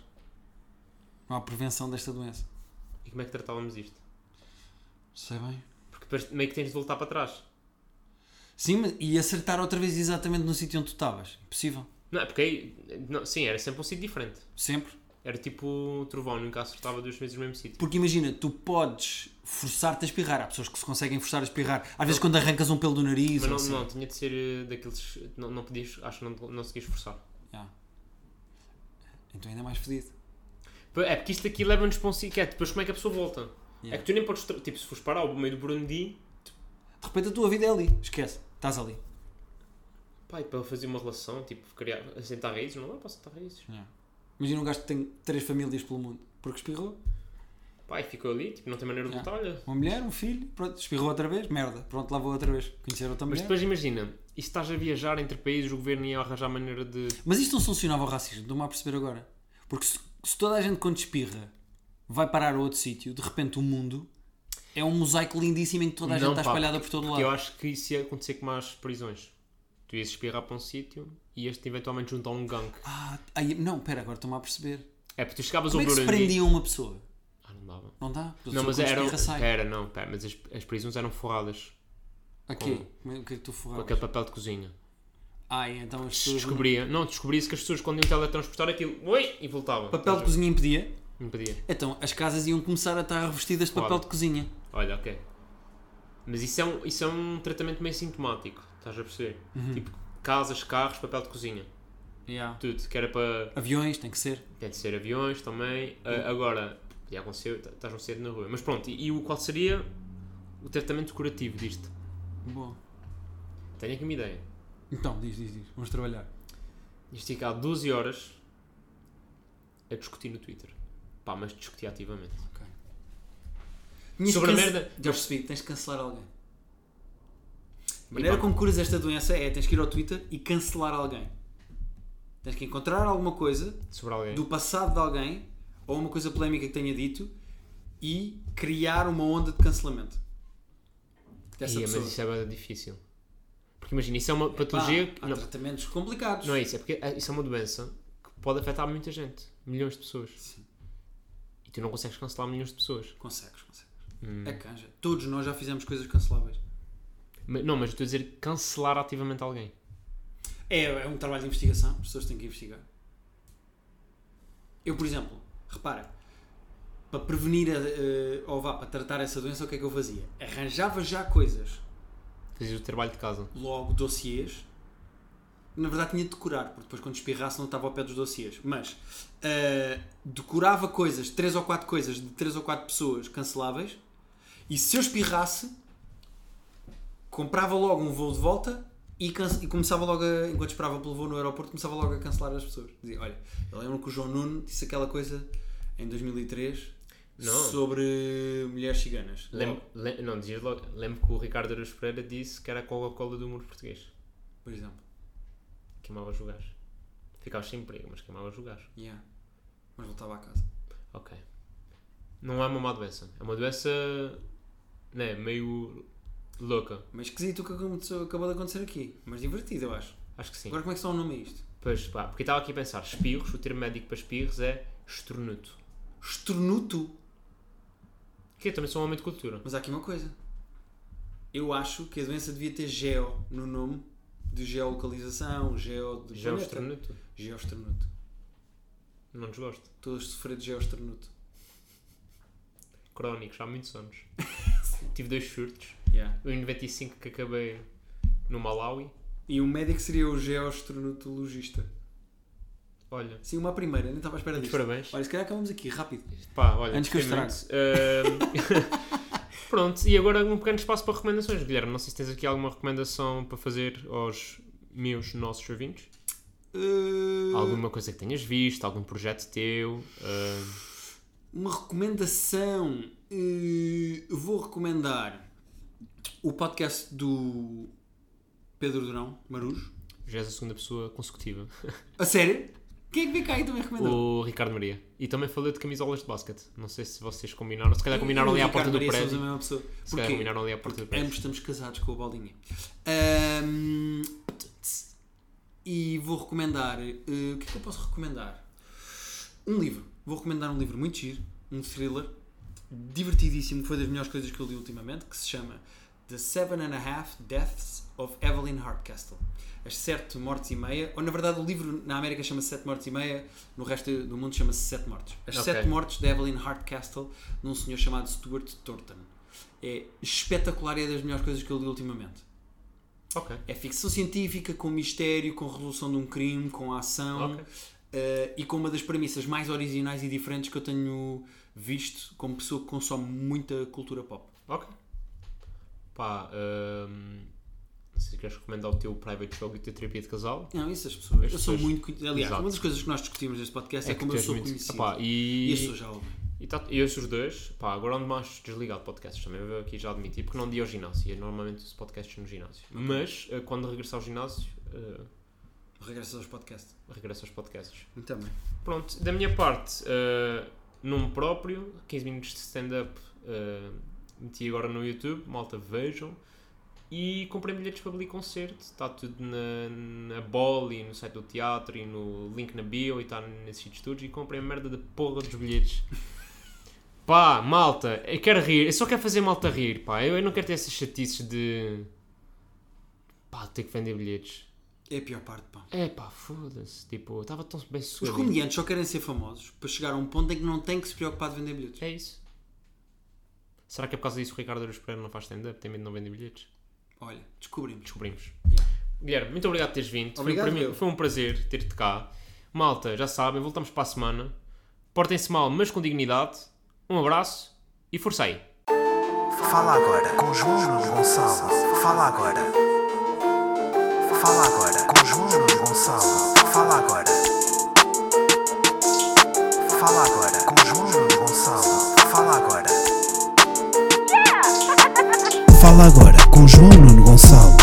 [SPEAKER 3] Não há prevenção desta doença.
[SPEAKER 2] E como é que tratávamos isto?
[SPEAKER 3] Sei bem.
[SPEAKER 2] Porque depois meio que tens de voltar para trás.
[SPEAKER 3] Sim, mas- e acertar outra vez exatamente no sítio onde tu estavas. Impossível.
[SPEAKER 2] Não, é porque aí. não, sim, era sempre um sítio diferente.
[SPEAKER 3] Sempre.
[SPEAKER 2] Era tipo o trovão, nunca acertava duas vezes no mesmo sítio.
[SPEAKER 3] Porque imagina, tu podes forçar-te a espirrar. Há pessoas que se conseguem forçar a espirrar. Às vezes quando arrancas um pelo do nariz.
[SPEAKER 2] Mas
[SPEAKER 3] ou
[SPEAKER 2] não,
[SPEAKER 3] assim.
[SPEAKER 2] não, tinha de ser eh, daqueles. Não, não podias, acho que não, não seguias forçar.
[SPEAKER 3] Já. Então ainda é mais fedido.
[SPEAKER 2] É porque isto aqui leva-nos para um sítio que é depois como é que a pessoa volta.
[SPEAKER 3] Yeah.
[SPEAKER 2] É que tu nem podes. tra- Tipo, se fores parar ao meio do Burundi,
[SPEAKER 3] De repente a tua vida é ali. Esquece. Estás ali.
[SPEAKER 2] pá, e para fazer uma relação, tipo, criar, assentar raízes, não dá para assentar raízes.
[SPEAKER 3] Imagina um gajo que tem três famílias pelo mundo. Porque espirrou.
[SPEAKER 2] Pá, e ficou ali, tipo, não tem maneira de
[SPEAKER 3] Yeah.
[SPEAKER 2] voltar, olha.
[SPEAKER 3] Uma mulher, um filho, pronto, espirrou outra vez, merda, pronto, lá vou outra vez, conhecer outra
[SPEAKER 2] Mas
[SPEAKER 3] mulher.
[SPEAKER 2] depois imagina, e se estás a viajar entre países, o governo ia arranjar maneira de.
[SPEAKER 3] Mas isto não solucionava o racismo, estou-me a perceber agora. Porque se
[SPEAKER 6] se toda a gente quando espirra vai parar a outro sítio, de repente o mundo é um mosaico lindíssimo em que toda a gente está
[SPEAKER 2] pá,
[SPEAKER 6] espalhada tá por
[SPEAKER 2] porque-
[SPEAKER 6] todo o
[SPEAKER 2] porque
[SPEAKER 6] lado.
[SPEAKER 2] Eu acho que isso ia acontecer com mais prisões. Tu ias espirrar para um sítio e este eventualmente juntar um gank.
[SPEAKER 6] Ah, ai, não, pera, agora estou-me a perceber.
[SPEAKER 2] É porque tu chegavas
[SPEAKER 6] Como
[SPEAKER 2] ao
[SPEAKER 6] é que se
[SPEAKER 2] Burundi.
[SPEAKER 6] prendiam uma pessoa?
[SPEAKER 2] Ah, não dava.
[SPEAKER 6] Não dá? A
[SPEAKER 2] Não,
[SPEAKER 6] pessoa
[SPEAKER 2] mas
[SPEAKER 6] quando
[SPEAKER 2] eram.
[SPEAKER 6] espirra, sai.
[SPEAKER 2] Era, um- é, não, pera, mas as, as prisões eram forradas
[SPEAKER 6] Aqui, como é- o que é que tu
[SPEAKER 2] com
[SPEAKER 6] forravas?
[SPEAKER 2] aquele papel de cozinha.
[SPEAKER 6] Ai, então as
[SPEAKER 2] Se
[SPEAKER 6] pessoas...
[SPEAKER 2] descobria, não, descobria-se que as pessoas quando iam teletransportar aquilo, oi, e voltavam.
[SPEAKER 6] Papel de cozinha impedia?
[SPEAKER 2] Não podia.
[SPEAKER 6] Então, as casas iam começar a estar revestidas de papel
[SPEAKER 2] Claro.
[SPEAKER 6] de cozinha.
[SPEAKER 2] Olha, ok. Mas isso é um, isso é um tratamento meio sintomático, estás a perceber?
[SPEAKER 6] Uhum.
[SPEAKER 2] Tipo, casas, carros, papel de cozinha, tudo, que era para.
[SPEAKER 6] Aviões, tem que ser.
[SPEAKER 2] Tem de ser aviões também. A- agora, podia acontecer, t- estás um cedo na rua. Mas pronto, e, e o qual seria o tratamento curativo disto?
[SPEAKER 6] Boa.
[SPEAKER 2] Tenho aqui uma ideia.
[SPEAKER 6] Então, diz, diz, diz. Vamos trabalhar.
[SPEAKER 2] Isto fica há 12 horas a discutir no Twitter. Pá, mas discutir ativamente.
[SPEAKER 3] Tinhas
[SPEAKER 2] Sobre a
[SPEAKER 3] que cance-
[SPEAKER 2] merda-
[SPEAKER 3] Já percebi, tens de cancelar alguém. A
[SPEAKER 2] E
[SPEAKER 3] maneira
[SPEAKER 2] pá,
[SPEAKER 3] como curas esta doença é tens que ir ao Twitter e cancelar alguém. Tens que encontrar alguma coisa
[SPEAKER 2] Sobre alguém.
[SPEAKER 3] do passado de alguém ou uma coisa polémica que tenha dito e criar uma onda de cancelamento dessa
[SPEAKER 2] Ia,
[SPEAKER 3] pessoa.
[SPEAKER 2] mas isso é bastante difícil. Porque imagina, isso é uma patologia. que-
[SPEAKER 3] Pá, há
[SPEAKER 2] não,
[SPEAKER 3] tratamentos complicados.
[SPEAKER 2] Não é isso, é porque isso é uma doença que pode afetar muita gente, milhões de pessoas. E tu não consegues cancelar milhões de pessoas.
[SPEAKER 3] Consegues, consegues. É canja. Todos nós já fizemos coisas canceláveis.
[SPEAKER 2] Mas- não, mas eu estou a dizer cancelar ativamente alguém.
[SPEAKER 3] É, é um trabalho de investigação, as pessoas têm que investigar. Eu, por exemplo, repara, para prevenir a, eh, ou vá, para tratar essa doença, o que é que eu fazia? Arranjava já coisas,
[SPEAKER 2] Fazer o trabalho de casa.
[SPEAKER 3] logo dossiês. Na verdade, tinha de decorar, porque depois, quando espirrasse, não estava ao pé dos dossiês. Mas eh, decorava coisas, três ou quatro coisas de três ou quatro pessoas canceláveis. E se eu espirrasse, comprava logo um voo de volta e, cance- e começava logo, a, enquanto esperava pelo voo no aeroporto, começava logo a cancelar as pessoas. Dizia, olha, eu lembro que o João Nuno disse aquela coisa em 2003
[SPEAKER 2] Não.
[SPEAKER 3] sobre mulheres ciganas.
[SPEAKER 2] Lem- lem- não, dizias logo. Lembro que o Ricardo Aruz Pereira disse que era a Coca-Cola do humor português.
[SPEAKER 3] Por exemplo.
[SPEAKER 2] Queimavas o gás. Ficavas sem emprego, mas queimavas o gás.
[SPEAKER 3] Yeah. Mas voltava a casa.
[SPEAKER 2] Ok. Não é uma má doença. É uma doença. né, meio. louca.
[SPEAKER 3] Mas esquisito o que aconteceu- acabou de acontecer aqui. Mas divertido, eu acho.
[SPEAKER 2] Acho que sim.
[SPEAKER 3] Agora, como é que está o nome a isto?
[SPEAKER 2] Pois pá, porque estava aqui a pensar. Espirros, o termo médico para espirros é estornuto.
[SPEAKER 3] Estornuto.
[SPEAKER 2] Que eu também sou um homem de cultura.
[SPEAKER 3] Mas há aqui uma coisa. Eu acho que a doença devia ter geo no nome de geolocalização, geo de
[SPEAKER 2] Já o
[SPEAKER 3] planeta.
[SPEAKER 2] estornuto?
[SPEAKER 3] Geoestornuto.
[SPEAKER 2] Não desgosto.
[SPEAKER 3] Todos sofrer de geoestornuto.
[SPEAKER 2] Crónicos, há muitos anos. Tive dois surtos.
[SPEAKER 3] Yeah.
[SPEAKER 2] Um em 95 que acabei no Malawi.
[SPEAKER 3] E o médico seria o geoesternutologista.
[SPEAKER 2] Olha,
[SPEAKER 3] Sim, uma primeira, nem estava à espera
[SPEAKER 2] muitos
[SPEAKER 3] disto.
[SPEAKER 2] parabéns.
[SPEAKER 3] Olha, se calhar acabamos aqui, rápido.
[SPEAKER 2] Pá, olha,
[SPEAKER 6] Antes que eu
[SPEAKER 2] gostei muito. Ahm, Pronto, e agora um pequeno espaço para recomendações. Guilherme, não sei se tens aqui alguma recomendação para fazer aos meus, nossos ouvintes.
[SPEAKER 3] Uh,
[SPEAKER 2] Alguma coisa que tenhas visto, algum projeto teu. ahm,
[SPEAKER 3] Uma recomendação. Uh, eu vou recomendar o podcast do Pedro Durão, Marujo.
[SPEAKER 2] já és a segunda pessoa consecutiva.
[SPEAKER 3] A sério? Quem é que vem cá e também recomendou?
[SPEAKER 2] O Ricardo Maria. E também falei de camisolas de basquete. Não sei se vocês combinaram. Se calhar combinaram ali à
[SPEAKER 3] Ricardo
[SPEAKER 2] porta do
[SPEAKER 3] Maria somos
[SPEAKER 2] prédio.
[SPEAKER 3] a mesma pessoa.
[SPEAKER 2] Se calhar
[SPEAKER 3] Porquê? É
[SPEAKER 2] combinaram ali à porta do
[SPEAKER 3] Ambos
[SPEAKER 2] prédio.
[SPEAKER 3] estamos casados com a bolinha. Ahm, e vou recomendar. eh, o que é que eu posso recomendar? Um livro. Vou recomendar um livro muito giro, um thriller, divertidíssimo, que foi das melhores coisas que eu li ultimamente, que se chama The Seven and a Half Deaths of Evelyn Hardcastle. As Sete Mortes e Meia, ou na verdade o livro na América chama-se Sete Mortes e Meia, no resto do mundo chama-se Sete Mortes. As
[SPEAKER 2] Ok.
[SPEAKER 3] Sete Mortes de Evelyn Hardcastle, num senhor chamado Stuart Thornton. É espetacular e é das melhores coisas que eu li ultimamente.
[SPEAKER 2] Ok.
[SPEAKER 3] É ficção científica, com mistério, com resolução de um crime, com ação
[SPEAKER 2] Ok.
[SPEAKER 3] eh, e com uma das premissas mais originais e diferentes que eu tenho visto como pessoa que consome muita cultura pop.
[SPEAKER 2] Ok. Pá, hum, não sei se queres recomendar o teu private jogo e a tua terapia de casal.
[SPEAKER 3] Não, isso as pessoas.
[SPEAKER 2] As
[SPEAKER 3] eu sou
[SPEAKER 2] pessoas-
[SPEAKER 3] muito. conhe- Aliás,
[SPEAKER 2] Exato.
[SPEAKER 3] uma das coisas que nós discutimos neste podcast é,
[SPEAKER 2] que
[SPEAKER 3] como
[SPEAKER 2] tu
[SPEAKER 3] eu
[SPEAKER 2] és
[SPEAKER 3] sou
[SPEAKER 2] muito-
[SPEAKER 3] conhecido.
[SPEAKER 2] Epá, e,
[SPEAKER 3] E as pessoas já ouvem.
[SPEAKER 2] e, tá, e eu sou os dois. Pá, agora ando mais desligado de podcasts também. Eu aqui já admiti, porque não dia ao é ginásio. Eu normalmente os podcasts no ginásio. Mas eh, quando regressar ao ginásio, eh,
[SPEAKER 4] Regressas aos podcasts.
[SPEAKER 2] Regresso aos podcasts.
[SPEAKER 4] Muito bem.
[SPEAKER 2] Pronto, da minha parte, eh, nome próprio, 15 minutos de stand-up eh, meti agora no YouTube, malta vejam. E comprei bilhetes para Billy Concerto, está tudo na, na Ball e no site do teatro e no link na bio e está nesses sítios todos. E comprei a merda da porra dos bilhetes. Pá, malta, eu quero rir, eu só quero fazer malta rir, pá. Eu, eu não quero ter essas chatices de. pá, ter que vender bilhetes.
[SPEAKER 4] É a pior parte, pá.
[SPEAKER 2] É pá, foda-se, tipo, eu estava tão bem
[SPEAKER 4] Os
[SPEAKER 2] sossegado.
[SPEAKER 4] comediantes só querem ser famosos para chegar a um ponto em que não têm que se preocupar de vender bilhetes.
[SPEAKER 2] É isso. Será que é por causa disso que o Ricardo Aruz Pereira não faz stand-up? Tem medo de não vender bilhetes?
[SPEAKER 4] Olha, descobrimos.
[SPEAKER 2] Descobrimos. Guilherme, muito obrigado por teres vindo. Foi,
[SPEAKER 4] Obrigado,
[SPEAKER 2] para mim,
[SPEAKER 4] eu.
[SPEAKER 2] foi um prazer ter-te cá. Malta, já sabem, voltamos para a semana. Portem-se mal, mas com dignidade. Um abraço e força aí.
[SPEAKER 1] Fala agora com João Nuno Gonçalo. Fala agora. Fala agora com João Nuno Gonçalo. Fala agora. Fala agora com João Nuno Gonçalo. Fala agora. Fala agora com João Nuno Gonçalo.